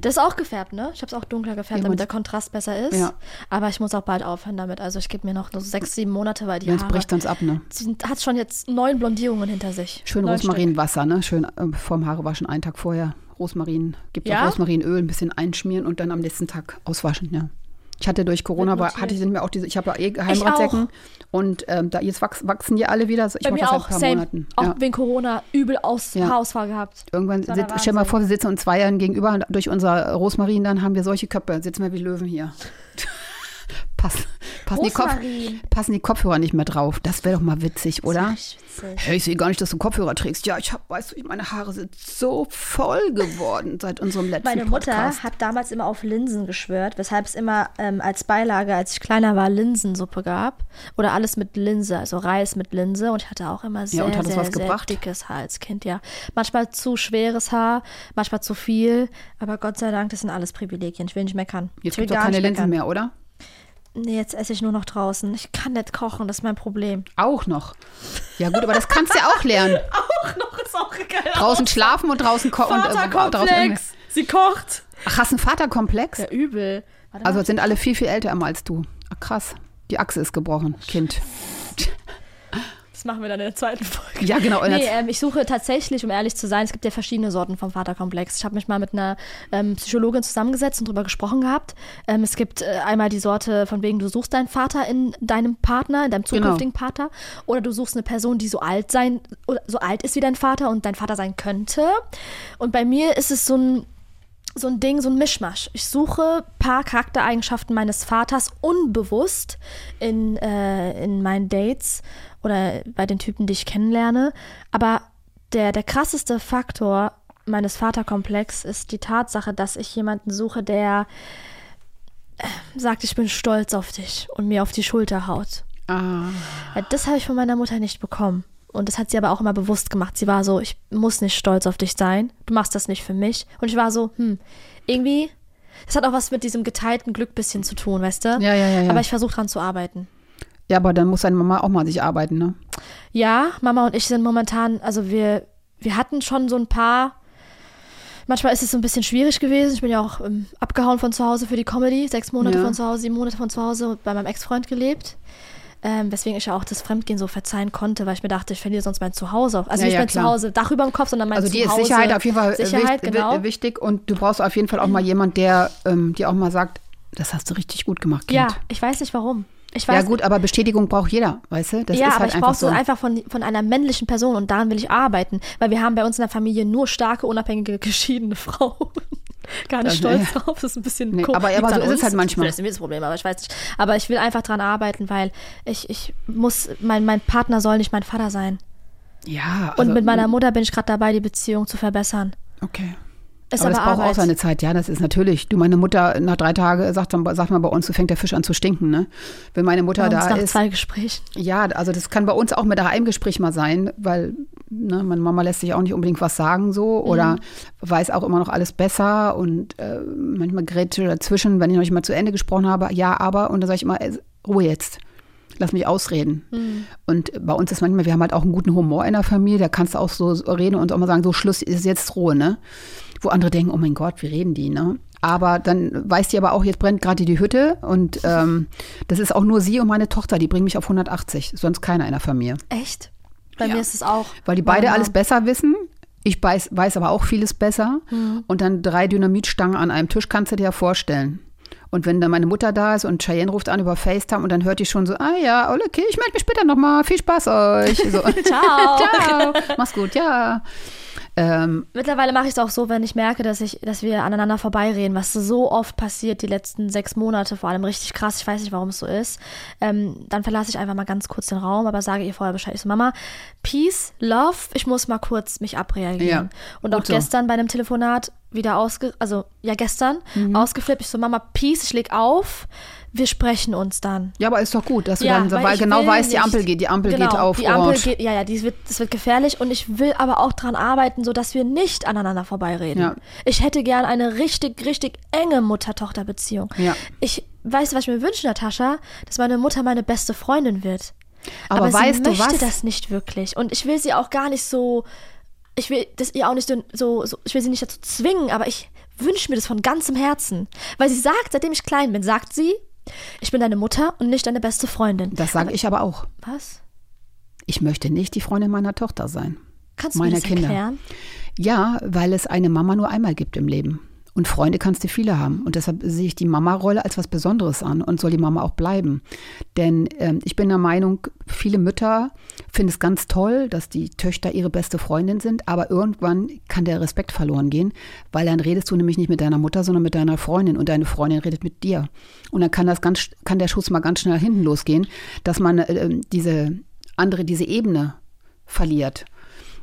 B: Das ist auch gefärbt, ne? Ich habe es auch dunkler gefärbt,
C: Mhm. Ja,
B: damit
C: man-
B: der Kontrast besser ist.
C: Ja.
B: Aber ich muss auch bald aufhören damit. Also ich gebe mir noch so sechs, sieben Monate, weil die
C: Sonst
B: Haare
C: bricht sonst ab, ne?
B: sind- hat schon jetzt neun Blondierungen hinter sich.
C: Schön
B: Neun
C: Rosmarinwasser, ne? Schön ähm, vorm Haare waschen, einen Tag vorher. Rosmarin, gibt
B: Ja?
C: auch Rosmarinöl, ein bisschen einschmieren und dann am nächsten Tag auswaschen, ja. Ich hatte durch Corona, war, hatte ich sind mir auch diese, ich habe ja eh Geheimratsecken und ähm, da jetzt wachs, wachsen die alle wieder. Also Ich
B: Bei
C: mache
B: mir
C: das seit ein
B: auch,
C: paar
B: same.
C: Monaten.
B: Auch
C: Ja.
B: wegen Corona übel aus
C: Ja.
B: Haarausfall gehabt.
C: Irgendwann
B: war
C: sit,
B: der
C: stell mal
B: Wahnsinn.
C: vor, wir sitzen uns zwei Jahren gegenüber und durch unser Rosmarin, dann haben wir solche Köpfe, sitzen wir wie Löwen hier. (laughs) Pass, passen, die Kopf,
B: Rosmarin.
C: passen die Kopfhörer nicht mehr drauf. Das wäre doch mal witzig, oder?
B: Ach, witzig.
C: Hey, ich sehe gar nicht, dass du einen Kopfhörer trägst. Ja, ich hab, weißt du, ich- meine Haare sind so voll geworden seit unserem letzten
B: Meine Mutter
C: Podcast.
B: hat damals immer auf Linsen geschwört, weshalb es immer ähm, als Beilage, als ich kleiner war, Linsensuppe gab. Oder alles mit Linse, also Reis mit Linse. Und ich hatte auch immer sehr,
C: und hat es
B: sehr,
C: was
B: sehr
C: gebracht?
B: dickes Haar als Kind, ja. Manchmal zu schweres Haar, manchmal zu viel. Aber Gott sei Dank, das sind alles Privilegien. Ich will nicht meckern.
C: Jetzt
B: ich will
C: gibt es auch keine
B: nicht
C: Linsen
B: meckern.
C: mehr, oder?
B: Nee, jetzt esse ich nur noch draußen. Ich kann nicht kochen, das ist mein Problem.
C: Auch noch. Ja gut, aber das kannst du ja auch lernen.
B: Auch noch ist (laughs) auch geil.
C: Draußen schlafen und äh, draußen kochen.
B: Vaterkomplex. Sie kocht.
C: Ach, hast du einen Vaterkomplex?
B: Ja, übel. Warte
C: Also sind alle viel, viel älter immer als du. Ach, krass. Die Achse ist gebrochen, Kind.
B: Das machen wir dann in der zweiten Folge.
C: Ja, genau.
B: Nee, ähm, ich suche tatsächlich, um ehrlich zu sein, es gibt ja verschiedene Sorten vom Vaterkomplex. Ich habe mich mal mit einer ähm, Psychologin zusammengesetzt und drüber gesprochen gehabt. Ähm, es gibt äh, einmal die Sorte, von wegen du suchst deinen Vater in deinem Partner, in deinem zukünftigen Partner, oder du suchst eine Person, die so alt sein oder so alt ist wie dein Vater und dein Vater sein könnte. Und bei mir ist es so ein so ein Ding, so ein Mischmasch. Ich suche paar Charaktereigenschaften meines Vaters unbewusst in, äh, in meinen Dates oder bei den Typen, die ich kennenlerne. Aber der, der krasseste Faktor meines Vaterkomplex ist die Tatsache, dass ich jemanden suche, der äh, sagt, ich bin stolz auf dich und mir auf die Schulter haut.
C: ah,
B: Ja, Das habe ich von meiner Mutter nicht bekommen. Und das hat sie aber auch immer bewusst gemacht. Sie war so, ich muss nicht stolz auf dich sein. Du machst das nicht für mich. Und ich war so, hm, irgendwie, das hat auch was mit diesem geteilten Glück bisschen zu tun, weißt du?
C: Ja, ja, ja, ja.
B: Aber ich versuche dran zu arbeiten.
C: ja, aber dann muss deine Mama auch mal an sich arbeiten, ne?
B: Ja, Mama und ich sind momentan, also wir, wir hatten schon so ein paar. Manchmal ist es so ein bisschen schwierig gewesen. Ich bin ja auch ähm, abgehauen von zu Hause für die Comedy. Sechs Monate
C: Ja.
B: von zu Hause, sieben Monate von zu Hause und bei meinem Ex-Freund gelebt. Ähm, weswegen ich ja auch das Fremdgehen so verzeihen konnte, weil ich mir dachte, ich verliere sonst mein Zuhause. Also
C: Ja,
B: nicht
C: ja,
B: mein
C: klar.
B: Zuhause, Dach über dem Kopf, sondern mein
C: Also die
B: Zuhause.
C: ist Sicherheit auf jeden Fall äh,
B: Sicherheit,
C: wicht- wi-
B: genau. Mhm.
C: wichtig und du brauchst auf jeden Fall auch mal jemand, der ähm, dir auch mal sagt, das hast du richtig gut gemacht, Kind.
B: ja, ich weiß nicht warum. Ich weiß
C: ja gut, aber Bestätigung braucht jeder, weißt du? Das
B: ja,
C: ist
B: aber
C: halt
B: ich
C: einfach
B: brauche
C: so.
B: es einfach von, von einer männlichen Person und daran will ich arbeiten, weil wir haben bei uns in der Familie nur starke, unabhängige, geschiedene Frauen. (laughs) gar nicht
C: Also,
B: stolz drauf. Das ist ein bisschen
C: Nee,
B: komisch.
C: aber- aber
B: Liegt's
C: so
B: an
C: ist es
B: uns?
C: halt manchmal.
B: Vielleicht sind wir das Problem, aber ich weiß nicht. Aber ich will einfach dran arbeiten, weil ich, ich muss, mein, mein Partner soll nicht mein Vater sein.
C: Ja.
B: Und
C: also-
B: mit meiner Mutter bin ich gerade dabei, die Beziehung zu verbessern.
C: Okay.
B: Ist
C: aber
B: aber,
C: es braucht auch
B: Arbeit.
C: seine Zeit, ja, das ist natürlich. Du, meine Mutter, nach drei Tagen, sagt, dann, sagt man bei uns, so fängt der Fisch an zu stinken, ne? Wenn meine Mutter
B: Bei uns
C: da
B: nach
C: ist.
B: zwei Gesprächen.
C: Ja, also das kann bei uns auch mit einem Gespräch mal sein, weil ne, meine Mama lässt sich auch nicht unbedingt was sagen so oder weiß auch immer noch alles besser und äh, manchmal gerät sie dazwischen, wenn ich noch nicht mal zu Ende gesprochen habe, ja, aber und dann sage ich immer, ey, Ruhe jetzt. Lass mich ausreden. Und bei uns ist manchmal, wir haben halt auch einen guten Humor in der Familie, da kannst du auch so reden und auch mal sagen, so Schluss ist jetzt Ruhe, ne? Wo andere denken, oh mein Gott, wie reden die, ne? Aber dann weiß die aber auch, jetzt brennt gerade die Hütte und ähm, das ist auch nur sie und meine Tochter, die bringen mich auf 180, sonst keiner in der Familie.
B: Echt? Bei
C: Ja.
B: mir ist es auch.
C: Weil die beide
B: Meine
C: alles
B: Mom.
C: besser wissen. Ich weiß, weiß aber auch vieles besser.
B: Hm.
C: Und dann drei Dynamitstangen an einem Tisch kannst du dir ja vorstellen. Und wenn dann meine Mutter da ist und Cheyenne ruft an über FaceTime und dann hört die schon so, ah ja, okay, ich melde mich später nochmal. Viel Spaß euch. So.
B: (laughs)
C: (laughs)
B: Ciao.
C: Ciao. Mach's gut, ja. Ähm,
B: Mittlerweile mache ich es auch so, wenn ich merke, dass ich, dass wir aneinander vorbeireden, was so oft passiert, die letzten sechs Monate, vor allem richtig krass, ich weiß nicht, warum es so ist. Ähm, dann verlasse ich einfach mal ganz kurz den Raum, aber sage ihr vorher Bescheid. Ich so, Mama, Peace, Love, ich muss mal kurz mich abreagieren.
C: Ja,
B: Und
C: gut
B: auch
C: so.
B: gestern bei einem Telefonat wieder ausge, also ja gestern, ausgeflippt. Ich so, Mama, Peace, ich leg auf, wir sprechen uns dann.
C: ja, aber ist doch gut, dass du
B: Ja,
C: dann, weil,
B: ich
C: genau
B: will
C: weißt, die
B: nicht-
C: Ampel geht, die Ampel
B: genau,
C: geht auf
B: die Ampel
C: orange.
B: Geht, ja, ja, die wird, das wird gefährlich und ich will aber auch dran arbeiten, sodass wir nicht aneinander vorbeireden.
C: Ja.
B: Ich hätte gern eine richtig, richtig enge Mutter-Tochter-Beziehung.
C: Ja.
B: Ich weiß, was ich mir wünsche, Natascha, dass meine Mutter meine beste Freundin wird.
C: Aber weißt
B: sie
C: du
B: möchte
C: was?
B: das nicht wirklich und ich will sie auch gar nicht so, ich will das ihr auch nicht so, so, so ich will sie nicht dazu zwingen, aber ich wünsche mir das von ganzem Herzen, weil sie sagt, seitdem ich klein bin, sagt sie, ich bin deine Mutter und nicht deine beste Freundin.
C: das sage ich aber auch.
B: Was?
C: Ich möchte nicht die Freundin meiner Tochter sein.
B: Kannst du
C: meiner
B: mir das
C: Kinder.
B: erklären?
C: Ja, weil es eine Mama nur einmal gibt im Leben. Und Freunde kannst du viele haben. Und deshalb sehe ich die Mama-Rolle als was Besonderes an und soll die Mama auch bleiben. Denn ähm, ich bin der Meinung, viele Mütter finden es ganz toll, dass die Töchter ihre beste Freundin sind, aber irgendwann kann der Respekt verloren gehen, weil dann redest du nämlich nicht mit deiner Mutter, sondern mit deiner Freundin und deine Freundin redet mit dir. Und dann kann das ganz, kann der Schuss mal ganz schnell hinten losgehen, dass man ähm, diese andere, diese Ebene verliert.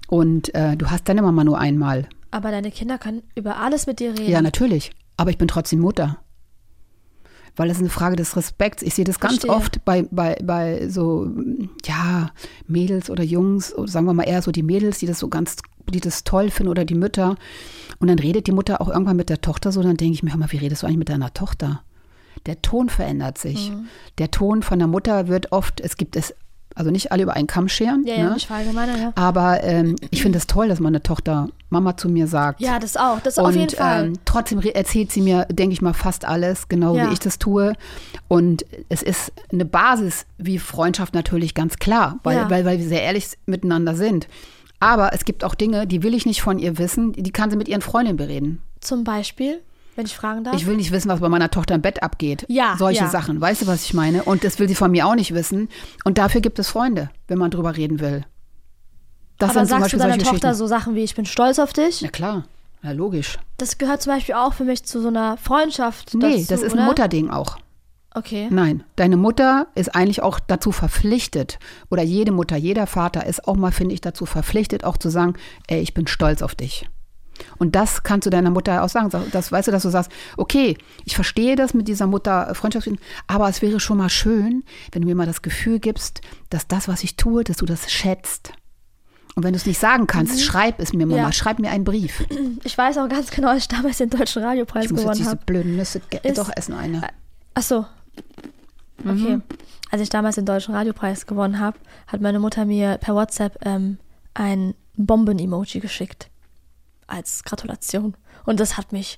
C: Und äh, du hast deine Mama nur einmal.
B: Aber deine Kinder können über alles mit dir reden.
C: Ja, natürlich. Aber ich bin trotzdem Mutter. Weil das ist eine Frage des Respekts. Ich sehe das ganz
B: Verstehe.
C: oft bei, bei, bei so, mm, ja, Mädels oder Jungs, oder sagen wir mal eher so die Mädels, die das so ganz, die das toll finden oder die Mütter. Und dann redet die Mutter auch irgendwann mit der Tochter so, dann denke ich mir, hör mal, wie redest du eigentlich mit deiner Tochter? Der Ton verändert sich.
B: Mhm.
C: Der Ton von der Mutter wird oft, es gibt es, also nicht alle über einen Kamm scheren,
B: ja, ja
C: ne?
B: nicht verallgemeiner, ja.
C: aber ähm, ich finde es toll, dass meine Tochter Mama zu mir sagt.
B: Ja, das auch. Das
C: Und
B: auf jeden Fall.
C: Ähm, trotzdem re- erzählt sie mir, denke ich mal, fast alles, genau
B: Ja.
C: wie ich das tue. Und es ist eine Basis wie Freundschaft natürlich ganz klar, weil,
B: Ja.
C: weil, weil wir sehr ehrlich miteinander sind. Aber es gibt auch Dinge, die will ich nicht von ihr wissen, die kann sie mit ihren Freundinnen bereden.
B: Zum Beispiel, wenn ich fragen darf.
C: Ich will nicht wissen, was bei meiner Tochter im Bett abgeht.
B: Ja,
C: Solche
B: ja.
C: Sachen. Weißt du, was ich meine? Und das will sie von mir auch nicht wissen. Und dafür gibt es Freunde, wenn man drüber reden will. Das
B: aber
C: sind zum
B: sagst du
C: Beispiel
B: deiner
C: solche
B: Tochter
C: Geschichten.
B: so Sachen wie, ich bin stolz auf dich?
C: Na klar, ja, logisch.
B: Das gehört zum Beispiel auch für mich zu so einer Freundschaft.
C: Nee,
B: dazu,
C: das
B: oder?
C: ist ein Ne? Mutterding auch.
B: Okay.
C: Nein, deine Mutter ist eigentlich auch dazu verpflichtet, oder jede Mutter, jeder Vater ist auch mal, finde ich, dazu verpflichtet, auch zu sagen, ey, ich bin stolz auf dich. Und das kannst du deiner Mutter auch sagen. Sag- Das weißt du, dass du sagst, okay, ich verstehe das mit dieser Mutter äh, Freundschaft, aber es wäre schon mal schön, wenn du mir mal das Gefühl gibst, dass das, was ich tue, dass du das schätzt. Und wenn du es nicht sagen kannst, schreib es mir, Mama,
B: Mhm. Ja.
C: schreib mir einen Brief.
B: Ich weiß auch ganz genau, dass ich damals den Deutschen Radiopreis
C: Ich muss jetzt
B: gewonnen
C: diese
B: habe.
C: blöden Nüsse ge-
B: Ist-
C: doch essen, eine.
B: Ach so. Okay.
C: Mhm.
B: Als ich damals den Deutschen Radiopreis gewonnen habe, hat meine Mutter mir per WhatsApp ähm, ein Bomben-Emoji geschickt. Als Gratulation. Und das hat mich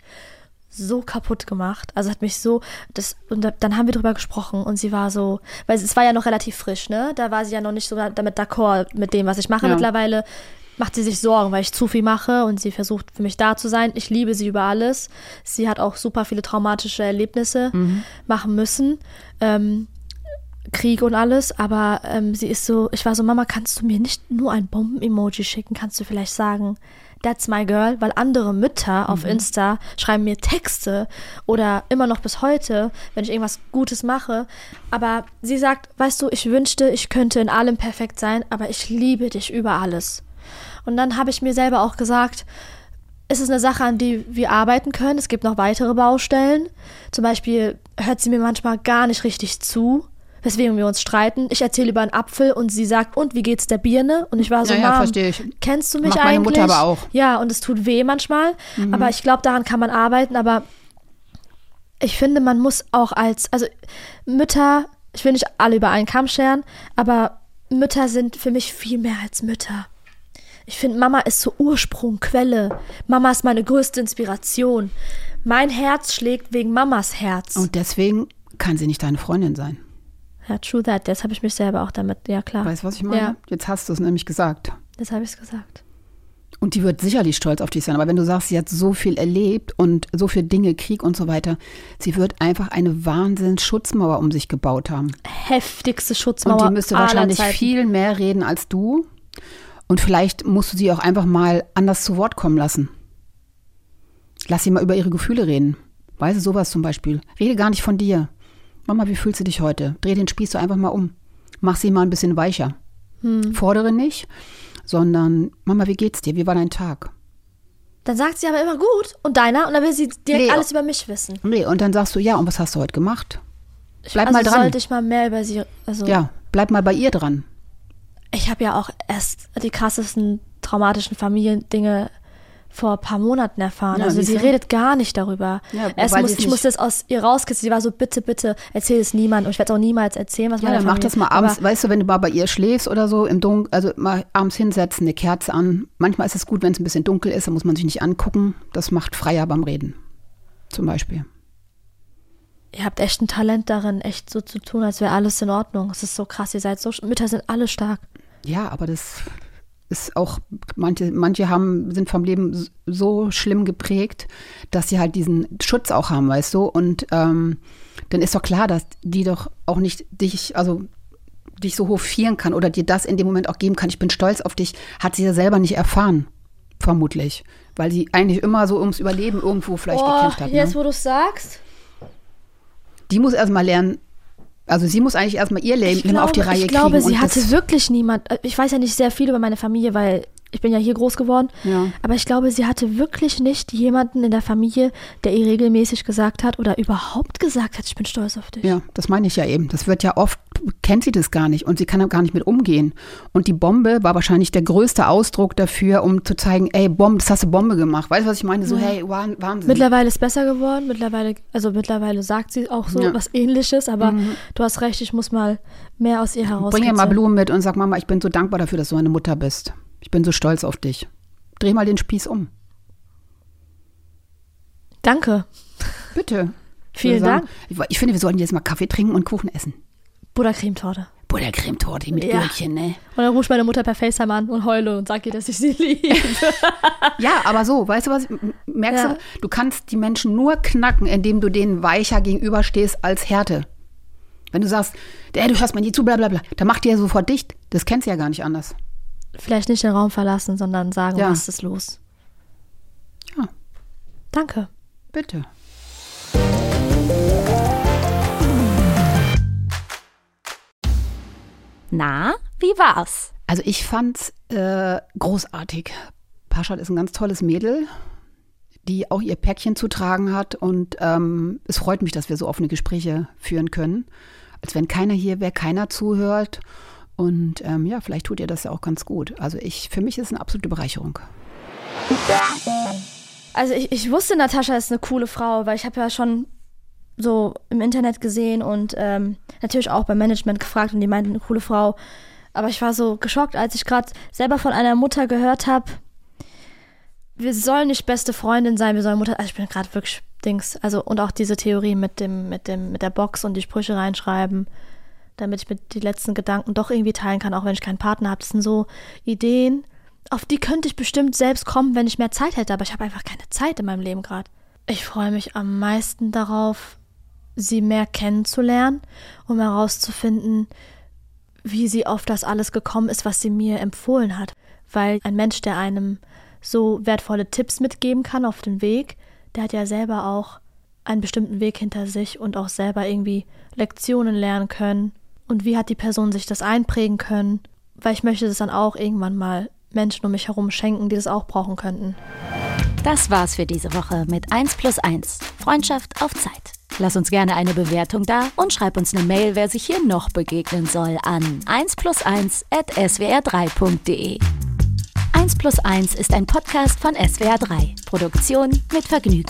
B: so kaputt gemacht. Also hat mich so. Das, und da, dann haben wir drüber gesprochen und sie war so. Weil es es war ja noch relativ frisch, ne? Da war sie ja noch nicht so damit d'accord mit dem, was ich mache.
C: Ja.
B: Mittlerweile macht sie sich Sorgen, weil ich zu viel mache und sie versucht für mich da zu sein. Ich liebe sie über alles. Sie hat auch super viele traumatische Erlebnisse machen müssen. Ähm, Krieg und alles, aber ähm, sie ist so, ich war so, Mama, kannst du mir nicht nur ein Bomben-Emoji schicken? Kannst du vielleicht sagen, That's my girl, weil andere Mütter auf Insta schreiben mir Texte oder immer noch bis heute, wenn ich irgendwas Gutes mache. Aber sie sagt, weißt du, ich wünschte, ich könnte in allem perfekt sein, aber ich liebe dich über alles. Und dann habe ich mir selber auch gesagt, es ist eine Sache, an die wir arbeiten können. Es gibt noch weitere Baustellen. Zum Beispiel hört sie mir manchmal gar nicht richtig zu, weswegen wir uns streiten. Ich erzähle über einen Apfel und sie sagt, und wie geht's der Birne? Und ich war so,
C: Ja, ja,
B: Mom,
C: verstehe ich.
B: kennst du mich
C: Macht meine
B: eigentlich?
C: Mutter aber auch. Mhm.
B: Ja, und es tut weh manchmal. Aber ich glaube, daran kann man arbeiten. Aber ich finde, man muss auch als, also Mütter, ich will nicht alle über einen Kamm scheren, aber Mütter sind für mich viel mehr als Mütter. Ich finde, Mama ist so Ursprung, Quelle. Mama ist meine größte Inspiration. Mein Herz schlägt wegen Mamas Herz.
C: Und deswegen kann sie nicht deine Freundin sein.
B: ja, true that. Jetzt habe ich mich selber auch damit, ja klar.
C: Weißt du, was ich meine?
B: Ah. Ja,
C: Jetzt hast du es nämlich gesagt.
B: das habe ich gesagt.
C: Und die wird sicherlich stolz auf dich sein. Aber wenn du sagst, sie hat so viel erlebt und so viele Dinge, Krieg und so weiter, sie wird einfach eine wahnsinns Schutzmauer um sich gebaut haben.
B: Heftigste Schutzmauer
C: Und die müsste
B: aller
C: wahrscheinlich
B: Zeiten.
C: viel mehr reden als du. Und vielleicht musst du sie auch einfach mal anders zu Wort kommen lassen. Lass sie mal über ihre Gefühle reden. Weißt du, sowas zum Beispiel. Rede gar nicht von dir. Mama, wie fühlst du dich heute? Dreh den Spieß doch einfach mal um. Mach sie mal ein bisschen weicher.
B: Hm.
C: Fordere nicht, sondern Mama, wie geht's dir? Wie war dein Tag?
B: Dann sagt sie aber immer gut und deiner und dann will sie direkt
C: Nee.
B: alles über mich wissen.
C: Nee, und dann sagst du, ja, und was hast du heute gemacht? Bleib
B: also
C: mal dran.
B: sollte ich mal mehr über sie, also
C: Ja, bleib mal bei ihr dran.
B: ich habe ja auch erst die krassesten traumatischen Familiendinge vor ein paar Monaten erfahren.
C: Ja,
B: also sie
C: siehst du?
B: redet gar nicht darüber.
C: Ja,
B: erst
C: wobei
B: muss,
C: sie es
B: ich
C: nicht-
B: musste es aus ihr rauskitzeln. Sie war so, bitte, bitte, erzähl es niemandem. Und ich werde auch niemals erzählen, was
C: Ja,
B: meine
C: dann mach das mal
B: Familie-
C: abends,
B: Aber
C: weißt du, wenn du mal bei ihr schläfst oder so, im Dunkeln, also mal abends hinsetzen, eine Kerze an. Manchmal ist es gut, wenn es ein bisschen dunkel ist, dann muss man sich nicht angucken. Das macht freier beim Reden. Zum Beispiel.
B: ihr habt echt ein Talent darin, echt so zu tun, als wäre alles in Ordnung. Es ist so krass, ihr seid so, Mütter sind alle stark.
C: Ja, aber das ist auch, manche, manche haben, sind vom Leben s- so schlimm geprägt, dass sie halt diesen Schutz auch haben, weißt du? Und ähm, dann ist doch klar, dass die doch auch nicht dich, also dich so hofieren kann oder dir das in dem Moment auch geben kann. Ich bin stolz auf dich, hat sie ja selber nicht erfahren, vermutlich. Weil sie eigentlich immer so ums Überleben irgendwo vielleicht
B: Oh,
C: gekämpft hat.
B: jetzt
C: Ne?
B: wo du es sagst,
C: Die muss erstmal lernen, also sie muss eigentlich erstmal ihr Leben
B: ich glaube,
C: auf die Reihe
B: ich glaube
C: kriegen.
B: sie
C: und
B: hatte
C: das-
B: wirklich niemand. äh, Ich weiß ja nicht sehr viel über meine Familie, weil ich bin ja hier groß geworden.
C: Ja.
B: Aber ich glaube, sie hatte wirklich nicht jemanden in der Familie, der ihr regelmäßig gesagt hat oder überhaupt gesagt hat, ich bin stolz auf dich.
C: Ja, das meine ich ja eben. Das wird ja oft, kennt sie das gar nicht und sie kann da gar nicht mit umgehen. Und die Bombe war wahrscheinlich der größte Ausdruck dafür, um zu zeigen, ey, Bombe, das hast du Bombe gemacht. Weißt du, was ich meine? So, hey, Wah- Wahnsinn.
B: Mittlerweile ist besser geworden. Mittlerweile, also mittlerweile sagt sie auch so
C: Ja. Mhm.
B: was ähnliches, aber du hast recht, ich muss mal mehr aus ihr heraus.
C: Bring ihr mal Blumen mit und sag, Mama, ich bin so dankbar dafür, dass du meine Mutter bist. Ich bin so stolz auf dich. Dreh mal den Spieß um.
B: Danke.
C: Bitte. Ich
B: Vielen
C: würde sagen, Ich, ich finde, wir sollten jetzt mal Kaffee trinken und Kuchen essen.
B: Buddha Cremetorte.
C: Buttercremetorte mit
B: Ja.
C: Gürkchen, ne?
B: Und dann ruft meine Mutter per FaceTime an und heule und sagt ihr, dass ich sie (laughs) liebe.
C: Ja, aber so, weißt du was? M- Merkst
B: Ja.
C: du, du kannst die Menschen nur knacken, indem du denen weicher gegenüberstehst als Härte. Wenn du sagst, ey, du hörst mir nie zu, bla bla bla, dann macht die ja sofort dicht. Das kennst du ja gar nicht anders.
B: Vielleicht nicht den Raum verlassen, sondern sagen,
C: Ja.
B: was ist los?
C: Ja,
B: Danke.
C: bitte.
D: Na, wie war's?
C: Also ich fand's äh, großartig. Paschal ist ein ganz tolles Mädel, die auch ihr Päckchen zu tragen hat. Und ähm, es freut mich, dass wir so offene Gespräche führen können. Als wenn keiner hier wäre, keiner zuhört. Und ähm, ja, vielleicht tut ihr das ja auch ganz gut. Also ich, für mich ist es eine absolute Bereicherung.
B: Also ich, ich wusste, Natascha ist eine coole Frau, weil ich habe ja schon so im Internet gesehen und ähm, natürlich auch beim Management gefragt und die meinten, eine coole Frau. Aber ich war so geschockt, als ich gerade selber von einer Mutter gehört habe, wir sollen nicht beste Freundin sein, wir sollen Mutter. Also ich bin gerade wirklich Dings. Also und auch diese Theorie mit dem, mit dem, mit der Box und die Sprüche reinschreiben, damit ich mir die letzten Gedanken doch irgendwie teilen kann, auch wenn ich keinen Partner habe. Das sind so Ideen, auf die könnte ich bestimmt selbst kommen, wenn ich mehr Zeit hätte, aber ich habe einfach keine Zeit in meinem Leben gerade. Ich freue mich am meisten darauf, sie mehr kennenzulernen, um herauszufinden, wie sie auf das alles gekommen ist, was sie mir empfohlen hat. Weil ein Mensch, der einem so wertvolle Tipps mitgeben kann auf den Weg, der hat ja selber auch einen bestimmten Weg hinter sich und auch selber irgendwie Lektionen lernen können. Und wie hat die Person sich das einprägen können? Weil ich möchte das dann auch irgendwann mal Menschen um mich herum schenken, die das auch brauchen könnten.
D: Das war's für diese Woche mit 1 plus 1. Freundschaft auf Zeit. Lass uns gerne eine Bewertung da und schreib uns eine Mail, wer sich hier noch begegnen soll, an 1 plus 1 at swr3.de. 1 plus 1 ist ein Podcast von SWR3. Produktion mit Vergnügen.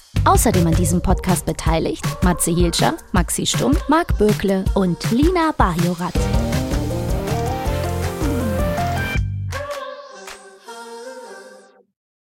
D: Außerdem an diesem Podcast beteiligt Matze Hilscher, Maxi Stumm, Marc Bökle und Lina Bajorat.